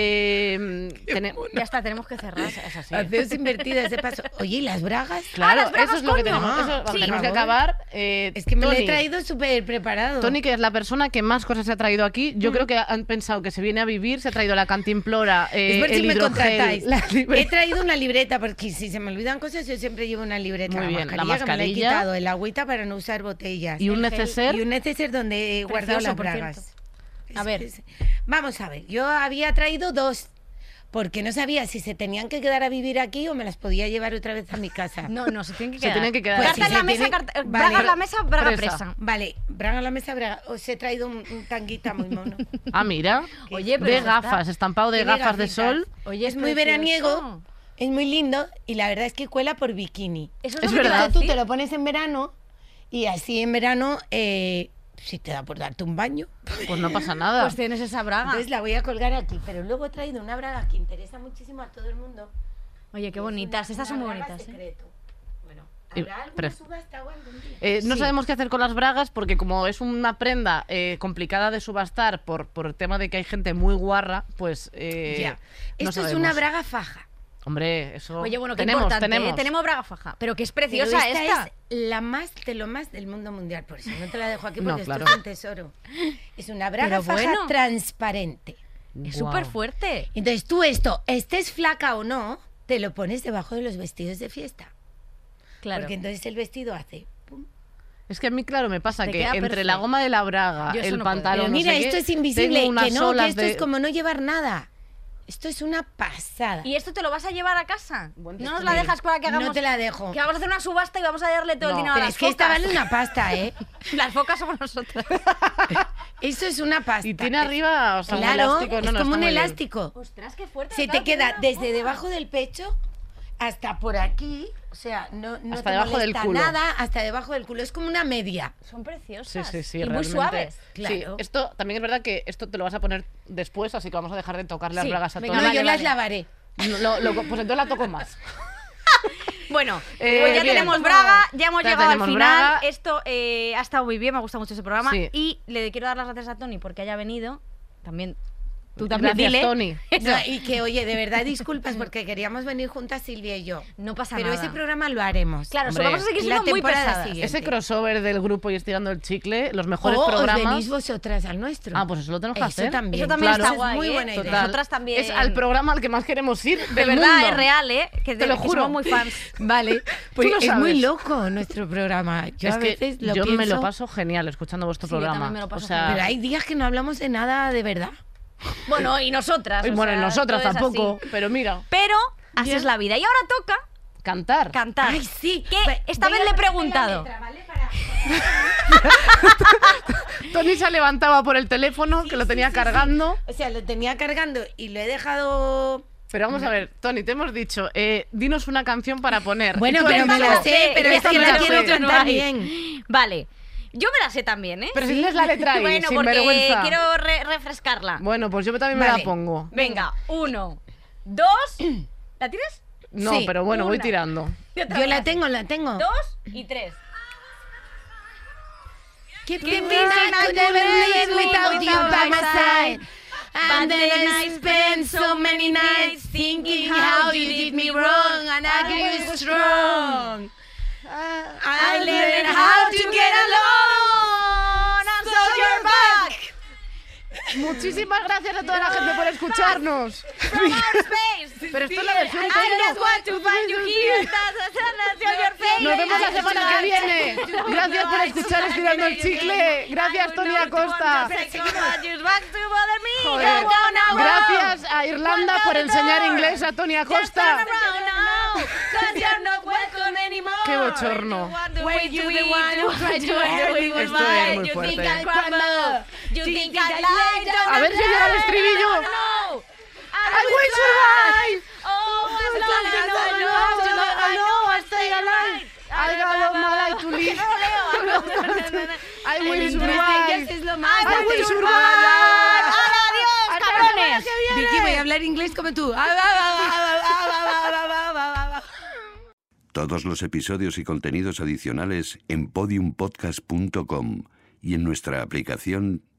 Speaker 3: Eh, tene-
Speaker 2: Ya está, tenemos que cerrar. Es así.
Speaker 4: Haceos invertidas de paso. Oye, ¿y las bragas?
Speaker 3: Claro,
Speaker 2: Ah, las bragas,
Speaker 3: eso es lo que
Speaker 2: coño.
Speaker 3: tenemos, eso
Speaker 4: Ah,
Speaker 3: lo
Speaker 2: sí.
Speaker 3: tenemos que
Speaker 4: Por favor.
Speaker 3: acabar. Eh,
Speaker 4: Es que me lo he
Speaker 3: Tony.
Speaker 4: traído súper preparado.
Speaker 3: Tony, que es la persona que más cosas se ha traído aquí,
Speaker 2: Mm.
Speaker 3: yo creo que han pensado que se viene a vivir, se ha traído la cantimplora, eh,
Speaker 4: es por
Speaker 3: el
Speaker 4: si me
Speaker 3: hidrogel,
Speaker 4: contratáis.
Speaker 3: la libre-
Speaker 4: He traído una libreta porque si se me olvidan cosas yo siempre llevo una libreta.
Speaker 3: Muy bien, la
Speaker 4: que me la he
Speaker 3: mascarilla.
Speaker 4: quitado, el agüita para no usar botellas.
Speaker 3: y un
Speaker 2: el gel-
Speaker 3: neceser.
Speaker 4: Y un neceser donde he guardado
Speaker 2: Precioso,
Speaker 4: las
Speaker 2: por
Speaker 4: bragas.
Speaker 2: A ver.
Speaker 4: Vamos a ver, yo había traído dos porque no sabía si se tenían que quedar a vivir aquí o me las podía llevar otra vez a
Speaker 3: *laughs*
Speaker 4: mi casa.
Speaker 2: No, no, se tienen que
Speaker 3: Se
Speaker 2: quedar.
Speaker 3: tienen que quedar.
Speaker 2: Carta
Speaker 3: Pues
Speaker 2: en
Speaker 3: sí,
Speaker 2: la
Speaker 4: se
Speaker 2: mesa,
Speaker 4: tiene-
Speaker 2: carta-
Speaker 4: vale.
Speaker 2: braga en la mesa, braga
Speaker 3: Presa.
Speaker 2: presa.
Speaker 4: Vale, braga a la mesa, braga. Os he traído un, un tanguita muy
Speaker 3: *laughs*
Speaker 4: mono.
Speaker 3: Ah, mira.
Speaker 2: Oye, pero
Speaker 3: de
Speaker 2: está-
Speaker 3: gafas, estampado de
Speaker 4: Tiene
Speaker 3: gafas de
Speaker 4: gafitas.
Speaker 3: sol.
Speaker 2: Oye,
Speaker 4: es,
Speaker 2: es
Speaker 4: muy
Speaker 2: precioso.
Speaker 4: veraniego, es muy lindo y la verdad es que cuela por bikini.
Speaker 2: Eso
Speaker 3: Es
Speaker 2: lo que iba a
Speaker 3: verdad.
Speaker 4: Tú
Speaker 2: decir.
Speaker 4: te lo pones en verano y así en verano, eh, si te da por darte un baño.
Speaker 3: Pues no pasa nada.
Speaker 2: Pues tienes esa braga.
Speaker 4: Entonces la voy a colgar aquí, pero luego he traído una braga que interesa muchísimo a todo el mundo.
Speaker 2: Oye, qué
Speaker 4: Es
Speaker 2: bonitas.
Speaker 4: una-
Speaker 2: Estas son
Speaker 4: una
Speaker 2: muy
Speaker 4: braga
Speaker 2: bonitas. ¿eh?
Speaker 4: secreto. Bueno,
Speaker 3: Y
Speaker 4: habrá alguna
Speaker 3: pre-
Speaker 4: subasta o algún día.
Speaker 3: Eh, no
Speaker 4: Sí.
Speaker 3: sabemos qué hacer con las bragas porque como es una prenda eh, complicada de subastar por, por el tema de que hay gente muy guarra, pues... eh,
Speaker 4: Ya.
Speaker 3: no
Speaker 4: Esto es
Speaker 3: sabemos.
Speaker 4: una braga faja.
Speaker 3: Hombre, eso...
Speaker 2: Oye, bueno, qué
Speaker 3: tenemos,
Speaker 2: importante. ¿eh?
Speaker 3: tenemos.
Speaker 2: Tenemos braga faja. Pero que es
Speaker 4: Pero
Speaker 2: preciosa
Speaker 4: esta,
Speaker 2: esta.
Speaker 4: es la más de lo más del mundo mundial, por eso no te la dejo aquí
Speaker 3: No,
Speaker 4: porque
Speaker 3: claro.
Speaker 4: esto es un tesoro. Es una braga
Speaker 2: Pero
Speaker 4: faja
Speaker 2: bueno.
Speaker 4: transparente.
Speaker 2: Es
Speaker 3: Guau.
Speaker 2: súper fuerte.
Speaker 4: Entonces tú esto, estés flaca o no, te lo pones debajo de los vestidos de fiesta.
Speaker 2: Claro.
Speaker 4: Porque entonces el vestido hace... pum.
Speaker 3: Es que a mí, claro, me pasa
Speaker 2: Te
Speaker 3: que
Speaker 2: queda
Speaker 3: entre
Speaker 2: perfecto.
Speaker 3: la goma de la braga,
Speaker 2: Yo eso
Speaker 3: el
Speaker 2: no puedo.
Speaker 3: pantalón...
Speaker 4: Pero
Speaker 3: no
Speaker 4: mira,
Speaker 3: sé qué,
Speaker 4: esto es
Speaker 3: tengo
Speaker 4: invisible,
Speaker 3: unas
Speaker 4: que no, que
Speaker 3: olas
Speaker 4: esto
Speaker 3: de-
Speaker 4: es como no llevar nada. Esto es una pasada.
Speaker 2: ¿Y esto te lo vas a llevar a casa?
Speaker 3: Buen
Speaker 2: no nos la
Speaker 3: testimonio.
Speaker 2: dejas para que hagamos.
Speaker 4: No te la dejo.
Speaker 2: Que vamos a hacer una subasta y vamos a darle todo
Speaker 3: No,
Speaker 2: el dinero a
Speaker 4: Pero
Speaker 2: las
Speaker 4: es que esta
Speaker 2: focas.
Speaker 4: vale una pasta, ¿eh?
Speaker 2: *laughs* Las focas somos
Speaker 4: *laughs*
Speaker 2: nosotras.
Speaker 4: Esto es una pasta.
Speaker 3: Y tiene arriba, o sea, un
Speaker 4: Claro,
Speaker 3: elástico. no,
Speaker 4: es
Speaker 3: no,
Speaker 4: como
Speaker 3: está
Speaker 4: un
Speaker 3: muy bien.
Speaker 4: elástico.
Speaker 2: Ostras, qué fuerte.
Speaker 4: Se
Speaker 2: claro,
Speaker 4: te
Speaker 2: tiene
Speaker 4: queda
Speaker 2: una
Speaker 4: desde
Speaker 2: foca.
Speaker 4: debajo del pecho hasta por aquí, o sea, no, no
Speaker 3: Hasta
Speaker 4: te
Speaker 3: debajo del
Speaker 4: molesta
Speaker 3: culo.
Speaker 4: nada, hasta debajo del culo. Es como una media.
Speaker 2: Son
Speaker 3: Sí,
Speaker 2: preciosas.
Speaker 3: sí, sí,
Speaker 2: Y muy
Speaker 3: realmente.
Speaker 2: suaves.
Speaker 3: Sí,
Speaker 4: Claro.
Speaker 3: esto también es verdad que esto te lo vas a poner después, así que vamos a dejar de tocar las
Speaker 2: Sí,
Speaker 3: bragas a
Speaker 2: venga,
Speaker 3: todas.
Speaker 4: no,
Speaker 2: vale,
Speaker 4: yo las
Speaker 2: vale.
Speaker 3: *laughs*
Speaker 4: lavaré.
Speaker 3: No, lo- lo- pues entonces la toco más.
Speaker 2: Bueno,
Speaker 3: Eh,
Speaker 2: pues ya
Speaker 3: bien.
Speaker 2: tenemos Braga, ya hemos
Speaker 3: Ya
Speaker 2: llegado al
Speaker 3: tenemos
Speaker 2: final.
Speaker 3: Braga.
Speaker 2: Esto eh, ha estado muy bien, me ha gustado mucho ese programa.
Speaker 3: Sí.
Speaker 2: Y le quiero dar las gracias a Tony porque haya venido. También, tú también
Speaker 3: Gracias,
Speaker 2: dile.
Speaker 3: Tony.
Speaker 2: Eso.
Speaker 4: No, y que, oye, de verdad, disculpas porque queríamos venir juntas Silvia y yo.
Speaker 2: No pasa
Speaker 4: Pero
Speaker 2: nada.
Speaker 4: ese programa lo haremos.
Speaker 2: Claro,
Speaker 3: Hombre,
Speaker 2: vamos a seguir
Speaker 4: la
Speaker 2: siendo muy
Speaker 4: temporada
Speaker 2: pesadas.
Speaker 4: sigue.
Speaker 3: Ese
Speaker 4: Gente.
Speaker 3: crossover del grupo y estirando el chicle, los mejores
Speaker 2: Oh,
Speaker 4: o os
Speaker 3: programas.
Speaker 4: venís vosotras al nuestro.
Speaker 3: Ah, pues eso lo tenemos que
Speaker 4: Eso
Speaker 3: hacer.
Speaker 4: también.
Speaker 2: Eso también
Speaker 3: Claro.
Speaker 2: está
Speaker 4: Es
Speaker 2: guay,
Speaker 4: muy
Speaker 2: ¿eh?
Speaker 4: buena idea.
Speaker 3: Total.
Speaker 2: Nosotras también.
Speaker 3: Es al programa al que más queremos ir.
Speaker 2: De
Speaker 3: del
Speaker 2: verdad,
Speaker 3: mundo.
Speaker 2: es real, ¿eh? Que
Speaker 3: Te lo
Speaker 2: que
Speaker 3: juro.
Speaker 2: somos muy fans.
Speaker 3: *laughs*
Speaker 4: Vale,
Speaker 3: Tú
Speaker 4: pues
Speaker 3: lo
Speaker 4: es muy
Speaker 3: sabes.
Speaker 4: loco nuestro programa. Yo
Speaker 3: Es
Speaker 4: a
Speaker 3: que
Speaker 4: veces lo
Speaker 3: yo me lo
Speaker 4: pienso,
Speaker 3: paso genial escuchando vuestro
Speaker 2: Sí, yo
Speaker 3: programa.
Speaker 2: también me lo paso
Speaker 3: o sea,
Speaker 4: Pero hay días que no hablamos de nada de verdad.
Speaker 2: Bueno, y nosotras.
Speaker 3: y
Speaker 2: o
Speaker 3: Eh, bueno, y
Speaker 2: sea,
Speaker 3: nosotras
Speaker 2: todo es
Speaker 3: tampoco.
Speaker 2: así.
Speaker 3: Pero mira,
Speaker 2: Pero así es la vida. Y ahora toca
Speaker 3: cantar.
Speaker 2: cantar.
Speaker 4: Ay, sí.
Speaker 2: Que
Speaker 4: Ve-
Speaker 2: esta
Speaker 4: voy
Speaker 2: vez
Speaker 4: a
Speaker 2: le he
Speaker 4: poner la
Speaker 2: preguntado.
Speaker 4: letra, ¿vale? Para-
Speaker 3: Tony se levantaba por el teléfono, que lo tenía cargando.
Speaker 4: O sea, lo tenía cargando y lo he dejado.
Speaker 3: Pero vamos a ver, Tony, te hemos dicho, eh, dinos una canción para poner.
Speaker 4: Bueno,
Speaker 3: Y tú
Speaker 4: pero
Speaker 3: esta
Speaker 4: me la
Speaker 3: no.
Speaker 4: sé, pero
Speaker 3: Esta
Speaker 4: es que
Speaker 3: me
Speaker 4: la
Speaker 3: sé.
Speaker 4: quiero cantar
Speaker 3: Ay.
Speaker 4: bien.
Speaker 2: Vale. Yo me la sé también, ¿eh?
Speaker 3: Pero si tienes la letra ahí,
Speaker 2: Bueno,
Speaker 3: sin
Speaker 2: porque
Speaker 3: vergüenza.
Speaker 2: quiero re- refrescarla.
Speaker 3: Bueno, pues yo también me la
Speaker 4: Vale.
Speaker 3: pongo.
Speaker 2: Venga, uno, dos. ¿La tienes?
Speaker 3: No,
Speaker 4: Sí,
Speaker 3: pero bueno, voy
Speaker 2: una.
Speaker 3: tirando.
Speaker 4: Yo la tengo, la tengo.
Speaker 2: Dos y tres.
Speaker 4: Keep
Speaker 2: Keep me
Speaker 4: me nice,
Speaker 2: nice,
Speaker 4: could never live without you
Speaker 2: without
Speaker 4: by
Speaker 2: my
Speaker 4: my
Speaker 2: side.
Speaker 4: side. And then I spent so many nights thinking how you did me wrong, and I grew strong. I learned how to get along. I'm so you're back.
Speaker 3: Muchísimas gracias a toda la gente por escucharnos.
Speaker 2: From outer space.
Speaker 3: Pero esto es la versión
Speaker 2: I
Speaker 3: cero.
Speaker 2: just want to find you here. That's- that's- that's your
Speaker 4: Nos vemos la semana que viene. Gracias por escuchar Estirando el Chicle. Gracias, Tony Acosta. Joder. Gracias a Irlanda por enseñar inglés a Tony Acosta. Qué bochorno. Esto es muy fuerte. A ver si llega el estribillo. I will survive. I got all my life to live. I will survive. I will survive. Hasta la semana que viene.
Speaker 6: Vicky, voy a hablar inglés como tú.
Speaker 5: Todos los episodios y contenidos adicionales en podiumpodcast.com y en nuestra aplicación